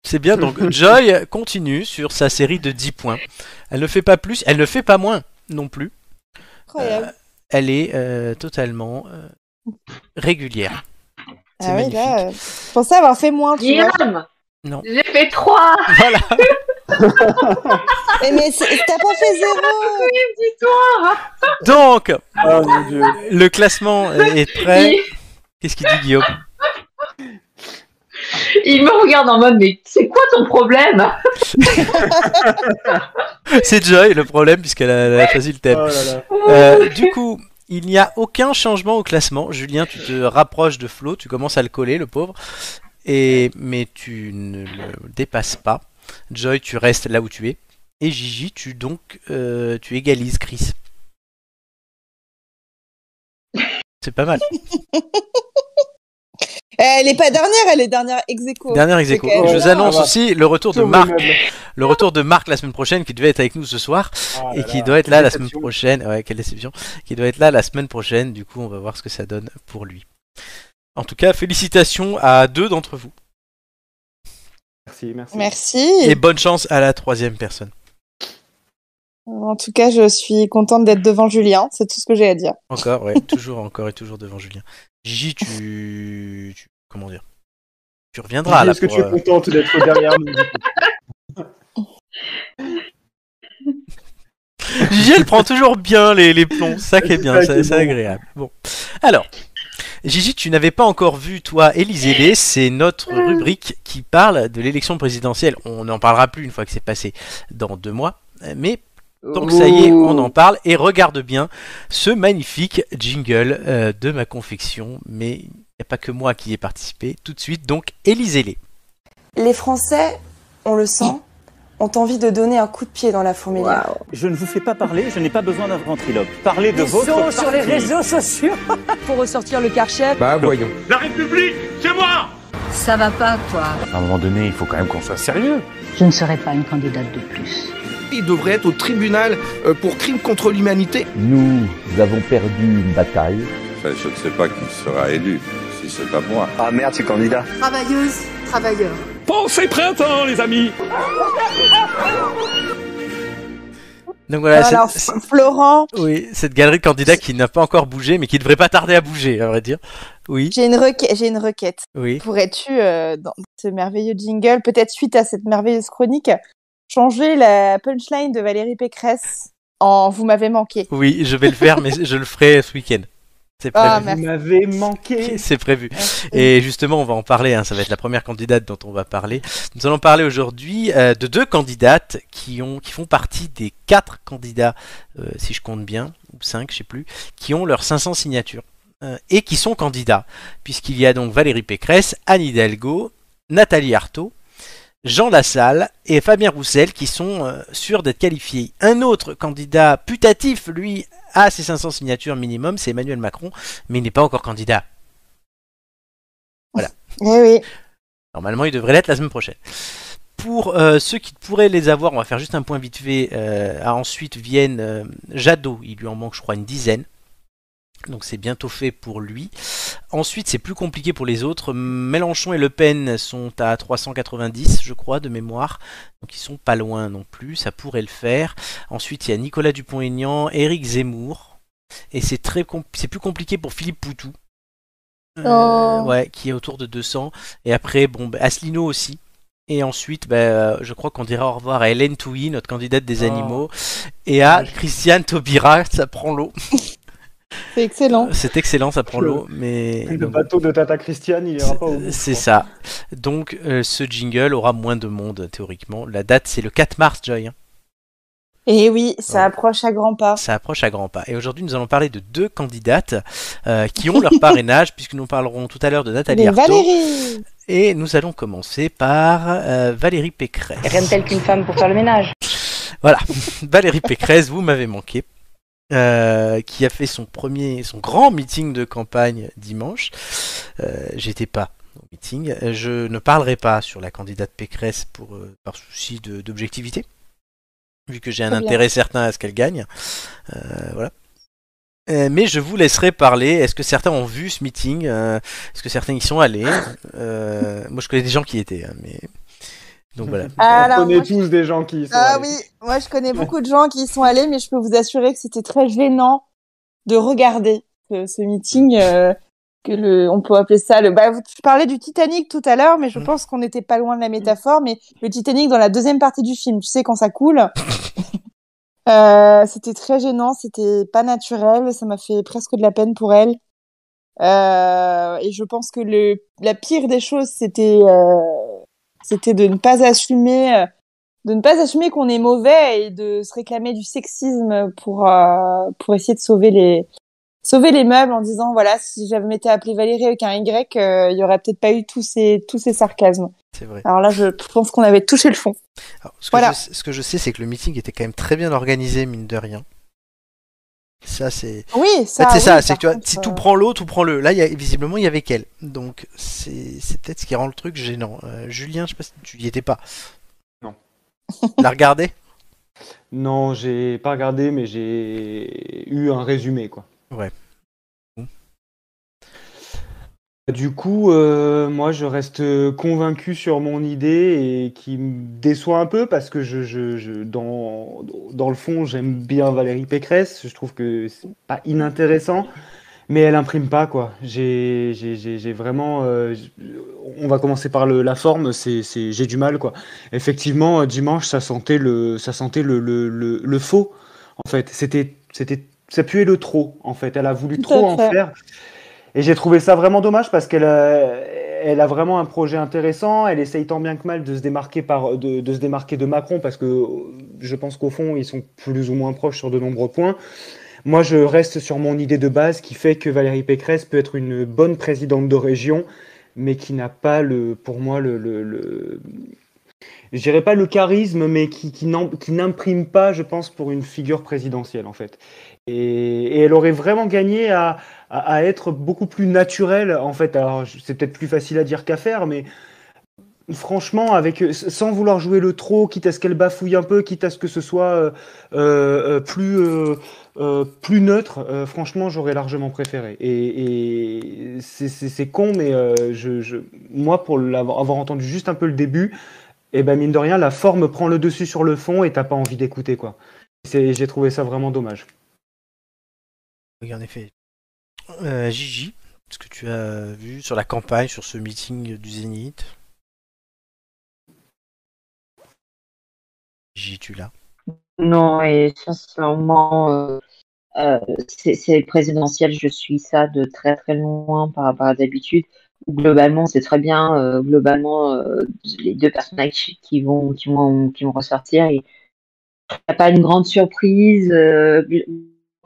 [SPEAKER 3] C'est bien, donc Joy continue sur sa série de 10 points. Elle ne fait pas plus, elle ne fait pas moins non plus.
[SPEAKER 2] Incroyable.
[SPEAKER 3] Elle est euh, totalement euh, régulière. c'est
[SPEAKER 2] ah oui, là, euh,
[SPEAKER 3] magnifique.
[SPEAKER 2] je pensais avoir fait moins. Tu vois.
[SPEAKER 5] Guillaume
[SPEAKER 3] Non.
[SPEAKER 5] J'ai fait 3
[SPEAKER 3] Voilà,
[SPEAKER 2] Mais, mais c'est- t'as pas fait zéro.
[SPEAKER 5] victoires
[SPEAKER 3] donc
[SPEAKER 4] Oh mon dieu.
[SPEAKER 3] le classement est prêt.
[SPEAKER 5] il,
[SPEAKER 3] Qu'est-ce qu'il dit Guillaume
[SPEAKER 5] il me regarde en mode mais c'est quoi ton problème
[SPEAKER 3] C'est Joy le problème puisqu'elle a, elle a choisi le
[SPEAKER 4] Oh
[SPEAKER 3] thème.
[SPEAKER 4] là là.
[SPEAKER 3] Euh, du coup, il n'y a aucun changement au classement. Julien, tu te rapproches de Flo, tu commences à le coller, le pauvre. Et mais tu ne le dépasses pas. Joy, tu restes là où tu es. Et Gigi, tu donc euh, tu égalises Chris. C'est pas mal.
[SPEAKER 2] Eh, Elle est pas dernière, elle est dernière ex aequo.
[SPEAKER 3] Dernière ex aequo.
[SPEAKER 2] C'est quand
[SPEAKER 3] Je
[SPEAKER 2] même
[SPEAKER 3] vous
[SPEAKER 4] bien,
[SPEAKER 3] annonce
[SPEAKER 4] ouais.
[SPEAKER 3] aussi le retour de
[SPEAKER 4] Sauve le
[SPEAKER 3] Marc.
[SPEAKER 4] meuble.
[SPEAKER 3] Le retour de Marc la semaine prochaine qui devait être avec nous ce soir
[SPEAKER 4] Ah
[SPEAKER 3] et
[SPEAKER 4] là
[SPEAKER 3] qui
[SPEAKER 4] là,
[SPEAKER 3] doit être là la semaine
[SPEAKER 4] déception.
[SPEAKER 3] prochaine. Ouais, quelle déception. Qui doit être là la semaine prochaine. Du coup, on va voir ce que ça donne pour lui. En tout cas, félicitations à deux d'entre vous.
[SPEAKER 4] Merci, merci.
[SPEAKER 2] Merci.
[SPEAKER 3] Et bonne chance à la troisième personne.
[SPEAKER 2] En tout cas, je suis contente d'être devant Julien. C'est tout ce que j'ai à dire.
[SPEAKER 3] Encore, ouais, toujours, encore et toujours devant Julien. Gigi, tu. tu- Comment dire Tu reviendras
[SPEAKER 4] Gigi,
[SPEAKER 3] là
[SPEAKER 4] Est-ce que
[SPEAKER 3] pour,
[SPEAKER 4] tu es
[SPEAKER 3] euh,
[SPEAKER 4] contente d'être derrière nous
[SPEAKER 3] Gigi, elle prend toujours bien les, les plombs. Ça qui est bien,
[SPEAKER 4] C'est ça qui
[SPEAKER 3] ça-
[SPEAKER 4] est
[SPEAKER 3] c'est
[SPEAKER 4] bon.
[SPEAKER 3] agréable. Bon. Alors, Gigi, tu n'avais pas encore vu, toi, Élisée, c'est notre rubrique qui parle de l'élection présidentielle. On n'en parlera plus une fois que c'est passé dans deux mois. Mais tant que ça y est, on en parle. Et regarde bien ce magnifique jingle euh, de ma confection. Mais il n'y a pas que moi qui y ai participé. Tout de suite, donc, Élisez-les.
[SPEAKER 14] Les Français, on le sent, ont envie de donner un coup de pied dans la fourmilière.
[SPEAKER 15] Je ne vous fais pas parler, je n'ai pas besoin d'un ventriloque. Parlez de votre parti.
[SPEAKER 14] sociaux pour ressortir le karcher.
[SPEAKER 16] Bah voyons.
[SPEAKER 14] Ça va pas, quoi.
[SPEAKER 15] À un moment donné, il faut quand même qu'on soit sérieux.
[SPEAKER 17] Je ne serai pas une candidate de plus.
[SPEAKER 16] Il devrait être au tribunal euh, pour crimes contre l'humanité.
[SPEAKER 15] Nous avons perdu une bataille.
[SPEAKER 16] je ne sais pas qui sera élu, si c'est pas moi.
[SPEAKER 15] Ah merde, c'est candidat.
[SPEAKER 14] Travailleuses, travailleurs.
[SPEAKER 15] Pensez printemps, les amis
[SPEAKER 3] Donc voilà, c'est-
[SPEAKER 2] Ah, Alors,
[SPEAKER 3] c'est-
[SPEAKER 2] F- Florent,
[SPEAKER 3] Oui, cette galerie de candidats qui n'a pas encore bougé, mais qui devrait pas tarder à bouger, à vrai dire. Oui,
[SPEAKER 2] j'ai une requête. J'ai une requête.
[SPEAKER 3] oui.
[SPEAKER 2] Pourrais-tu, euh, dans ce merveilleux jingle, peut-être suite à cette merveilleuse chronique, changer la punchline de Valérie Pécresse en Vous m'avez manqué
[SPEAKER 3] Oui, je vais le faire, mais je le ferai ce week-end. C'est
[SPEAKER 2] Ah,
[SPEAKER 3] prévu.
[SPEAKER 4] Vous m'avez manqué.
[SPEAKER 3] Ah, C'est prévu. Et justement, on va en parler. hein, Ça va être la première candidate dont on va parler. Nous allons parler aujourd'hui euh, de deux candidates qui ont, qui font partie des quatre candidats, euh, si je compte bien, ou cinq, je sais plus, qui ont leurs 500 signatures. euh, et qui sont candidats, puisqu'il y a donc Valérie Pécresse, Anne Hidalgo, Nathalie Arthaud, Jean Lassalle et Fabien Roussel qui sont euh, sûrs d'être qualifiés. Un autre candidat putatif, lui, à ses 500 signatures minimum, c'est Emmanuel Macron, mais il n'est pas encore candidat. Voilà.
[SPEAKER 2] Eh oui.
[SPEAKER 3] Normalement, il devrait l'être la semaine prochaine. Pour euh, ceux qui pourraient les avoir, on va faire juste un point vite fait. euh, à ensuite viennent euh, Jadot, il lui en manque je crois une dizaine. Donc c'est bientôt fait pour lui. Ensuite, c'est plus compliqué pour les autres. Mélenchon et Le Pen sont à 390, je crois, de mémoire. Donc ils sont pas loin non plus, ça pourrait le faire. Ensuite, il y a Nicolas Dupont-Aignan, Éric Zemmour. Et c'est très com- c'est plus compliqué pour Philippe Poutou. Euh,
[SPEAKER 18] Oh.
[SPEAKER 3] ouais, qui est autour de 200. Et après, bon, bah, Asselineau aussi. Et ensuite, bah, euh, je crois qu'on dira au revoir à Hélène Touy, notre candidate des
[SPEAKER 4] Oh.
[SPEAKER 3] animaux, et à Christiane Taubira, ça prend l'eau.
[SPEAKER 2] C'est excellent.
[SPEAKER 3] C'est excellent, ça prend
[SPEAKER 4] Le-
[SPEAKER 3] l'eau, mais
[SPEAKER 4] Le bateau de Tata Christiane, il ira pas au bout.
[SPEAKER 3] c'est ça. Donc euh, ce jingle aura moins de monde théoriquement. La date c'est le 4 mars, Joy. hein.
[SPEAKER 2] Et Eh oui, ça approche à grands
[SPEAKER 4] Ah.
[SPEAKER 2] pas.
[SPEAKER 3] Ça approche à grands pas. Et aujourd'hui nous allons parler de deux candidates euh, qui ont leur parrainage, puisque nous parlerons tout à l'heure de Nathalie
[SPEAKER 2] Mais
[SPEAKER 3] Arthaud.
[SPEAKER 2] Valérie
[SPEAKER 3] Et nous allons commencer par euh, Valérie Pécresse.
[SPEAKER 14] Rien de tel qu'une femme pour faire le ménage.
[SPEAKER 3] Voilà, Valérie Pécresse, vous m'avez manqué, euh, qui a fait son premier, son grand meeting de campagne dimanche. Euh, J'étais pas au meeting. Euh, Je ne parlerai pas sur la candidate Pécresse pour, euh, par souci de- d'objectivité, vu que j'ai un
[SPEAKER 18] Très bien.
[SPEAKER 3] intérêt certain à ce qu'elle gagne. Euh, voilà. Euh, mais je vous laisserai parler. Est-ce que certains ont vu ce meeting Euh, Est-ce que certains y sont allés Euh, Moi, je connais des gens qui y étaient, hein, mais donc voilà.
[SPEAKER 2] Alors,
[SPEAKER 4] on connaît
[SPEAKER 2] moi,
[SPEAKER 4] tous des gens qui y sont.
[SPEAKER 2] Ah
[SPEAKER 4] allés.
[SPEAKER 2] oui, moi je connais beaucoup de gens qui y sont allés, mais je peux vous assurer que c'était très gênant de regarder ce, ce meeting. euh, que le, on peut appeler ça le. Bah, vous- tu parlais du Titanic tout à l'heure, mais je pense qu'on n'était pas loin de la métaphore. Mais le Titanic dans la deuxième partie du film, tu sais quand ça coule. Euh, c'était très gênant, c'était pas naturel, ça m'a fait presque de la peine pour elle. Euh, et je pense que le, la pire des choses, c'était euh, c'était de ne pas assumer euh, de ne pas assumer qu'on est mauvais et de se réclamer du sexisme pour euh, pour essayer de sauver les sauver les meubles en disant voilà si j'avais m'étais appelée Valérie avec un Y, euh, il y aurait peut-être pas eu tous ces tous ces sarcasmes.
[SPEAKER 3] C'est vrai.
[SPEAKER 2] Alors là, je pense qu'on avait touché le fond.
[SPEAKER 3] Alors, ce, que
[SPEAKER 2] Voilà.
[SPEAKER 3] je, ce que je sais, c'est que le meeting était quand même très bien organisé, mine de rien. Ça, c'est.
[SPEAKER 2] Oui, ça,
[SPEAKER 3] En fait, c'est
[SPEAKER 2] oui,
[SPEAKER 3] ça.
[SPEAKER 2] par
[SPEAKER 3] C'est que tu vois,
[SPEAKER 2] contre,
[SPEAKER 3] si
[SPEAKER 2] euh,
[SPEAKER 3] tout prend l'eau, tout prend le. Là, il y a- visiblement, il y avait qu'elle. Donc, c'est c'est peut-être ce qui rend le truc gênant. Euh, Julien, je sais pas si tu y étais pas.
[SPEAKER 4] Non.
[SPEAKER 3] La regardé
[SPEAKER 4] Non, j'ai pas regardé, mais j'ai eu un résumé, quoi.
[SPEAKER 3] Ouais.
[SPEAKER 4] Du coup, euh, moi, je reste convaincu sur mon idée et qui me déçoit un peu parce que je, je- je- dans, dans le fond, j'aime bien Valérie Pécresse. Je trouve que c'est pas inintéressant, mais elle imprime pas, quoi. J'ai, j'ai, j'ai- j'ai vraiment. euh, j- on va commencer par le- la forme. C'est, c'est- j'ai du mal, quoi. Effectivement, euh, dimanche, ça sentait le, ça sentait le, le- le- le faux. En fait, c'était, c'était, ça puait le trop. En fait, elle a voulu
[SPEAKER 2] Tout à
[SPEAKER 4] trop en
[SPEAKER 2] fait.
[SPEAKER 4] faire. Et j'ai trouvé ça vraiment dommage parce qu'elle a, elle a vraiment un projet intéressant. Elle essaye tant bien que mal de se démarquer, par, de, de se démarquer de Macron parce que euh, je pense qu'au fond, ils sont plus ou moins proches sur de nombreux points. Moi, je reste sur mon idée de base qui fait que Valérie Pécresse peut être une bonne présidente de région, mais qui n'a pas, le, pour moi, le, le, le- je dirais pas le charisme, mais qui, qui n'im- qui n'imprime pas, je pense, pour une figure présidentielle, en fait. Et, et elle aurait vraiment gagné à, à- à être beaucoup plus naturelle, en fait. Alors, je- c'est peut-être plus facile à dire qu'à faire, mais franchement, avec, sans vouloir jouer le trop, quitte à ce qu'elle bafouille un peu, quitte à ce que ce soit euh, euh, euh, plus, euh, euh, plus neutre, euh, franchement, j'aurais largement préféré. Et, et c'est- c'est c'est con, mais euh, je, je- moi, pour l'avoir avoir entendu juste un peu le début, et ben mine de rien, la forme prend le dessus sur le fond et t'as pas envie d'écouter, quoi. C'est- J'ai trouvé ça vraiment dommage.
[SPEAKER 3] Oui, en effet. Euh, Gigi, ce que tu as vu sur la campagne, sur ce meeting du Zénith Gigi, tu l'as
[SPEAKER 5] Non, et sincèrement, euh, euh, c'est c'est présidentiel, je suis ça de très très loin par rapport à d'habitude. Globalement, c'est très bien. euh, globalement, euh, les deux personnages qui vont, qui vont, qui vont ressortir, il n'y a pas une grande surprise, euh,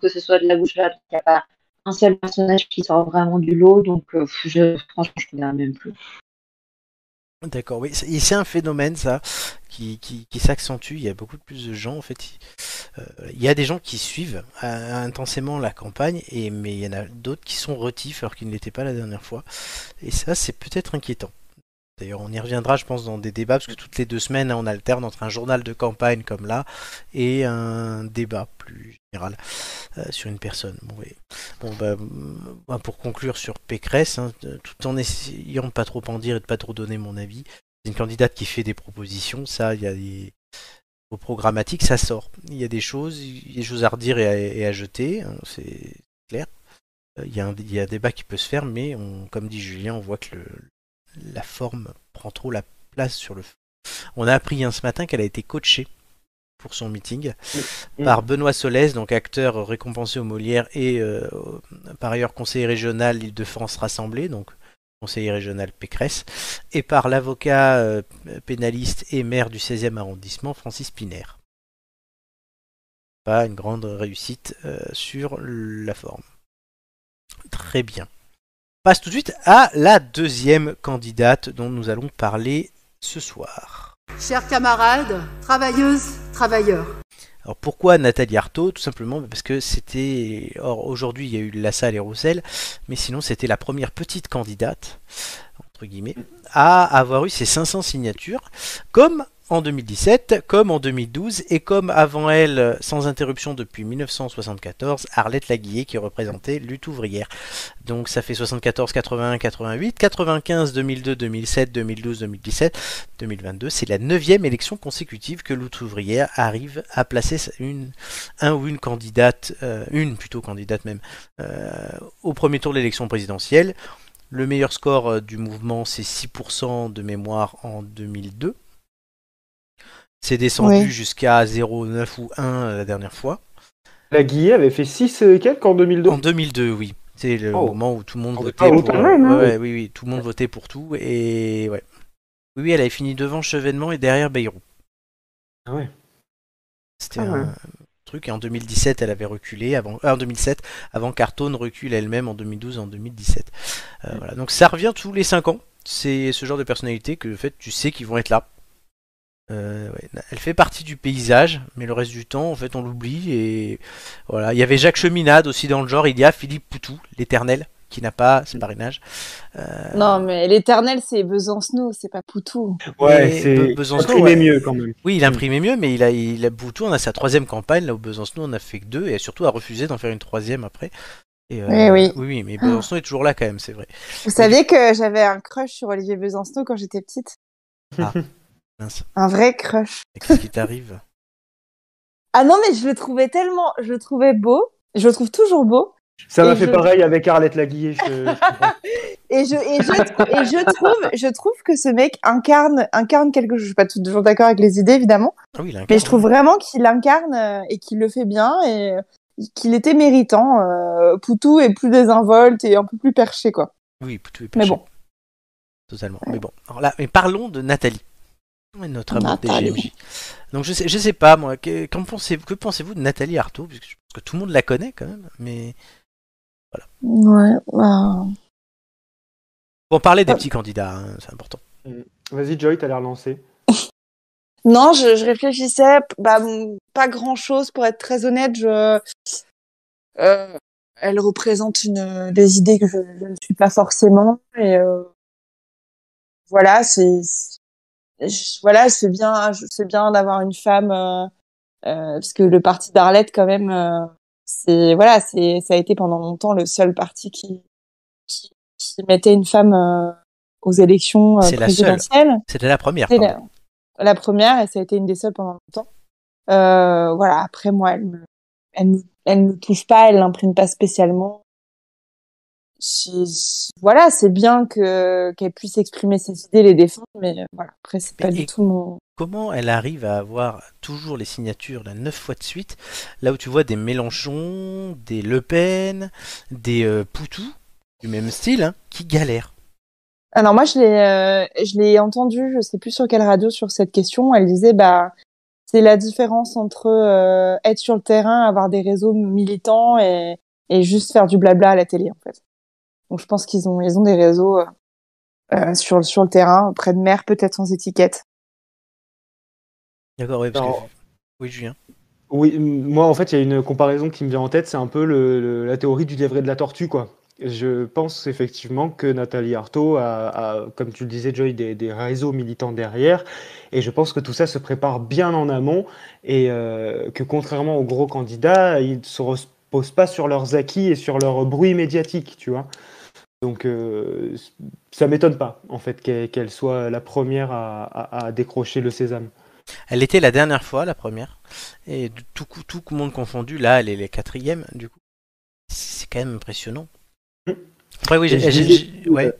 [SPEAKER 5] que ce soit de la bouche à l'oreille, il n'y a pas un seul personnage qui sort vraiment du lot, donc euh, je, franchement, je regarde même plus.
[SPEAKER 3] D'accord, oui, c'est c'est un phénomène ça qui, qui, qui s'accentue. Il y a beaucoup plus de gens en fait. qui- euh, il y a des gens qui suivent euh, intensément la campagne, et mais il y en a d'autres qui sont retifs alors qu'ils ne l'étaient pas la dernière fois. Et ça, c'est peut-être inquiétant. D'ailleurs, on y reviendra, je pense, dans des débats parce que toutes les deux semaines, on alterne entre un journal de campagne comme là et un débat plus général euh, sur une personne. Bon, et- bon, bah, mm, bah, pour conclure sur Pécresse, hein, de- tout en essayant de pas trop en dire et de pas trop donner mon avis, c'est une candidate qui fait des propositions, ça, il y a des... Au programmatique, ça sort. Il y a des choses, il y a des choses à redire et à, et à jeter, hein, c'est clair. Euh, Il y, a un, il y a un débat qui peut se faire, mais on, comme dit Julien, on voit que le- la forme prend trop la place sur le fond. On a appris hein, ce matin qu'elle a été coachée pour son meeting par Benoît Solès, donc acteur récompensé aux Molières et euh, par ailleurs conseiller régional Île-de-France Rassemblée, donc conseiller régional Pécresse, et par l'avocat euh, pénaliste et maire du 16e arrondissement Francis Piner. Pas une grande réussite euh, sur la forme. Très bien. Passe tout de suite à la deuxième candidate dont nous allons parler ce soir.
[SPEAKER 18] Chers camarades, travailleuses, travailleurs,
[SPEAKER 3] Alors pourquoi Nathalie Arthaud Tout simplement parce que c'était. Or aujourd'hui il y a eu Lassalle et Roussel, mais sinon c'était la première petite candidate, entre guillemets, à avoir eu ses 500 signatures, comme en 2017, comme en 2012, et comme avant elle, sans interruption depuis 1974, Arlette Laguillet qui représentait Lutte ouvrière. Donc ça fait 74, 81, 88, 95, 2002, 2007, 2012, 2017, 2022. C'est la neuvième élection consécutive que Lutte ouvrière arrive à placer une, un ou une candidate, euh, une plutôt candidate même, euh, au premier tour de l'élection présidentielle. Le meilleur score euh, du mouvement, c'est 6% de mémoire en 2002. C'est descendu
[SPEAKER 4] Ouais.
[SPEAKER 3] jusqu'à 0,9 ou 1 la dernière fois.
[SPEAKER 4] La Guillet avait fait 6 et quelques en 2002.
[SPEAKER 3] En 2002, oui. C'est le
[SPEAKER 4] Oh.
[SPEAKER 3] moment où tout le monde
[SPEAKER 4] Ah,
[SPEAKER 3] votait
[SPEAKER 4] autant
[SPEAKER 3] pour. euh,
[SPEAKER 4] même, hein.
[SPEAKER 3] ouais, oui, oui, tout le monde votait pour tout et ouais. Oui, oui, elle avait fini devant Chevènement et derrière Bayrou.
[SPEAKER 4] Ah ouais.
[SPEAKER 3] C'était
[SPEAKER 4] Ah ouais.
[SPEAKER 3] un truc. Et en 2017, elle avait reculé avant. euh, en 2007, avant qu'Artone recule elle-même en 2012 en 2017. Euh, Voilà. Donc ça revient tous les 5 ans. C'est ce genre de personnalité que en fait tu sais qu'ils vont être là. Euh, ouais, Elle fait partie du paysage, mais le reste du temps, en fait, on l'oublie. Et voilà, il y avait Jacques Cheminade aussi dans le genre. Il y a Philippe Poutou, l'éternel, qui n'a pas ce parrainage. Euh,
[SPEAKER 2] Non, mais l'éternel, c'est Besancenot, c'est pas Poutou.
[SPEAKER 3] mais Be- Besancenot, ouais. Oui, il imprimait mieux, mais il a, il a Poutou, on a sa troisième campagne. Là, où Besancenot, on a fait que deux, et surtout a refusé d'en faire une troisième après. Et, euh,
[SPEAKER 2] Eh oui.
[SPEAKER 3] oui, mais Besancenot est toujours là quand même, c'est vrai.
[SPEAKER 2] Vous saviez que j'avais un crush sur Olivier Besancenot quand j'étais petite
[SPEAKER 3] Ah, mince.
[SPEAKER 2] Un vrai crush.
[SPEAKER 3] Et Qu'est-ce qui t'arrive
[SPEAKER 2] Ah non, mais je le trouvais tellement, je le trouvais beau, je le trouve toujours beau.
[SPEAKER 4] Ça m'a
[SPEAKER 2] Et
[SPEAKER 4] fait
[SPEAKER 2] je-
[SPEAKER 4] pareil avec Arlette Laguillet. je-
[SPEAKER 2] Et je, et je, et je trouve, je trouve que ce mec incarne, incarne quelque chose. Je suis pas toujours d'accord avec les idées, évidemment.
[SPEAKER 3] Ah oui, il a un
[SPEAKER 2] Mais
[SPEAKER 3] cœur.
[SPEAKER 2] je trouve vraiment qu'il incarne euh, et qu'il le fait bien et euh, qu'il était méritant. euh, Poutou est plus désinvolte et un peu plus perché, quoi.
[SPEAKER 3] Oui, Poutou est
[SPEAKER 2] Mais
[SPEAKER 3] péché.
[SPEAKER 2] bon.
[SPEAKER 3] Totalement. Mais bon. Alors là, mais parlons de Nathalie. Ouais, Notre amant des
[SPEAKER 2] Nathalie.
[SPEAKER 3] GMJ. Donc je sais, je sais pas moi. Que, qu'en pensez-vous, que pensez-vous de Nathalie Arthaud Parce que je pense que tout le monde la connaît quand même. Mais
[SPEAKER 2] Ouais.
[SPEAKER 3] on parlait
[SPEAKER 2] Euh.
[SPEAKER 3] des petits candidats, hein, c'est important.
[SPEAKER 4] Vas-y, Joy, t'as l'air lancé.
[SPEAKER 19] Non,
[SPEAKER 2] je, je réfléchissais, p- bah, m- pas grand chose pour être très honnête. Je, euh, elle représente une, des idées que je, je ne suis pas forcément. Et euh, voilà, c'est c'est- je- voilà, c'est bien, je- c'est bien d'avoir une femme euh, euh, parce que le parti d'Arlette quand même, euh, c'est voilà, c'est ça a été pendant longtemps le seul parti qui qui, qui mettait une femme euh, aux élections euh,
[SPEAKER 3] C'est la seule.
[SPEAKER 2] présidentielles.
[SPEAKER 3] C'était la première.
[SPEAKER 2] C'est
[SPEAKER 3] pardon.
[SPEAKER 2] la, la première et ça a été une des seules pendant longtemps. Euh, voilà, après moi, elle me, elle me, elle me touche pas, elle l'imprime pas spécialement. Je- je- voilà, c'est bien que qu'elle puisse exprimer ses idées, les défendre, mais euh, voilà, après c'est pas du tout mon.
[SPEAKER 3] Comment elle arrive à avoir toujours les signatures là, 9 fois de suite, là où tu vois des Mélenchon, des Le Pen, des euh, Poutou, du même style, hein, qui galèrent.
[SPEAKER 2] Alors moi, je l'ai, euh, je l'ai entendu, je sais plus sur quelle radio sur cette question. Elle disait, bah, c'est la différence entre euh, être sur le terrain, avoir des réseaux militants et, et juste faire du blabla à la télé en fait. Donc je pense qu'ils ont ils ont des réseaux euh, sur sur le terrain auprès de maires peut-être sans étiquette.
[SPEAKER 3] D'accord, ouais, parce que- Oui, Julien.
[SPEAKER 4] Oui, m- moi en fait, il y a une comparaison qui me vient en tête, c'est un peu le- le- la théorie du lièvre et de la tortue, quoi. Je pense effectivement que Nathalie Arthaud a, a, comme tu le disais, Joy, des, des réseaux militants derrière, et je pense que tout ça se prépare bien en amont, et euh, que contrairement aux gros candidats, ils ne se reposent pas sur leurs acquis et sur leur bruit médiatique, tu vois. Donc euh, c- ça m'étonne pas, en fait, qu'elle qu'elle soit la première à- à- à décrocher le sésame.
[SPEAKER 3] Elle était la dernière fois, la première. Et de tout, coup- tout monde confondu, là, elle est la quatrième, du coup. C'est quand même impressionnant. Après, oui,
[SPEAKER 4] Et Euh,
[SPEAKER 3] j'ai.
[SPEAKER 4] je
[SPEAKER 3] j'ai-
[SPEAKER 4] lisais-
[SPEAKER 3] j'ai- ouais.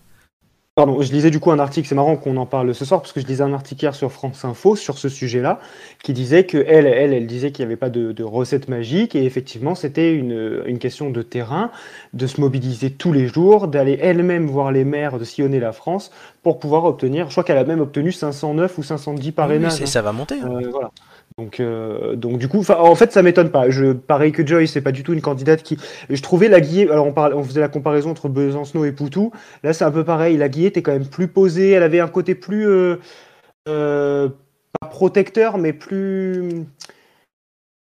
[SPEAKER 4] Pardon, je lisais du coup un article, c'est marrant qu'on en parle ce soir, parce que je lisais un article hier sur France Info sur ce sujet-là, qui disait que elle, elle, elle disait qu'il n'y avait pas de, de recette magique, et effectivement, c'était une, une question de terrain, de se mobiliser tous les jours, d'aller elle-même voir les maires, de sillonner la France, pour pouvoir obtenir, je crois qu'elle a même obtenu 509 ou 510 parrainages.
[SPEAKER 3] c'est-
[SPEAKER 4] hein.
[SPEAKER 3] ça va monter, hein.
[SPEAKER 4] Euh, voilà. Donc, euh, donc du coup, 'fin, en fait, ça m'étonne pas. Je, pareil que Joy, c'est pas du tout une candidate qui. Je trouvais la Guillet. Alors, on, parle, on faisait la comparaison entre Besancenot et Poutou. Là, c'est un peu pareil. La Guillet était quand même plus posée. Elle avait un côté plus euh, euh, pas protecteur, mais plus.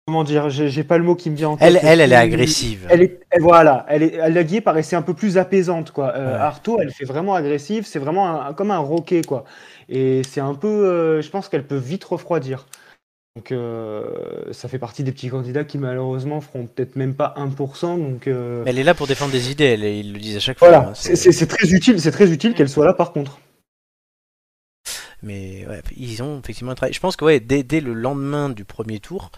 [SPEAKER 4] Comment dire J'ai j'ai pas le mot qui me vient en tête.
[SPEAKER 3] Elle-
[SPEAKER 4] mais
[SPEAKER 3] elle, elle est
[SPEAKER 4] plus-
[SPEAKER 3] agressive.
[SPEAKER 4] Elle est, elle- voilà. Elle est, la Guillet paraissait un peu plus apaisante, quoi. Euh, Artaud, elle fait vraiment agressive. C'est vraiment un- comme un roquet, quoi. Et c'est un peu. euh, je pense qu'elle peut vite refroidir. Donc euh, ça fait partie des petits candidats qui malheureusement feront peut-être même pas 1%. Donc euh,
[SPEAKER 3] Mais elle est là pour défendre des idées, elle, ils le disent à chaque fois.
[SPEAKER 4] voilà,
[SPEAKER 3] hein,
[SPEAKER 4] c'est c'est- c'est très utile, c'est très utile qu'elle soit là par contre.
[SPEAKER 3] Mais ouais, ils ont effectivement un travail. Je pense que ouais, dès, dès le lendemain du premier tour,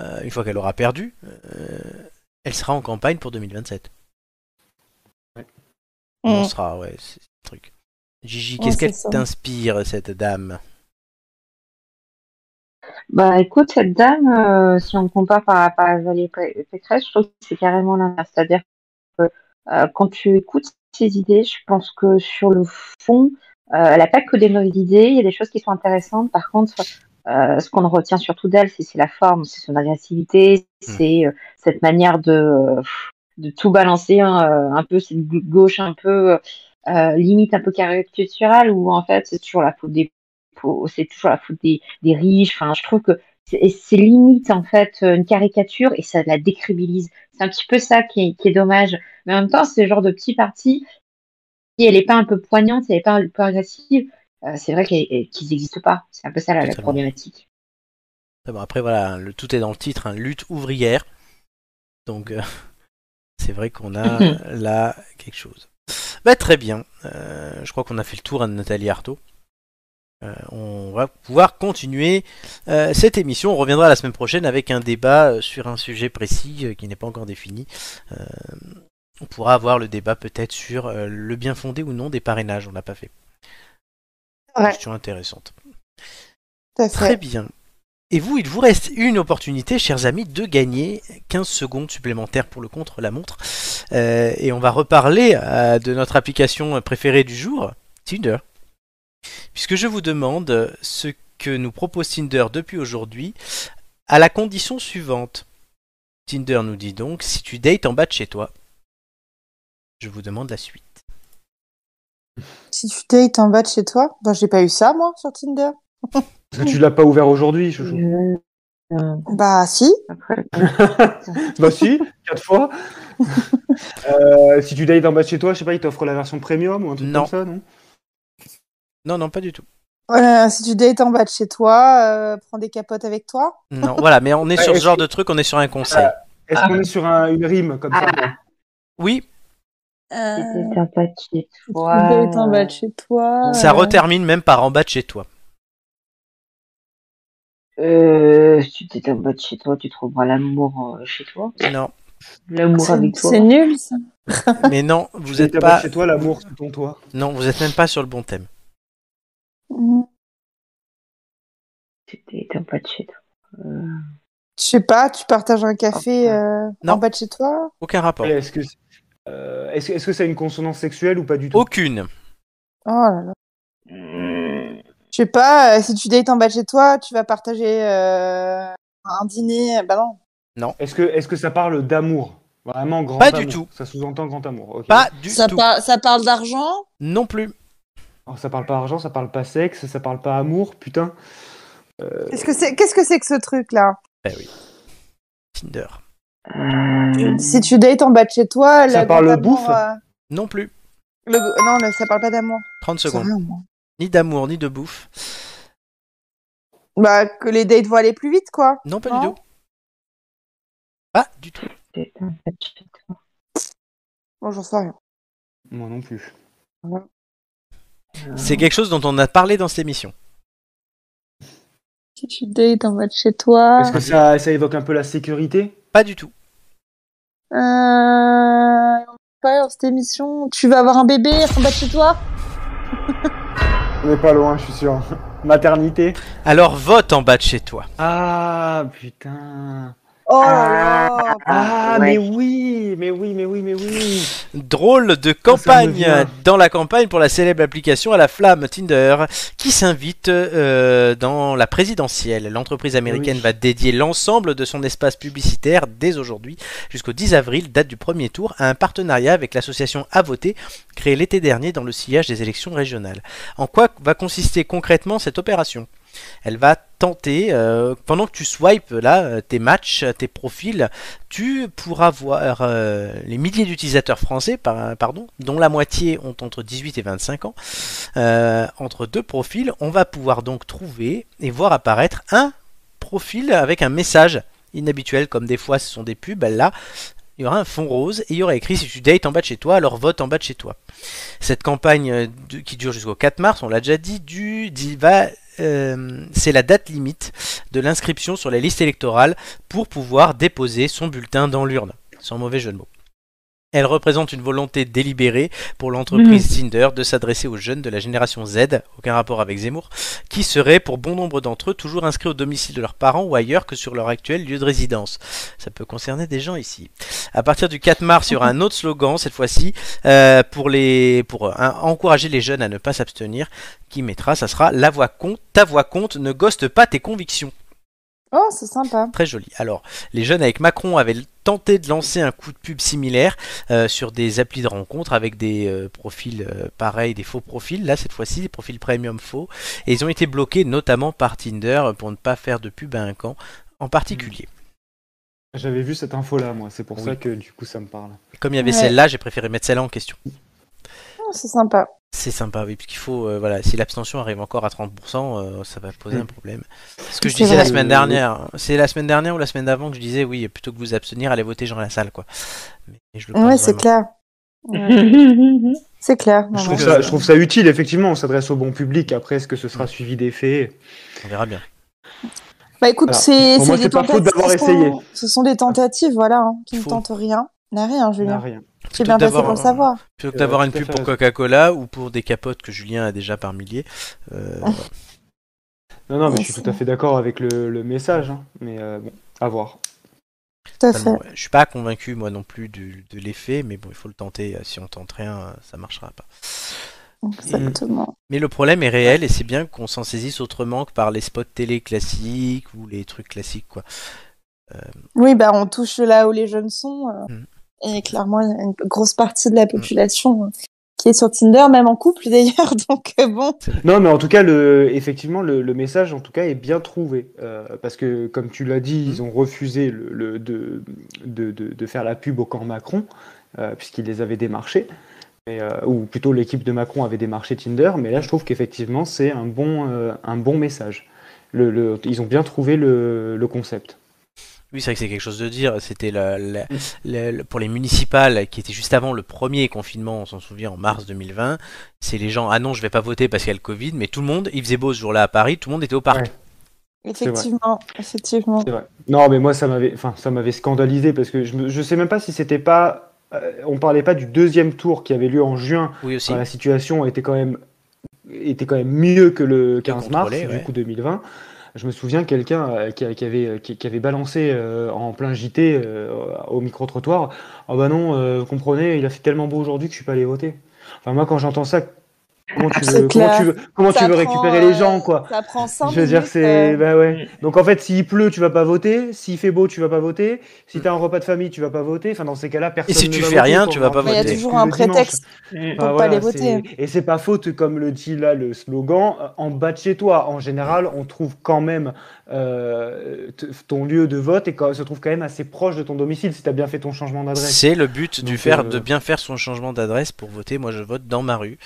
[SPEAKER 3] euh, une fois qu'elle aura perdu, euh, elle sera en campagne pour 2027. On en
[SPEAKER 2] Mm.
[SPEAKER 3] sera, ouais, c'est ce truc. Gigi,
[SPEAKER 5] Ouais,
[SPEAKER 3] qu'est-ce qu'elle
[SPEAKER 5] c'est ça.
[SPEAKER 3] t'inspire, cette dame
[SPEAKER 5] Bah écoute, cette dame, euh, si on compare par rapport à Valérie Pé- Pécresse, je trouve que c'est carrément l'inverse. C'est-à-dire que euh, quand tu écoutes ses idées, je pense que sur le fond, euh, elle n'a pas que des mauvaises idées, il y a des choses qui sont intéressantes. Par contre, euh, ce qu'on retient surtout d'elle, c'est c'est la forme, c'est son agressivité, c'est euh, cette manière de, euh, de tout balancer, hein, euh, un peu cette gau- gauche un peu euh, limite un peu caricaturale, où en fait c'est toujours la faute des faut- c'est toujours la faute des, des riches. Enfin, je trouve que c'est c'est limite en fait une caricature et ça la décrédibilise. C'est un petit peu ça qui est, qui est dommage. Mais en même temps, c'est le genre de petit parti. Si elle n'est pas un peu poignante, si elle n'est pas un peu agressive, euh, c'est vrai qu'elle- qu'elle- qu'ils n'existent pas. C'est un peu ça la, la
[SPEAKER 3] Totalement.
[SPEAKER 5] problématique.
[SPEAKER 3] Ah bon, Après, voilà, le tout est dans le titre, hein, lutte ouvrière. Donc, euh, c'est vrai qu'on a
[SPEAKER 5] Mhm.
[SPEAKER 3] là quelque chose. Bah, très bien. Euh, je crois qu'on a fait le tour à Nathalie Arthaud. Euh, on va pouvoir continuer euh, cette émission. On reviendra la semaine prochaine avec un débat euh, sur un sujet précis euh, qui n'est pas encore défini. Euh, on pourra avoir le débat peut-être sur euh, le bien fondé ou non des parrainages. On n'a pas fait. Question intéressante. Très bien. Et vous, il vous reste une opportunité, chers amis, de gagner 15 secondes supplémentaires pour le contre-la-montre. Euh, et on va reparler euh, de notre application préférée du jour, Tinder. Puisque je vous demande ce que nous propose Tinder depuis aujourd'hui, à la condition suivante. Tinder nous dit donc, si tu dates en bas de chez toi, je vous demande la suite.
[SPEAKER 2] Si tu dates en bas de chez toi, ben j'ai pas eu ça moi sur Tinder.
[SPEAKER 4] Parce que tu l'as pas ouvert aujourd'hui, chouchou.
[SPEAKER 5] Euh,
[SPEAKER 2] Bah si.
[SPEAKER 4] bah si, quatre fois. Euh, si tu dates en bas de chez toi, je sais pas, ils t'offrent la version premium ou un truc comme ça, non
[SPEAKER 3] Non, non, pas du tout.
[SPEAKER 2] Euh, si tu dates en bas de chez toi, euh, prends des capotes avec toi.
[SPEAKER 3] Non, voilà, mais on est sur ce genre de truc, on est sur un conseil.
[SPEAKER 4] Est-ce qu'on est sur un- une rime comme
[SPEAKER 5] Ah.
[SPEAKER 4] ça quoi
[SPEAKER 3] Oui,
[SPEAKER 2] Euh,
[SPEAKER 5] C'est un bas de chez
[SPEAKER 2] Tu
[SPEAKER 5] toi.
[SPEAKER 2] dates en bas de chez toi.
[SPEAKER 3] ça
[SPEAKER 2] euh,
[SPEAKER 3] retermine même par en bas de chez toi.
[SPEAKER 5] Euh, si tu es en bas de chez toi, tu trouveras l'amour euh, chez toi.
[SPEAKER 3] Non.
[SPEAKER 5] L'amour
[SPEAKER 2] C'est-
[SPEAKER 5] avec toi.
[SPEAKER 2] C'est nul ça.
[SPEAKER 3] Mais non, vous
[SPEAKER 4] Tu
[SPEAKER 3] êtes
[SPEAKER 4] dates en bas
[SPEAKER 3] pas.
[SPEAKER 4] de chez toi, l'amour sous ton toit.
[SPEAKER 3] Non, vous êtes même pas sur le bon thème.
[SPEAKER 5] Tu es en bas de chez toi. Euh,
[SPEAKER 2] Je sais pas, tu partages un café euh,
[SPEAKER 3] Ah, Non.
[SPEAKER 2] en bas de chez toi.
[SPEAKER 3] Aucun rapport.
[SPEAKER 4] Est-ce que euh, est-ce que- est-ce que ça a une consonance sexuelle ou pas du tout
[SPEAKER 3] Aucune.
[SPEAKER 2] Oh là là.
[SPEAKER 3] Hmm.
[SPEAKER 2] Je sais pas, euh, si tu dates en bas de chez toi, tu vas partager euh, un dîner. Bah non.
[SPEAKER 3] Non.
[SPEAKER 4] Est-ce que, est-ce que ça parle d'amour Vraiment grand
[SPEAKER 3] Pas
[SPEAKER 4] amour.
[SPEAKER 3] du tout.
[SPEAKER 4] Ça sous-entend grand amour. ok.
[SPEAKER 3] Pas du
[SPEAKER 2] ça, par- ça parle d'argent
[SPEAKER 3] Non plus.
[SPEAKER 4] Oh, ça parle pas argent, ça parle pas sexe, ça parle pas amour, putain. Euh,
[SPEAKER 2] Qu'est-ce que c'est Qu'est-ce que c'est que ce truc là
[SPEAKER 3] Eh oui. Tinder.
[SPEAKER 5] Euh,
[SPEAKER 2] Si tu dates en bas de chez toi,
[SPEAKER 3] Hmm. Ça
[SPEAKER 2] le
[SPEAKER 3] parle
[SPEAKER 2] grand amour,
[SPEAKER 3] bouffe
[SPEAKER 2] euh,
[SPEAKER 3] Non plus.
[SPEAKER 2] le- Non, le- ça parle pas d'amour.
[SPEAKER 3] 30
[SPEAKER 2] C'est
[SPEAKER 3] secondes.
[SPEAKER 2] rien,
[SPEAKER 3] Ni d'amour, ni de bouffe.
[SPEAKER 2] Bah que les dates vont aller plus vite quoi.
[SPEAKER 3] Non pas
[SPEAKER 2] du
[SPEAKER 3] tout. Ah, du tout.
[SPEAKER 2] Bon, j'en sais rien.
[SPEAKER 4] Moi non plus.
[SPEAKER 3] C'est quelque chose dont on a parlé dans cette émission.
[SPEAKER 2] Si tu dates en bas de chez toi.
[SPEAKER 4] Est-ce que ça, ça évoque un peu la sécurité
[SPEAKER 3] Pas du tout.
[SPEAKER 2] Euh... Pas dans cette émission. Tu vas avoir un bébé en bas de chez toi
[SPEAKER 4] On est pas loin, je suis sûr. Maternité.
[SPEAKER 3] Alors vote en bas de chez toi.
[SPEAKER 4] Ah putain.
[SPEAKER 2] Oh
[SPEAKER 4] là Ah
[SPEAKER 3] ouais.
[SPEAKER 4] mais oui, mais oui, mais oui, mais oui.
[SPEAKER 3] Drôle de
[SPEAKER 4] Ça, ça me
[SPEAKER 3] campagne
[SPEAKER 4] vient.
[SPEAKER 3] dans la campagne pour la célèbre application à la flamme Tinder qui s'invite euh, dans la présidentielle. L'entreprise américaine
[SPEAKER 4] Oui.
[SPEAKER 3] va dédier l'ensemble de son espace publicitaire dès aujourd'hui jusqu'au 10 avril, date du premier tour, à un partenariat avec l'association À voter créée l'été dernier dans le sillage des élections régionales. En quoi va consister concrètement cette opération elle va tenter, euh, pendant que tu swipes là, euh, tes matchs, euh, tes profils, tu pourras voir euh, les milliers d'utilisateurs français, par- pardon, dont la moitié ont entre 18 et 25 ans, euh, entre deux profils, on va pouvoir donc trouver et voir apparaître un profil avec un message inhabituel, comme des fois ce sont des pubs, là, il y aura un fond rose et il y aura écrit si tu dates en bas de chez toi, alors vote en bas de chez toi. Cette campagne euh, de- qui dure jusqu'au 4 mars, on l'a déjà dit, du, dit- va, euh, c'est la date limite de l'inscription sur les listes électorales pour pouvoir déposer son bulletin dans l'urne. Sans mauvais jeu de mots. Elle représente une volonté délibérée pour l'entreprise Tinder de s'adresser aux jeunes de la génération Z, aucun rapport avec Zemmour, qui seraient pour bon nombre d'entre eux toujours inscrits au domicile de leurs parents ou ailleurs que sur leur actuel lieu de résidence. Ça peut concerner des gens ici. À partir du 4 mars, il y aura un autre slogan cette fois-ci euh, pour les pour euh, hein, encourager les jeunes à ne pas s'abstenir, qui mettra, ça sera la voix compte, ta voix compte, ne goste pas tes convictions.
[SPEAKER 2] Oh, c'est sympa.
[SPEAKER 3] Très joli. Alors, les jeunes avec Macron avaient tenté de lancer un coup de pub similaire euh, sur des applis de rencontre avec des euh, profils euh, pareils, des faux profils. Là, cette fois-ci, des profils premium faux. Et ils ont été bloqués notamment par Tinder pour ne pas faire de pub à un camp en particulier.
[SPEAKER 4] J'avais vu cette info là, moi. C'est pour
[SPEAKER 3] Oui.
[SPEAKER 4] ça que du coup ça me parle.
[SPEAKER 3] Comme il y avait
[SPEAKER 2] Ouais.
[SPEAKER 3] celle-là, j'ai préféré mettre celle-là en question.
[SPEAKER 2] Oh, c'est sympa.
[SPEAKER 3] C'est sympa, oui, puisqu'il faut, euh, voilà, si l'abstention arrive encore à 30%, euh, ça va poser un problème. Ce que je
[SPEAKER 2] Mm. C'est
[SPEAKER 3] disais la
[SPEAKER 2] vrai.
[SPEAKER 3] semaine dernière, c'est la semaine dernière ou la semaine d'avant que je disais, oui, plutôt que vous abstenir, allez voter Jean Lassalle, quoi. Mais je le pense
[SPEAKER 2] Ouais, c'est
[SPEAKER 3] vraiment.
[SPEAKER 2] clair. Ouais. c'est clair.
[SPEAKER 4] Je
[SPEAKER 2] ouais,
[SPEAKER 4] trouve,
[SPEAKER 2] ouais.
[SPEAKER 4] ça, je trouve ça utile, effectivement. On s'adresse au bon public. Après, est-ce que ce sera suivi des faits
[SPEAKER 3] On verra bien.
[SPEAKER 2] Bah écoute,
[SPEAKER 4] Alors,
[SPEAKER 2] c'est
[SPEAKER 4] pour moi,
[SPEAKER 2] des
[SPEAKER 4] c'est pas faute
[SPEAKER 2] tentatives
[SPEAKER 4] d'avoir
[SPEAKER 2] qui sont-
[SPEAKER 4] essayé.
[SPEAKER 2] Ce sont des tentatives, voilà, hein, qui ne
[SPEAKER 3] Faut-
[SPEAKER 2] tentent rien. N'a rien, Julien.
[SPEAKER 4] rien.
[SPEAKER 2] C'est bien passé
[SPEAKER 3] d'avoir
[SPEAKER 2] pour le
[SPEAKER 3] un-
[SPEAKER 2] savoir.
[SPEAKER 3] Plutôt que
[SPEAKER 4] Euh,
[SPEAKER 3] d'avoir une
[SPEAKER 4] tout à
[SPEAKER 3] pub
[SPEAKER 4] fait
[SPEAKER 3] pour
[SPEAKER 4] raison.
[SPEAKER 3] Coca-Cola ou pour des capotes que Julien a déjà par milliers. euh,
[SPEAKER 2] Ah,
[SPEAKER 3] voilà.
[SPEAKER 4] Non, non, mais je
[SPEAKER 2] Yes.
[SPEAKER 4] suis tout à fait d'accord avec le, le message. hein. Mais euh, bon, à voir.
[SPEAKER 2] Tout à fait.
[SPEAKER 3] Totalement, ouais. Je suis pas convaincu moi non plus du- de l'effet, mais bon, il faut le tenter. euh, Si on tente rien, ça marchera pas.
[SPEAKER 2] Exactement.
[SPEAKER 3] Mais le problème est réel et c'est bien qu'on s'en saisisse autrement que par les spots télé classiques ou les trucs classiques quoi.
[SPEAKER 2] Oui, bah on touche là où les jeunes sont. euh,
[SPEAKER 3] Mm.
[SPEAKER 2] Et clairement, il y a une grosse partie de la
[SPEAKER 4] Mm.
[SPEAKER 2] population euh, qui est sur Tinder, même en couple d'ailleurs. Donc euh, bon.
[SPEAKER 4] Non, mais en tout cas, le, effectivement, le, le message, en tout cas, est bien trouvé. Euh, parce que, comme tu l'as dit, ils ont refusé le, le- de, de, de- de faire la pub au camp Macron, euh, puisqu'ils les avaient démarchés. Mais, euh, ou plutôt, l'équipe de Macron avait démarché Tinder. Mais là, je trouve qu'effectivement, c'est un, bon, euh, un bon message. Le, le- ils ont bien trouvé le, le concept.
[SPEAKER 3] Oui, c'est vrai que c'est quelque chose de dire. C'était la- la- la- la- pour les municipales qui était juste avant le premier confinement, on s'en souvient, en mars 2020. C'est les gens, ah non, je vais pas voter parce qu'il y a le Covid, mais tout le monde, il faisait beau ce jour-là à Paris, tout le monde était au parc.
[SPEAKER 4] Ouais. vrai.
[SPEAKER 2] Effectivement, effectivement.
[SPEAKER 4] C'est vrai. Non, mais moi, ça m'avait, enfin, ça m'avait scandalisé parce que je, me- je sais même pas si c'était pas. euh, on parlait pas du deuxième tour qui avait lieu en juin.
[SPEAKER 3] Oui aussi.
[SPEAKER 4] quand la situation était quand même, était quand même mieux que le 15 mars,
[SPEAKER 3] contrôlée, ouais.
[SPEAKER 4] du coup 2020. Je me souviens quelqu'un euh, qui, qui avait, qui, qui avait balancé euh, en plein JT euh, au micro-trottoir Ah bah non, euh, vous comprenez, il a fait tellement beau aujourd'hui que je suis pas allé voter. Enfin, moi, quand j'entends ça Comment tu
[SPEAKER 1] C'est
[SPEAKER 4] veux, comment
[SPEAKER 1] clair.
[SPEAKER 4] tu veux, comment
[SPEAKER 1] Ça
[SPEAKER 4] tu
[SPEAKER 1] prend,
[SPEAKER 4] veux
[SPEAKER 1] euh,
[SPEAKER 4] récupérer les gens, quoi
[SPEAKER 1] Ça prend cinq
[SPEAKER 4] Je veux dire,
[SPEAKER 1] minutes,
[SPEAKER 4] c'est.
[SPEAKER 1] euh,
[SPEAKER 4] Bah ouais. Donc en fait, s'il pleut, tu vas pas voter. S'il fait beau, tu vas pas voter. Si t'as un repas de famille, tu vas pas voter. Enfin, dans ces cas-là, personne
[SPEAKER 3] si
[SPEAKER 4] ne
[SPEAKER 3] tu
[SPEAKER 4] va
[SPEAKER 3] fais
[SPEAKER 4] voter
[SPEAKER 3] rien,
[SPEAKER 4] pour
[SPEAKER 3] tu vas pas
[SPEAKER 4] rentrer
[SPEAKER 3] voter. Il y a
[SPEAKER 4] bah, le
[SPEAKER 3] toujours un
[SPEAKER 4] dimanche.
[SPEAKER 3] prétexte
[SPEAKER 4] Enfin,
[SPEAKER 3] pour pas
[SPEAKER 4] Ah, voilà,
[SPEAKER 3] aller voter.
[SPEAKER 4] c'est- Et c'est pas faute, comme le dit là le slogan, euh, en bas de chez toi. En général, on trouve quand même euh, t- ton lieu de vote et quand- se trouve quand même assez proche de ton domicile si t'as bien fait ton changement d'adresse.
[SPEAKER 3] C'est le but du
[SPEAKER 4] Donc,
[SPEAKER 3] faire,
[SPEAKER 4] euh,
[SPEAKER 3] de bien faire son changement d'adresse pour voter. Moi, je vote dans ma rue.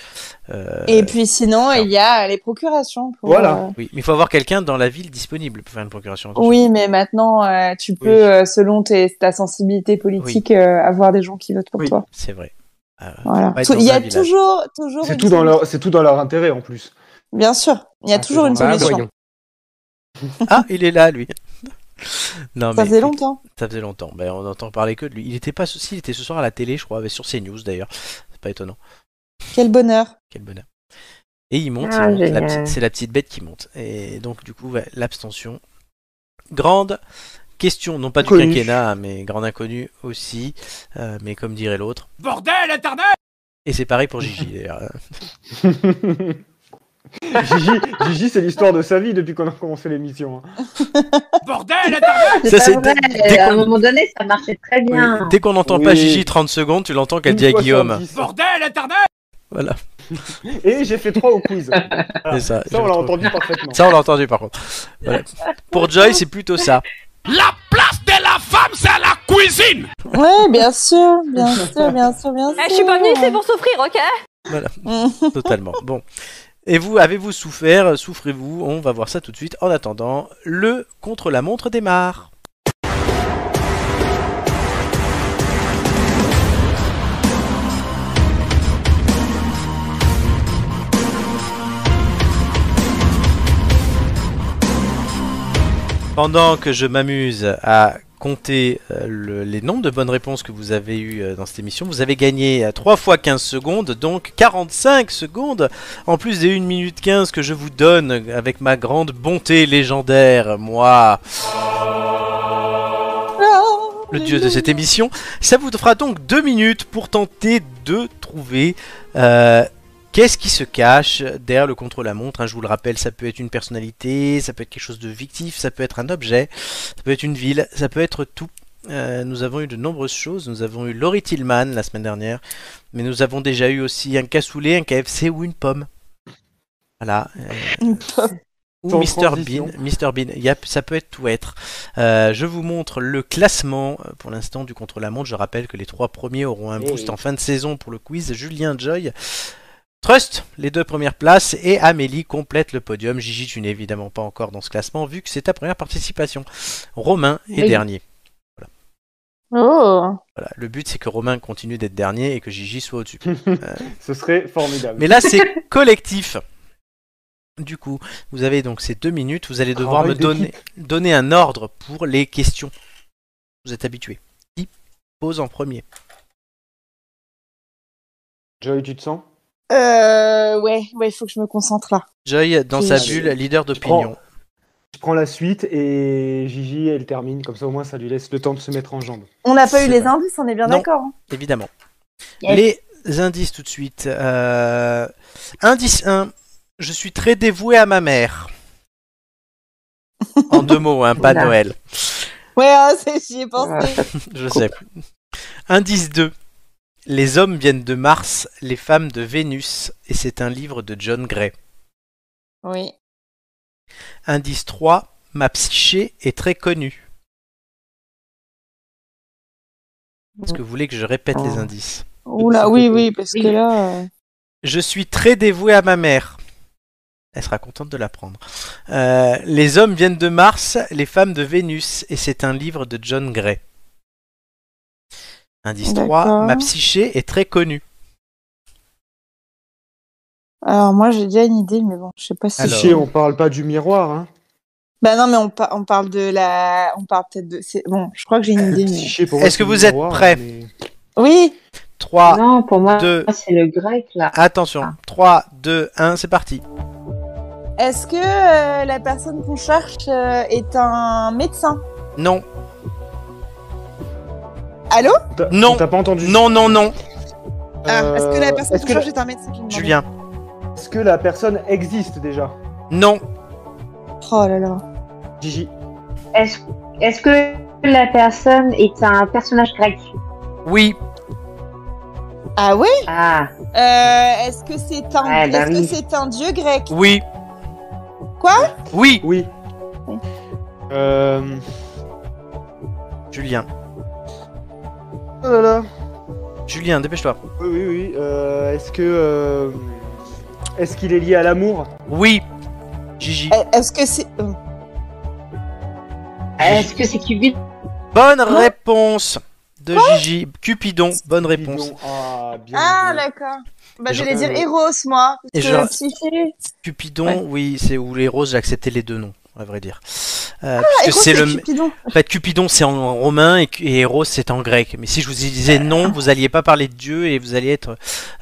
[SPEAKER 3] Euh,
[SPEAKER 2] Et puis sinon, il y a les procurations. pour, euh,
[SPEAKER 3] Oui, mais il faut avoir quelqu'un dans la ville disponible pour faire une procuration. attention.
[SPEAKER 2] Oui, mais maintenant, euh, tu peux, euh, selon tes- ta sensibilité politique, euh, avoir des gens qui votent pour toi.
[SPEAKER 3] C'est vrai. Euh,
[SPEAKER 2] Voilà.
[SPEAKER 4] faut pas être
[SPEAKER 2] Tout-
[SPEAKER 4] dans
[SPEAKER 2] Il y
[SPEAKER 4] un
[SPEAKER 2] a
[SPEAKER 4] village.
[SPEAKER 2] toujours, toujours.
[SPEAKER 4] C'est
[SPEAKER 2] une
[SPEAKER 4] tout, dans
[SPEAKER 2] solution.
[SPEAKER 4] leur- c'est tout dans leur intérêt en plus.
[SPEAKER 2] Bien sûr, il y a
[SPEAKER 4] Ah,
[SPEAKER 2] toujours
[SPEAKER 4] ces
[SPEAKER 2] une
[SPEAKER 4] gens-là,
[SPEAKER 2] solution.
[SPEAKER 4] voyons.
[SPEAKER 3] Ah, il est là, lui.
[SPEAKER 2] Ça
[SPEAKER 3] Non, mais
[SPEAKER 2] faisait
[SPEAKER 3] écoute,
[SPEAKER 2] longtemps.
[SPEAKER 3] Ça faisait longtemps. Ben, on entend parler que de lui. Il était pas, si, il était ce soir à la télé, je crois, mais sur CNews d'ailleurs. C'est pas étonnant.
[SPEAKER 2] Quel bonheur.
[SPEAKER 3] Quel bonheur. Et il monte,
[SPEAKER 2] Ah,
[SPEAKER 3] il monte. La
[SPEAKER 2] génial.
[SPEAKER 3] petite- c'est la petite bête qui monte. Et donc, du coup, ouais, l'abstention. Grande question, non pas du
[SPEAKER 20] Inconnue.
[SPEAKER 3] quinquennat, mais grande inconnue aussi. Euh, mais comme dirait l'autre.
[SPEAKER 20] Bordel, Internet
[SPEAKER 3] Et c'est pareil pour Gigi d'ailleurs.
[SPEAKER 4] Gigi, Gigi, c'est l'histoire de sa vie depuis qu'on a commencé l'émission. hein.
[SPEAKER 5] C'est
[SPEAKER 3] c'est
[SPEAKER 5] pas vrai.
[SPEAKER 3] dès
[SPEAKER 5] À un
[SPEAKER 3] qu'on-
[SPEAKER 5] moment donné, ça marchait très bien.
[SPEAKER 3] Dès qu'on n'entend pas
[SPEAKER 4] Oui.
[SPEAKER 3] Gigi 30 secondes, tu l'entends qu'elle
[SPEAKER 4] Une
[SPEAKER 3] dit à
[SPEAKER 4] fois
[SPEAKER 3] Guillaume.
[SPEAKER 4] 70.
[SPEAKER 20] Bordel, Internet
[SPEAKER 3] Voilà.
[SPEAKER 4] Et j'ai fait trois au quiz.
[SPEAKER 3] C'est ça.
[SPEAKER 4] Ça, on
[SPEAKER 3] je
[SPEAKER 4] l'a
[SPEAKER 3] trouve.
[SPEAKER 4] entendu parfaitement.
[SPEAKER 3] Ça, on l'a entendu par contre. Voilà. Pour Joy, c'est plutôt ça.
[SPEAKER 20] La place de la femme, c'est la cuisine
[SPEAKER 2] Ouais, bien sûr, bien sûr, bien sûr, bien sûr.
[SPEAKER 21] Eh, je suis pas venue ici pour souffrir, ok
[SPEAKER 3] Voilà. Totalement. Bon. Et vous, avez-vous souffert Souffrez-vous On va voir ça tout de suite. En attendant, le contre-la-montre démarre. Pendant que je m'amuse à compter euh, le- les nombres de bonnes réponses que vous avez eues euh, dans cette émission, vous avez gagné euh, 3 fois 15 secondes, donc 45 secondes, en plus des 1 minute 15 que je vous donne avec ma grande bonté légendaire, moi, le dieu de cette émission. Ça vous fera donc 2 minutes pour tenter de trouver... euh, Qu'est-ce qui se cache derrière le contre-la-montre hein, Je vous le rappelle, ça peut être une personnalité, ça peut être quelque chose de victif, ça peut être un objet, ça peut être une ville, ça peut être tout. Euh, nous avons eu de nombreuses choses. Nous avons eu Laurie Tillman la semaine dernière, mais nous avons déjà eu aussi un cassoulet, un KFC ou une pomme. Voilà. euh,
[SPEAKER 2] Ah.
[SPEAKER 3] ou
[SPEAKER 4] Sans
[SPEAKER 3] Mr
[SPEAKER 4] transition.
[SPEAKER 3] Bean. Mr Bean. Il y a- ça peut être tout être. Euh, je vous montre le classement euh, pour l'instant du contre-la-montre. Je rappelle que les trois premiers auront un
[SPEAKER 4] Eh
[SPEAKER 3] boost
[SPEAKER 4] oui.
[SPEAKER 3] en fin de saison pour le quiz. Julien Joy. Trust, les deux premières places, et Amélie complète le podium. Gigi, tu n'es évidemment pas encore dans ce classement, vu que c'est ta première participation. Romain est
[SPEAKER 2] Oui.
[SPEAKER 3] dernier.
[SPEAKER 2] Oh.
[SPEAKER 3] Voilà. Le but, c'est que Romain continue d'être dernier et que Gigi soit au-dessus. Euh,
[SPEAKER 4] Ce serait formidable.
[SPEAKER 3] mais là, c'est collectif. Du coup, vous avez donc ces deux minutes. Vous allez devoir
[SPEAKER 4] Travail
[SPEAKER 3] me donner, donner un ordre pour les questions. Vous êtes habitué. Qui pose en premier
[SPEAKER 4] Joy, tu te sens
[SPEAKER 2] Euh, ouais, ouais, il faut que je me concentre là.
[SPEAKER 3] Joy, dans sa
[SPEAKER 4] Gigi.
[SPEAKER 3] bulle, leader
[SPEAKER 4] Je prends-
[SPEAKER 3] d'opinion.
[SPEAKER 4] Je prends la suite et Gigi, elle termine. Comme ça, au moins, ça lui laisse le temps de se mettre en jambes.
[SPEAKER 2] On n'a pas eu
[SPEAKER 3] C'est
[SPEAKER 2] les
[SPEAKER 3] vrai.
[SPEAKER 2] indices, on est bien
[SPEAKER 3] Non.
[SPEAKER 2] d'accord. hein.
[SPEAKER 3] Évidemment.
[SPEAKER 2] Yes.
[SPEAKER 3] Les indices tout de suite. Euh, Indice 1. Je suis très dévoué à ma mère. En deux mots, hein, pas
[SPEAKER 2] Oula.
[SPEAKER 3] Noël.
[SPEAKER 2] Ouais, hein, c'est- j'y
[SPEAKER 4] Ah.
[SPEAKER 2] ai
[SPEAKER 5] Euh,
[SPEAKER 3] Ah.
[SPEAKER 2] pensé.
[SPEAKER 3] Je sais. Indice 2. Les hommes viennent de Mars, les femmes de Vénus, et c'est un livre de John Gray.
[SPEAKER 2] Oui.
[SPEAKER 3] Indice 3. Ma psyché est très connue. Est-ce que vous voulez que je répète les indices
[SPEAKER 2] Oula, oui, oui, parce que là. euh,
[SPEAKER 3] Je suis très dévoué à ma mère. Elle sera contente de l'apprendre. Euh, les hommes viennent de Mars, les femmes de Vénus, et c'est un livre de John Gray. Indice 3.
[SPEAKER 2] D'accord.
[SPEAKER 3] Ma psyché est très connue.
[SPEAKER 2] Alors moi, j'ai déjà une idée, mais bon, je sais pas si.
[SPEAKER 4] Si chier, on parle pas du miroir. Hein.
[SPEAKER 2] Bah non, mais on, par- on parle de la. On parle peut-être de. c'est- Bon, je crois que j'ai une idée. mais-
[SPEAKER 4] Chier, pour moi,
[SPEAKER 3] Est-ce que
[SPEAKER 4] c'est
[SPEAKER 3] vous
[SPEAKER 4] le
[SPEAKER 3] êtes
[SPEAKER 4] miroir,
[SPEAKER 3] prêts
[SPEAKER 4] mais-
[SPEAKER 2] Oui.
[SPEAKER 3] 3,
[SPEAKER 5] Non, pour moi,
[SPEAKER 3] 2,
[SPEAKER 5] c'est le grec là.
[SPEAKER 3] attention. 3, 2, 1, c'est parti.
[SPEAKER 2] Est-ce que euh, la personne qu'on cherche euh, est un médecin
[SPEAKER 3] Non.
[SPEAKER 2] Allô
[SPEAKER 4] T'as-
[SPEAKER 3] Non.
[SPEAKER 4] T'as pas entendu Euh,
[SPEAKER 3] Non, non, non.
[SPEAKER 2] Ah, Est-ce que la personne
[SPEAKER 4] est-ce
[SPEAKER 2] qu'on
[SPEAKER 4] que la-
[SPEAKER 2] cherche est un médecin qui nous
[SPEAKER 3] Julien.
[SPEAKER 4] Est-ce que la personne existe déjà
[SPEAKER 3] Non.
[SPEAKER 2] Oh là là.
[SPEAKER 4] Gigi.
[SPEAKER 5] Est-ce est-ce que la personne est un personnage grec
[SPEAKER 3] Oui.
[SPEAKER 2] Ah oui
[SPEAKER 5] Ah.
[SPEAKER 2] Euh, est-ce que c'est un,
[SPEAKER 5] Ouais, bah
[SPEAKER 2] est-ce
[SPEAKER 5] oui.
[SPEAKER 2] que c'est un dieu grec
[SPEAKER 3] Oui.
[SPEAKER 2] Quoi
[SPEAKER 3] Oui.
[SPEAKER 4] Oui. Euh...
[SPEAKER 3] Julien.
[SPEAKER 4] Oh là là.
[SPEAKER 3] Julien, dépêche-toi.
[SPEAKER 4] Oui, oui, oui. euh, Est-ce que. euh, Est-ce qu'il est lié à l'amour
[SPEAKER 3] Oui. Gigi.
[SPEAKER 2] Est-ce que c'est euh,
[SPEAKER 5] Est-ce que c'est Cupid
[SPEAKER 3] Bonne réponse de Gigi. Cupidon, bonne réponse.
[SPEAKER 4] Ah, bien.
[SPEAKER 2] Ah d'accord. Bah
[SPEAKER 3] Et
[SPEAKER 2] j'allais
[SPEAKER 3] je-
[SPEAKER 2] dire Eros moi.
[SPEAKER 3] Et
[SPEAKER 2] Parce que
[SPEAKER 3] je-
[SPEAKER 2] Psyché-
[SPEAKER 3] Cupidon,
[SPEAKER 2] Ouais.
[SPEAKER 3] oui, c'est où les roses, j'ai accepté les deux noms, à vrai dire. Euh,
[SPEAKER 2] Ah, Eros, c'est
[SPEAKER 3] le
[SPEAKER 2] Cupidon.
[SPEAKER 3] En fait, Cupidon, c'est en romain et, et Eros, c'est en grec. Mais si je vous disais non, vous alliez pas parler de Dieu et vous alliez être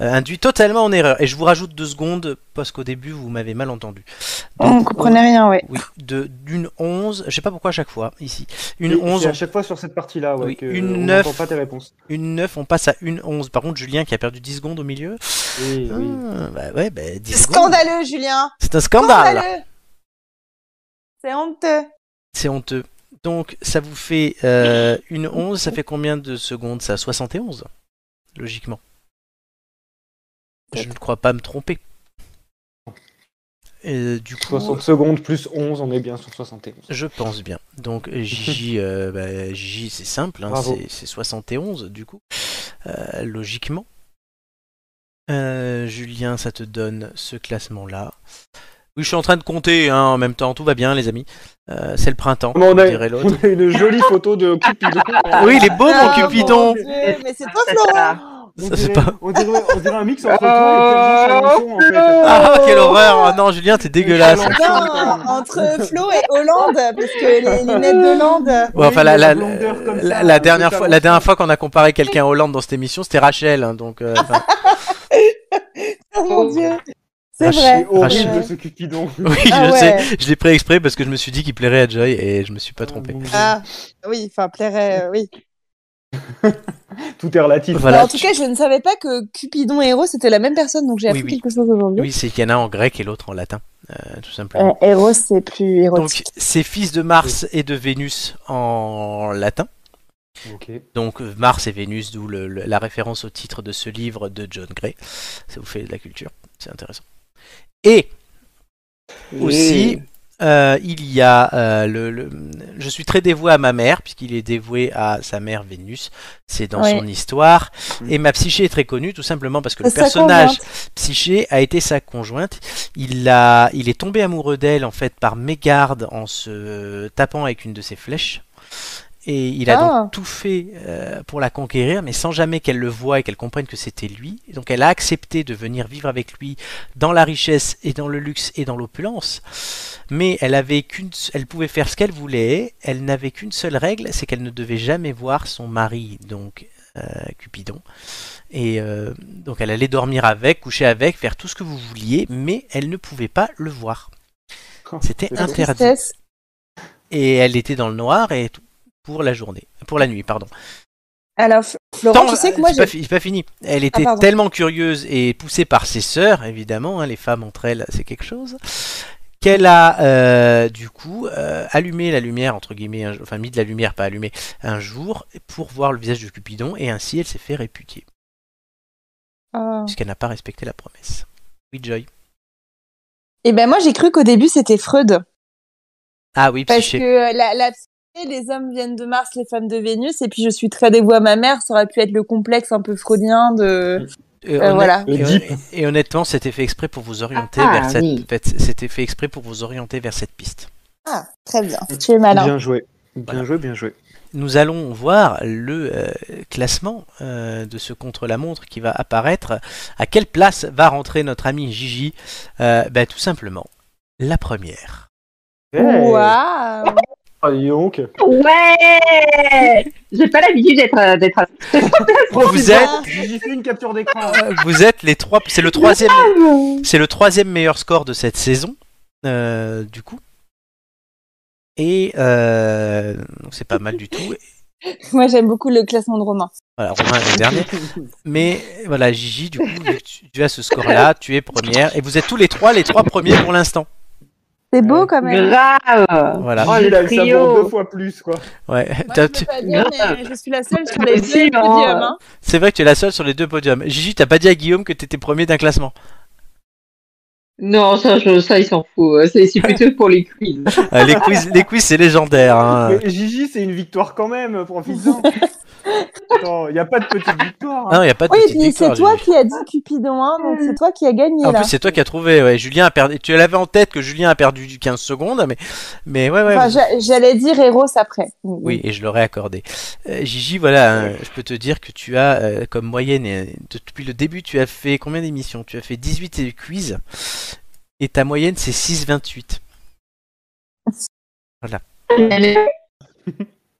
[SPEAKER 3] euh, induit totalement en erreur. Et je vous rajoute deux secondes, parce qu'au début, vous m'avez mal entendu.
[SPEAKER 2] On comprenait rien, ouais.
[SPEAKER 3] Oui, de- d'une 11, je sais pas pourquoi à chaque fois, ici.
[SPEAKER 4] Et
[SPEAKER 3] Une
[SPEAKER 4] c'est
[SPEAKER 3] 11,
[SPEAKER 4] à chaque fois sur cette partie-là, ouais,
[SPEAKER 3] Oui,
[SPEAKER 4] que
[SPEAKER 3] une
[SPEAKER 4] on
[SPEAKER 3] neuf.
[SPEAKER 4] n'entend pas tes réponses.
[SPEAKER 3] une 9, on passe à une 11. Par contre, Julien qui a perdu 10 secondes au milieu.
[SPEAKER 4] Eh Oui, oui.
[SPEAKER 3] Ah, bah ouais, bah, 10 secondes.
[SPEAKER 2] euh, Scandaleux Julien.
[SPEAKER 3] C'est un scandale.
[SPEAKER 2] Scandaleux. C'est honteux.
[SPEAKER 3] C'est honteux. Donc, ça vous fait euh, une 11, ça fait combien de secondes ça 71, logiquement. Je ne crois pas me tromper. Et du coup,
[SPEAKER 4] 60 secondes plus 11, on est bien sur 71.
[SPEAKER 3] je pense bien. Donc, J, euh, c'est simple, hein,
[SPEAKER 4] Bravo.
[SPEAKER 3] c'est- c'est 71, du coup, euh, logiquement. Euh, Julien, ça te donne ce classement-là. Oui, je suis en train de compter hein, en même temps, tout va bien, les amis. Euh, c'est le printemps,
[SPEAKER 4] Mais on, a,
[SPEAKER 3] dirait l'autre.
[SPEAKER 4] on a une jolie photo de Cupidon.
[SPEAKER 3] Oui, il est beau, Oh, mon
[SPEAKER 2] Ah,
[SPEAKER 3] Cupidon.
[SPEAKER 2] Dieu, mais c'est
[SPEAKER 3] Ah,
[SPEAKER 2] toi hein. Florent.
[SPEAKER 4] On
[SPEAKER 3] Ça, c'est
[SPEAKER 4] dirait,
[SPEAKER 3] pas-
[SPEAKER 4] on, dirait, on dirait un mix entre toi et Pierre Jean Chalençon, en fait.
[SPEAKER 3] Ah, quelle horreur Oh non, Julien, t'es dégueulasse
[SPEAKER 2] Non, euh, entre Flo et Hollande parce que les lunettes euh, d'Hollande.
[SPEAKER 3] Ouais, enfin,
[SPEAKER 4] Oui,
[SPEAKER 3] la, la,
[SPEAKER 4] la blondeur comme ça, hein,
[SPEAKER 3] la-
[SPEAKER 4] un
[SPEAKER 3] la
[SPEAKER 4] peu
[SPEAKER 3] dernière fois,
[SPEAKER 4] talent.
[SPEAKER 3] la dernière fois qu'on a comparé quelqu'un à Hollande dans cette émission, c'était Rachel. hein, donc, euh, enfin,
[SPEAKER 2] Oh mon dieu. C'est
[SPEAKER 3] Rachel-
[SPEAKER 2] vrai.
[SPEAKER 4] C'est horrible
[SPEAKER 3] Rachel.
[SPEAKER 4] ce Cupidon.
[SPEAKER 3] oui,
[SPEAKER 2] Ah
[SPEAKER 3] je
[SPEAKER 2] ouais.
[SPEAKER 3] sais. Je l'ai pris exprès parce que je me suis dit qu'il plairait à Joy et je me suis pas trompé.
[SPEAKER 2] Ah oui, enfin plairait, euh, oui.
[SPEAKER 4] Tout est relatif.
[SPEAKER 3] Voilà.
[SPEAKER 2] Alors, en tout cas, je ne savais pas que Cupidon et Héros c'était la même personne, donc j'ai
[SPEAKER 3] Oui,
[SPEAKER 2] appris
[SPEAKER 3] oui.
[SPEAKER 2] quelque chose aujourd'hui.
[SPEAKER 3] Oui, c'est qu'il y en a un en grec et l'autre en latin, euh, tout
[SPEAKER 2] Euh,
[SPEAKER 3] simplement.
[SPEAKER 2] Héros, c'est plus
[SPEAKER 3] Donc,
[SPEAKER 2] érotique.
[SPEAKER 3] c'est fils de Mars et de Vénus en latin.
[SPEAKER 4] Ok.
[SPEAKER 3] Donc euh, Mars et Vénus, d'où le- le- la référence au titre de ce livre de John Gray. Ça vous fait de la culture, c'est intéressant. Et aussi, euh, il y a euh, le, le- Je suis très dévoué à ma mère, puisqu'il est dévoué à sa mère Vénus. C'est dans
[SPEAKER 2] Ouais.
[SPEAKER 3] son histoire. Et ma psyché est très connue, tout simplement parce que le
[SPEAKER 2] C'est sa
[SPEAKER 3] personnage
[SPEAKER 2] conjointe.
[SPEAKER 3] psyché a été sa conjointe. Il, a, il est tombé amoureux d'elle, en fait, par mégarde, en se tapant avec une de ses flèches. Et il a
[SPEAKER 2] Ah.
[SPEAKER 3] donc tout fait euh, pour la conquérir, mais sans jamais qu'elle le voie et qu'elle comprenne que c'était lui. Et Donc elle a accepté de venir vivre avec lui dans la richesse et dans le luxe et dans l'opulence. Mais elle avait qu'une, elle pouvait faire ce qu'elle voulait. Elle n'avait qu'une seule règle, c'est qu'elle ne devait jamais voir son mari, donc euh, Cupidon. Et euh, donc elle allait dormir avec, coucher avec, faire tout ce que vous vouliez, mais elle ne pouvait pas le voir. C'était
[SPEAKER 2] La
[SPEAKER 3] interdit
[SPEAKER 2] tristesse.
[SPEAKER 3] et elle était dans le noir et tout pour la journée, pour la nuit, pardon.
[SPEAKER 2] Alors, F- Florent,
[SPEAKER 3] Tant-
[SPEAKER 2] tu sais que moi,
[SPEAKER 3] c'est pas,
[SPEAKER 2] j'ai...
[SPEAKER 3] fi- c'est pas fini. Elle était
[SPEAKER 2] pardon.
[SPEAKER 3] tellement curieuse et poussée par ses sœurs, évidemment, hein, les femmes entre elles, c'est quelque chose, qu'elle a euh, du coup euh, allumé la lumière entre guillemets, un jour- enfin mis de la lumière, pas allumée, un jour pour voir le visage de Cupidon et ainsi elle s'est fait répudier
[SPEAKER 2] Ah.
[SPEAKER 3] puisqu'elle n'a pas respecté la promesse. Oui, Joy.
[SPEAKER 2] Eh ben moi, j'ai cru qu'au début, c'était Freud.
[SPEAKER 3] Ah oui,
[SPEAKER 2] Parce
[SPEAKER 3] psyché.
[SPEAKER 2] que euh, la, la psyché, les hommes viennent de Mars, les femmes de Vénus, et puis je suis très dévouée à ma mère, ça aurait pu être le complexe un peu freudien de...
[SPEAKER 3] Et,
[SPEAKER 2] Euh,
[SPEAKER 3] honnête-
[SPEAKER 2] voilà.
[SPEAKER 3] et-
[SPEAKER 4] Deep.
[SPEAKER 3] et honnêtement, c'était fait exprès pour vous orienter
[SPEAKER 5] Ah,
[SPEAKER 3] vers cette.
[SPEAKER 5] oui.
[SPEAKER 3] fait- C'était fait exprès pour vous orienter vers cette piste.
[SPEAKER 2] Ah, très bien,
[SPEAKER 3] Mm.
[SPEAKER 2] tu es malin.
[SPEAKER 4] Bien joué. Bien
[SPEAKER 3] Voilà.
[SPEAKER 4] joué, bien joué.
[SPEAKER 3] Nous allons voir le euh, classement euh, de ce contre-la-montre qui va apparaître. À quelle place va rentrer notre ami Gigi Euh, ben, Tout simplement, la première.
[SPEAKER 4] Hey, Ah,
[SPEAKER 2] Waouh
[SPEAKER 4] dis donc.
[SPEAKER 5] Ouais J'ai pas l'habitude d'être euh, d'être à
[SPEAKER 3] Vous êtes,
[SPEAKER 4] J'ai fait une capture d'écran.
[SPEAKER 3] vous êtes les trois. C'est le troisième. C'est le troisième meilleur score de cette saison, euh, du coup. Et euh, donc c'est pas mal du tout.
[SPEAKER 2] Moi, j'aime beaucoup le classement de Romain.
[SPEAKER 3] Voilà, Romain est le dernier. Mais voilà, Gigi, du coup, vu que tu, tu as ce score-là, tu es première. Et vous êtes tous les trois les trois premiers pour l'instant.
[SPEAKER 2] C'est beau quand même.
[SPEAKER 5] Grave.
[SPEAKER 3] Voilà.
[SPEAKER 5] Oh,
[SPEAKER 4] Ah, il a
[SPEAKER 5] le
[SPEAKER 4] le savoir deux
[SPEAKER 5] trio.
[SPEAKER 4] fois plus, quoi.
[SPEAKER 3] Ouais.
[SPEAKER 2] Moi,
[SPEAKER 3] t'as-
[SPEAKER 2] je
[SPEAKER 3] tu-
[SPEAKER 2] peux pas dire, mais je suis la seule
[SPEAKER 3] Ah,
[SPEAKER 2] sur les
[SPEAKER 5] Aussi,
[SPEAKER 2] deux
[SPEAKER 5] hein.
[SPEAKER 2] podiums. hein.
[SPEAKER 3] C'est vrai que tu es la seule sur les deux podiums. Gigi, t'as pas dit à Guillaume que t'étais premier d'un classement.
[SPEAKER 5] Non, ça, je- ça, il s'en fout. C'est c'est plutôt pour les quiz.
[SPEAKER 3] Euh, les quiz, les quiz, c'est légendaire. hein.
[SPEAKER 4] Mais Gigi, c'est une victoire quand même, profite-en. Il n'y a pas de petite victoire. hein.
[SPEAKER 3] Ah non, y a pas de
[SPEAKER 2] Oui, et
[SPEAKER 3] petite
[SPEAKER 2] puis c'est
[SPEAKER 3] victoire,
[SPEAKER 2] toi
[SPEAKER 3] Gigi.
[SPEAKER 2] qui as dit Cupidon 1, donc c'est toi qui as gagné
[SPEAKER 3] Ah, En
[SPEAKER 2] là.
[SPEAKER 3] plus, c'est toi qui as trouvé. Ouais, Julien a perdu. Tu l'avais en tête que Julien a perdu du 15 secondes, mais, mais ouais, ouais.
[SPEAKER 2] Enfin,
[SPEAKER 3] vous-
[SPEAKER 2] j'a- J'allais dire Eros après.
[SPEAKER 3] Oui, et je l'aurais accordé. Euh, Gigi, voilà, hein, je peux te dire que tu as, euh, comme moyenne, euh, de- depuis le début, tu as fait combien d'émissions Tu as fait 18 quiz, et ta moyenne, c'est 6,28.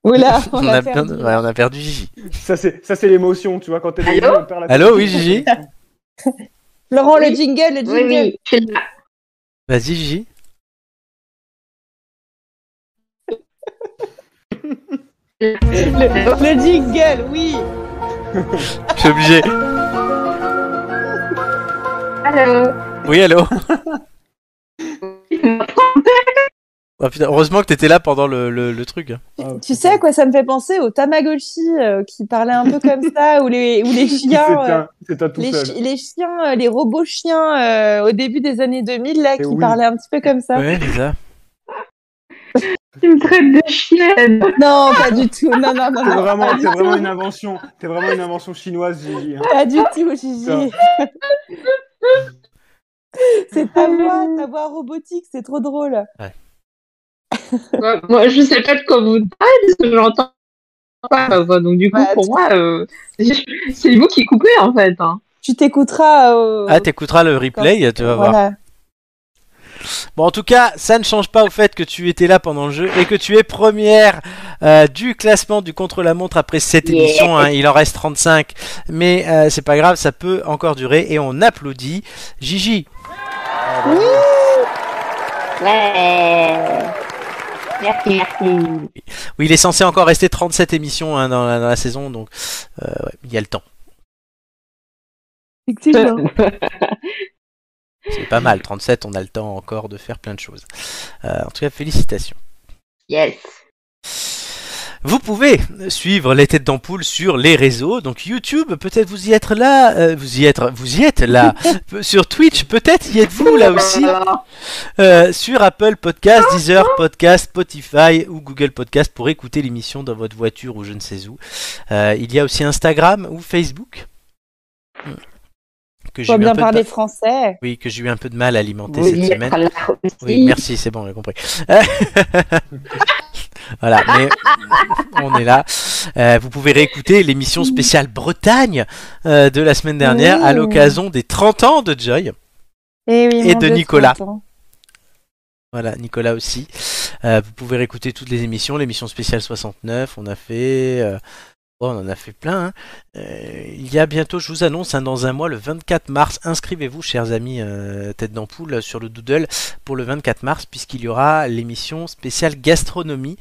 [SPEAKER 2] Oula, on, a,
[SPEAKER 3] bien-
[SPEAKER 2] perdu.
[SPEAKER 3] ouais, on a perdu Gigi.
[SPEAKER 4] Ça, c'est ça, c'est l'émotion, tu vois, quand t'es
[SPEAKER 5] Allô
[SPEAKER 4] dans le on perd la
[SPEAKER 3] Hein Allô, oui, Gigi
[SPEAKER 2] Laurent, le
[SPEAKER 5] Oui.
[SPEAKER 2] jingle, le
[SPEAKER 5] Oui,
[SPEAKER 2] jingle.
[SPEAKER 5] oui, je suis là.
[SPEAKER 3] Vas-y, Gigi.
[SPEAKER 2] Le, le jingle, oui.
[SPEAKER 3] Je suis obligé.
[SPEAKER 5] Allô
[SPEAKER 3] Oui, allô Oh, putain, Heureusement que t'étais là pendant le, le- le truc.
[SPEAKER 4] Ah,
[SPEAKER 2] Tu sais à quoi ça me fait penser au Tamagotchi euh, qui parlait un peu comme ça, ou les, ou les
[SPEAKER 4] C'est
[SPEAKER 2] chiens. euh,
[SPEAKER 4] un- C'est un tout
[SPEAKER 2] les,
[SPEAKER 4] seul.
[SPEAKER 2] chi- les chiens, euh, les robots chiens euh, au début des années 2000 là,
[SPEAKER 4] Eh
[SPEAKER 2] qui
[SPEAKER 4] oui.
[SPEAKER 2] parlaient un petit peu comme ça.
[SPEAKER 3] Ouais, c'est ça.
[SPEAKER 5] Tu me traites de chienne.
[SPEAKER 2] Non, pas du tout. Non, non, non,
[SPEAKER 4] T'es
[SPEAKER 2] non,
[SPEAKER 4] vraiment, t'es vraiment une invention. T'es vraiment une invention chinoise, Gigi. hein.
[SPEAKER 2] pas du tout, Gigi. c'est ta voix, ta voix robotique, c'est trop drôle.
[SPEAKER 5] Moi, moi, je sais pas de quoi vous parlez parce que j'entends pas ma voix. Donc, du coup,
[SPEAKER 2] Bah,
[SPEAKER 5] pour moi, euh, c'est vous qui coupez en fait. hein.
[SPEAKER 2] Tu t'écouteras. euh, au-
[SPEAKER 3] Ah, t'écouteras le replay, tu vas voir.
[SPEAKER 2] Voilà.
[SPEAKER 3] Bon, en tout cas, ça ne change pas au fait que tu étais là pendant le jeu et que tu es première euh, du classement du contre-la-montre après cette
[SPEAKER 5] Yeah.
[SPEAKER 3] émission. hein. il en reste 35, mais euh, c'est pas grave, ça peut encore durer et on applaudit Gigi.
[SPEAKER 5] Ouais. Merci, merci.
[SPEAKER 3] Oui, il est censé encore rester 37 émissions hein, dans, la, dans la saison, donc euh, ouais, il y a le temps.
[SPEAKER 2] Effectivement.
[SPEAKER 3] C'est pas mal, 37, on a le temps encore de faire plein de choses. Euh, en tout cas, félicitations.
[SPEAKER 5] Yes.
[SPEAKER 3] Vous pouvez suivre les têtes d'ampoule sur les réseaux, donc YouTube, peut-être vous y êtes là, euh, vous y êtes, vous y êtes là, Pe- sur Twitch, peut-être y êtes-vous là aussi, Euh, sur Apple Podcast, Deezer Podcast, Spotify ou Google Podcast pour écouter l'émission dans votre voiture ou je ne sais où. Euh, il y a aussi Instagram ou Facebook. hmm, Que j'ai
[SPEAKER 2] Faut
[SPEAKER 3] eu un
[SPEAKER 2] bien
[SPEAKER 3] peu de
[SPEAKER 2] parler
[SPEAKER 3] pa-
[SPEAKER 2] français.
[SPEAKER 3] Oui, que j'ai eu un peu de mal à alimenter
[SPEAKER 5] Vous
[SPEAKER 3] cette
[SPEAKER 5] y êtes
[SPEAKER 3] semaine.
[SPEAKER 5] là aussi.
[SPEAKER 3] Oui, merci, c'est bon, j'ai compris. voilà, mais on est là. Euh, vous pouvez réécouter l'émission spéciale Bretagne euh, de la semaine dernière à
[SPEAKER 2] Oui.
[SPEAKER 3] l'occasion des 30 ans de Joy.
[SPEAKER 2] Et, Eh oui,
[SPEAKER 3] Et
[SPEAKER 2] mon
[SPEAKER 3] de
[SPEAKER 2] Dieu,
[SPEAKER 3] Nicolas.
[SPEAKER 2] 30 ans.
[SPEAKER 3] Voilà, Nicolas aussi. Euh, vous pouvez réécouter toutes les émissions, l'émission spéciale 69, on a fait... euh, oh, on en a fait plein. hein. Euh, il y a bientôt, je vous annonce, hein, dans un mois, le 24 mars, inscrivez-vous, chers amis euh, tête d'ampoule, sur le Doodle pour le 24 mars, puisqu'il y aura l'émission spéciale gastronomie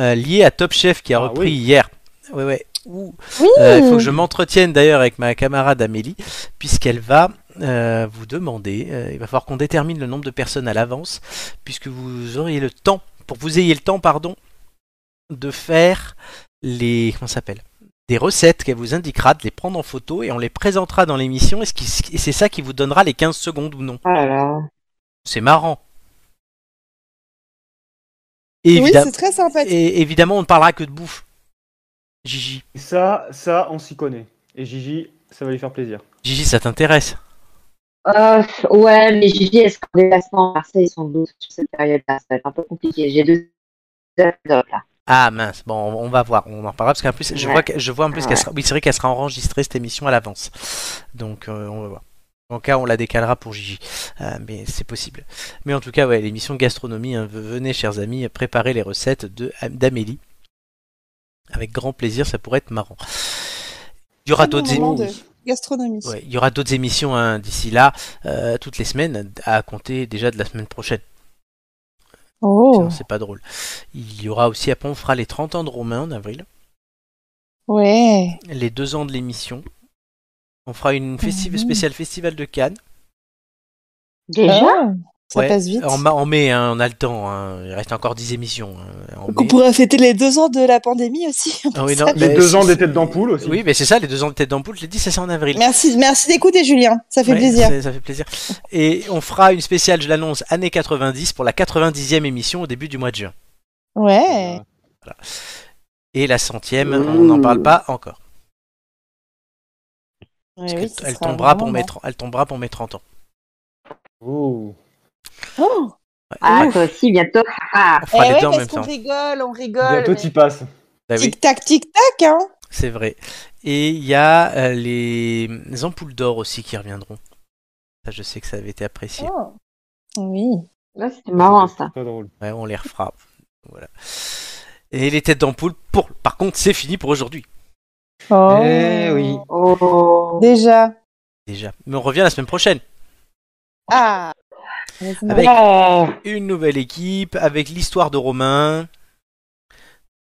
[SPEAKER 3] euh, liée à Top Chef qui a
[SPEAKER 4] Ah
[SPEAKER 3] repris
[SPEAKER 4] oui.
[SPEAKER 3] hier. Ouais, ouais. Ouh.
[SPEAKER 2] Oui.
[SPEAKER 3] Euh, Il faut que je m'entretienne d'ailleurs avec ma camarade Amélie, puisqu'elle va euh, vous demander, euh, il va falloir qu'on détermine le nombre de personnes à l'avance, puisque vous auriez le temps, pour que vous ayez le temps, pardon, de faire les. Comment ça s'appelle des recettes qu'elle vous indiquera, de les prendre en photo et on les présentera dans l'émission et ce qui- et c'est ça qui vous donnera les 15 secondes ou non.
[SPEAKER 5] Oh là là.
[SPEAKER 3] C'est marrant. Et
[SPEAKER 2] Oui,
[SPEAKER 3] évidemment,
[SPEAKER 2] c'est très sympathique.
[SPEAKER 3] et évidemment, on ne parlera que de bouffe. Gigi,
[SPEAKER 4] Et Ça, ça, on s'y connaît. Et Gigi, ça va lui faire plaisir.
[SPEAKER 3] Gigi, ça t'intéresse
[SPEAKER 5] Euh, ouais, mais Gigi, est-ce qu'en déplacement à Marseille, sans doute, sur cette période-là, ça va être un peu compliqué. J'ai deux heures là.
[SPEAKER 3] Ah mince, bon, on on va voir, on en parlera parce qu'en plus, je
[SPEAKER 5] Ouais.
[SPEAKER 3] vois, que- je vois en plus
[SPEAKER 5] Ouais.
[SPEAKER 3] qu'elle sera, oui, c'est vrai qu'elle sera enregistrée cette émission à l'avance, donc euh, on va voir. En cas, on la décalera pour Gigi, Euh, mais c'est possible. Mais en tout cas, ouais, l'émission gastronomie, hein, ve- venez, chers amis, préparer les recettes de ah, d'Amélie avec grand plaisir, ça pourrait être marrant. Il y aura
[SPEAKER 2] Très bon
[SPEAKER 3] d'autres
[SPEAKER 2] moment
[SPEAKER 3] émissions.
[SPEAKER 2] de gastronomie.
[SPEAKER 3] Ouais, il y aura d'autres émissions hein, d'ici là, euh, toutes les semaines, à compter déjà de la semaine prochaine.
[SPEAKER 2] Oh.
[SPEAKER 3] Sinon, c'est pas drôle. Il y aura aussi, après, on fera les 30 ans de Romain en avril.
[SPEAKER 2] Ouais.
[SPEAKER 3] les deux ans de l'émission. On fera une festi-
[SPEAKER 2] Mmh.
[SPEAKER 3] spéciale Festival de Cannes.
[SPEAKER 5] Déjà
[SPEAKER 2] Bah Ça
[SPEAKER 3] Ouais,
[SPEAKER 2] passe vite.
[SPEAKER 3] En, ma- en mai, hein, on a le temps. hein. Il reste encore 10 émissions. hein, en
[SPEAKER 2] Donc on
[SPEAKER 3] mai.
[SPEAKER 2] pourrait fêter les deux ans de la pandémie aussi.
[SPEAKER 3] Ah oui, non,
[SPEAKER 2] Ça-
[SPEAKER 3] mais
[SPEAKER 4] deux
[SPEAKER 3] c'est-
[SPEAKER 4] ans
[SPEAKER 3] c'est-
[SPEAKER 4] des têtes d'ampoule aussi.
[SPEAKER 3] Oui, mais c'est ça, les deux ans de tête d'ampoule, je l'ai dit, c'est ça en avril.
[SPEAKER 2] Merci, merci d'écouter Julien, ça fait
[SPEAKER 3] Ouais,
[SPEAKER 2] plaisir.
[SPEAKER 3] c'est- Ça fait plaisir. Et on fera une spéciale, je l'annonce, années 90 pour la 90e émission au début du mois de juin.
[SPEAKER 4] Euh,
[SPEAKER 2] Ouais.
[SPEAKER 3] Et la centième,
[SPEAKER 4] Mmh.
[SPEAKER 3] on n'en parle pas encore.
[SPEAKER 2] Ouais,
[SPEAKER 3] Elle,
[SPEAKER 2] oui, ce
[SPEAKER 3] elle
[SPEAKER 2] sera
[SPEAKER 3] tombera
[SPEAKER 2] vraiment
[SPEAKER 3] pour mes,
[SPEAKER 2] marrant.
[SPEAKER 3] tr- elle tombera pour mes 30 ans.
[SPEAKER 2] Oh
[SPEAKER 5] Ah, toi aussi, bientôt. Ah, ah.
[SPEAKER 3] fera
[SPEAKER 2] Eh
[SPEAKER 3] les
[SPEAKER 2] ouais,
[SPEAKER 3] deux en
[SPEAKER 2] parce
[SPEAKER 3] même
[SPEAKER 2] qu'on
[SPEAKER 3] temps.
[SPEAKER 2] rigole, on rigole.
[SPEAKER 4] Bientôt, t'y passes.
[SPEAKER 3] Bah oui,
[SPEAKER 2] Tic tac, tic tac, hein.
[SPEAKER 3] c'est vrai. Et il y a euh, les... les ampoules d'or aussi qui reviendront. Ça, je sais que ça avait été apprécié.
[SPEAKER 2] Oh. Oui.
[SPEAKER 5] Là, c'est marrant ça.
[SPEAKER 4] Très drôle.
[SPEAKER 3] Ouais, on les refera. Voilà. Et les têtes d'ampoule, pour... par contre, c'est fini pour aujourd'hui.
[SPEAKER 2] Oh.
[SPEAKER 4] Eh oui.
[SPEAKER 5] Oh.
[SPEAKER 2] Déjà.
[SPEAKER 3] Déjà. Mais on revient la semaine prochaine.
[SPEAKER 2] Ah.
[SPEAKER 3] Avec une nouvelle équipe, avec l'histoire de Romain,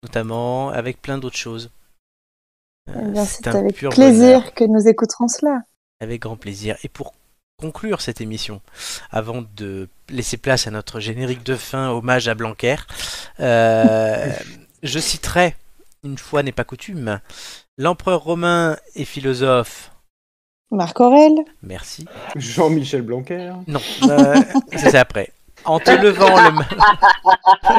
[SPEAKER 3] notamment, avec plein d'autres choses.
[SPEAKER 2] Eh
[SPEAKER 3] Euh,
[SPEAKER 2] bien, C'est
[SPEAKER 3] un
[SPEAKER 2] avec
[SPEAKER 3] pur
[SPEAKER 2] plaisir
[SPEAKER 3] bonheur.
[SPEAKER 2] que nous écouterons cela.
[SPEAKER 3] Avec grand plaisir. Et pour conclure cette émission, avant de laisser place à notre générique de fin, hommage à Blanquer, euh, je citerai, une fois n'est pas coutume, l'empereur romain et philosophe,
[SPEAKER 2] Marc Aurel.
[SPEAKER 3] merci,
[SPEAKER 4] Jean-Michel Blanquer.
[SPEAKER 3] non, euh, ça, c'est après. En te levant le ma-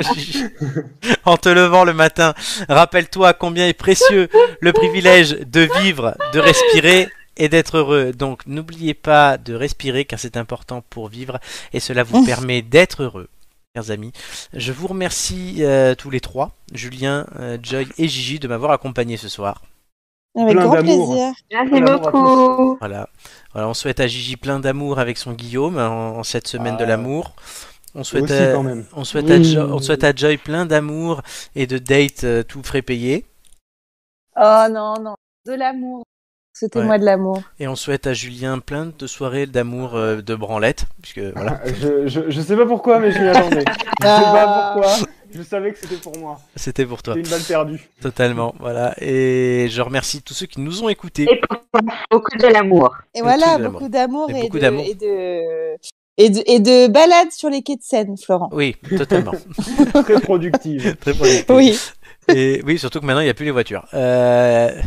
[SPEAKER 3] en te levant le matin, rappelle-toi combien est précieux le privilège de vivre, de respirer et d'être heureux. Donc n'oubliez pas de respirer car c'est important pour vivre et cela vous
[SPEAKER 2] Ouf.
[SPEAKER 3] permet d'être heureux. Chers amis, je vous remercie euh, tous les trois, Julien, euh, Joy et Gigi, de m'avoir accompagné ce soir.
[SPEAKER 2] Avec
[SPEAKER 4] Plein
[SPEAKER 2] grand
[SPEAKER 4] d'amour.
[SPEAKER 2] plaisir.
[SPEAKER 5] Merci
[SPEAKER 4] Bravo à
[SPEAKER 5] beaucoup.
[SPEAKER 3] Voilà. Voilà, on souhaite à Gigi plein d'amour avec son Guillaume en, en cette semaine de
[SPEAKER 4] Ah.
[SPEAKER 3] l'amour. On souhaite,
[SPEAKER 4] Aussi,
[SPEAKER 3] à,
[SPEAKER 4] quand même.
[SPEAKER 3] On, souhaite à
[SPEAKER 4] Oui.
[SPEAKER 3] Jo- on souhaite à Joy plein d'amour et de dates euh, tout frais payés.
[SPEAKER 1] Oh non, non, de l'amour.
[SPEAKER 2] C'était moi
[SPEAKER 3] Ouais.
[SPEAKER 2] de l'amour.
[SPEAKER 3] Et on souhaite à Julien plein de soirées d'amour euh, de branlette. Puisque, voilà,
[SPEAKER 4] Je, je, je sais pas pourquoi, mais je m'y attendais. je sais pas pourquoi. Je savais que c'était pour moi.
[SPEAKER 3] c'était pour toi.
[SPEAKER 4] C'était une balle perdue.
[SPEAKER 3] Totalement. Voilà. Et je remercie tous ceux qui nous ont écoutés.
[SPEAKER 5] Et pour toi, beaucoup de l'amour.
[SPEAKER 2] Et
[SPEAKER 3] Et
[SPEAKER 2] voilà,
[SPEAKER 3] tout de
[SPEAKER 2] beaucoup d'amour
[SPEAKER 3] Et
[SPEAKER 2] et,
[SPEAKER 3] beaucoup
[SPEAKER 2] de-
[SPEAKER 3] d'amour.
[SPEAKER 2] et de et de et de balades sur les quais de Seine, Florent.
[SPEAKER 3] Oui, totalement.
[SPEAKER 4] Très productive.
[SPEAKER 3] Très productif.
[SPEAKER 2] Oui.
[SPEAKER 3] Et oui, surtout que maintenant, il n'y a plus les voitures. Euh,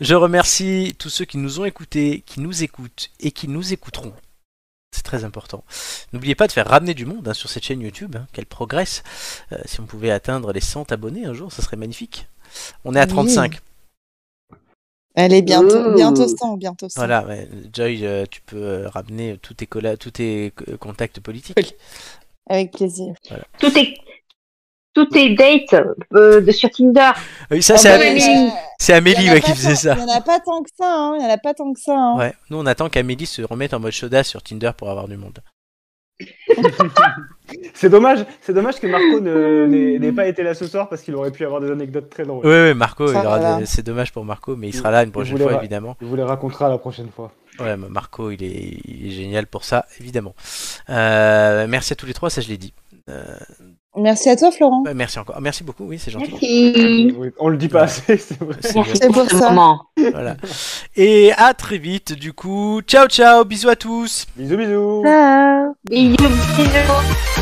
[SPEAKER 3] Je remercie tous ceux qui nous ont écoutés, qui nous écoutent et qui nous écouteront. C'est très important. N'oubliez pas de faire ramener du monde hein, sur cette chaîne YouTube, hein, qu'elle progresse. Euh, si on pouvait atteindre les 100 abonnés un jour, ça serait magnifique. On est à
[SPEAKER 2] Oui.
[SPEAKER 3] 35.
[SPEAKER 2] Allez, bientôt,
[SPEAKER 5] Ouh.
[SPEAKER 2] bientôt 100, bientôt 100.
[SPEAKER 3] Voilà, ouais. Joy, euh, tu peux euh, ramener tous tes, colla- tous tes euh, contacts politiques.
[SPEAKER 2] Avec plaisir.
[SPEAKER 5] Tout est. Tout est date euh, de sur Tinder.
[SPEAKER 3] Oui, ça,
[SPEAKER 2] Ah
[SPEAKER 3] c'est
[SPEAKER 2] bah,
[SPEAKER 3] Amélie,
[SPEAKER 2] il y en a-
[SPEAKER 3] c'est Amélie
[SPEAKER 2] il y en a
[SPEAKER 3] ouais,
[SPEAKER 2] pas
[SPEAKER 3] qui faisait
[SPEAKER 2] tant-
[SPEAKER 3] ça.
[SPEAKER 2] Il n'y en a pas tant que ça, hein. Il y en a pas tant que ça, hein.
[SPEAKER 3] Ouais, nous on attend qu'Amélie se remette en mode soda sur Tinder pour avoir du monde.
[SPEAKER 4] C'est dommage, c'est dommage que Marco ne- n'ait n'ait pas été là ce soir parce qu'il aurait pu avoir des anecdotes très drôles.
[SPEAKER 3] Oui, oui, Marco,
[SPEAKER 2] Ça
[SPEAKER 3] il aura
[SPEAKER 2] va.
[SPEAKER 3] des- c'est dommage pour Marco, mais il
[SPEAKER 4] Il-
[SPEAKER 3] sera là une
[SPEAKER 4] il
[SPEAKER 3] prochaine
[SPEAKER 4] voulait
[SPEAKER 3] fois
[SPEAKER 4] ra-
[SPEAKER 3] évidemment.
[SPEAKER 4] Je vous les raconterai la prochaine fois.
[SPEAKER 3] Ouais, mais Marco, il est, il est génial pour ça évidemment. Euh, merci à tous les trois, ça je l'ai dit. Euh,
[SPEAKER 2] Merci à toi, Florent.
[SPEAKER 3] ouais, merci encore, Ah, merci beaucoup, oui, c'est gentil.
[SPEAKER 5] Merci.
[SPEAKER 4] Oui, on le dit pas assez, c'est vrai.
[SPEAKER 3] C'est
[SPEAKER 5] Merci
[SPEAKER 2] C'est
[SPEAKER 5] pour,
[SPEAKER 2] pour
[SPEAKER 5] ce
[SPEAKER 2] ça.
[SPEAKER 5] moment.
[SPEAKER 3] bien, voilà. Et à très vite du coup. Ciao, ciao, bisous à tous.
[SPEAKER 4] Bisous, bisous.
[SPEAKER 5] Ciao. Bisous, bisous.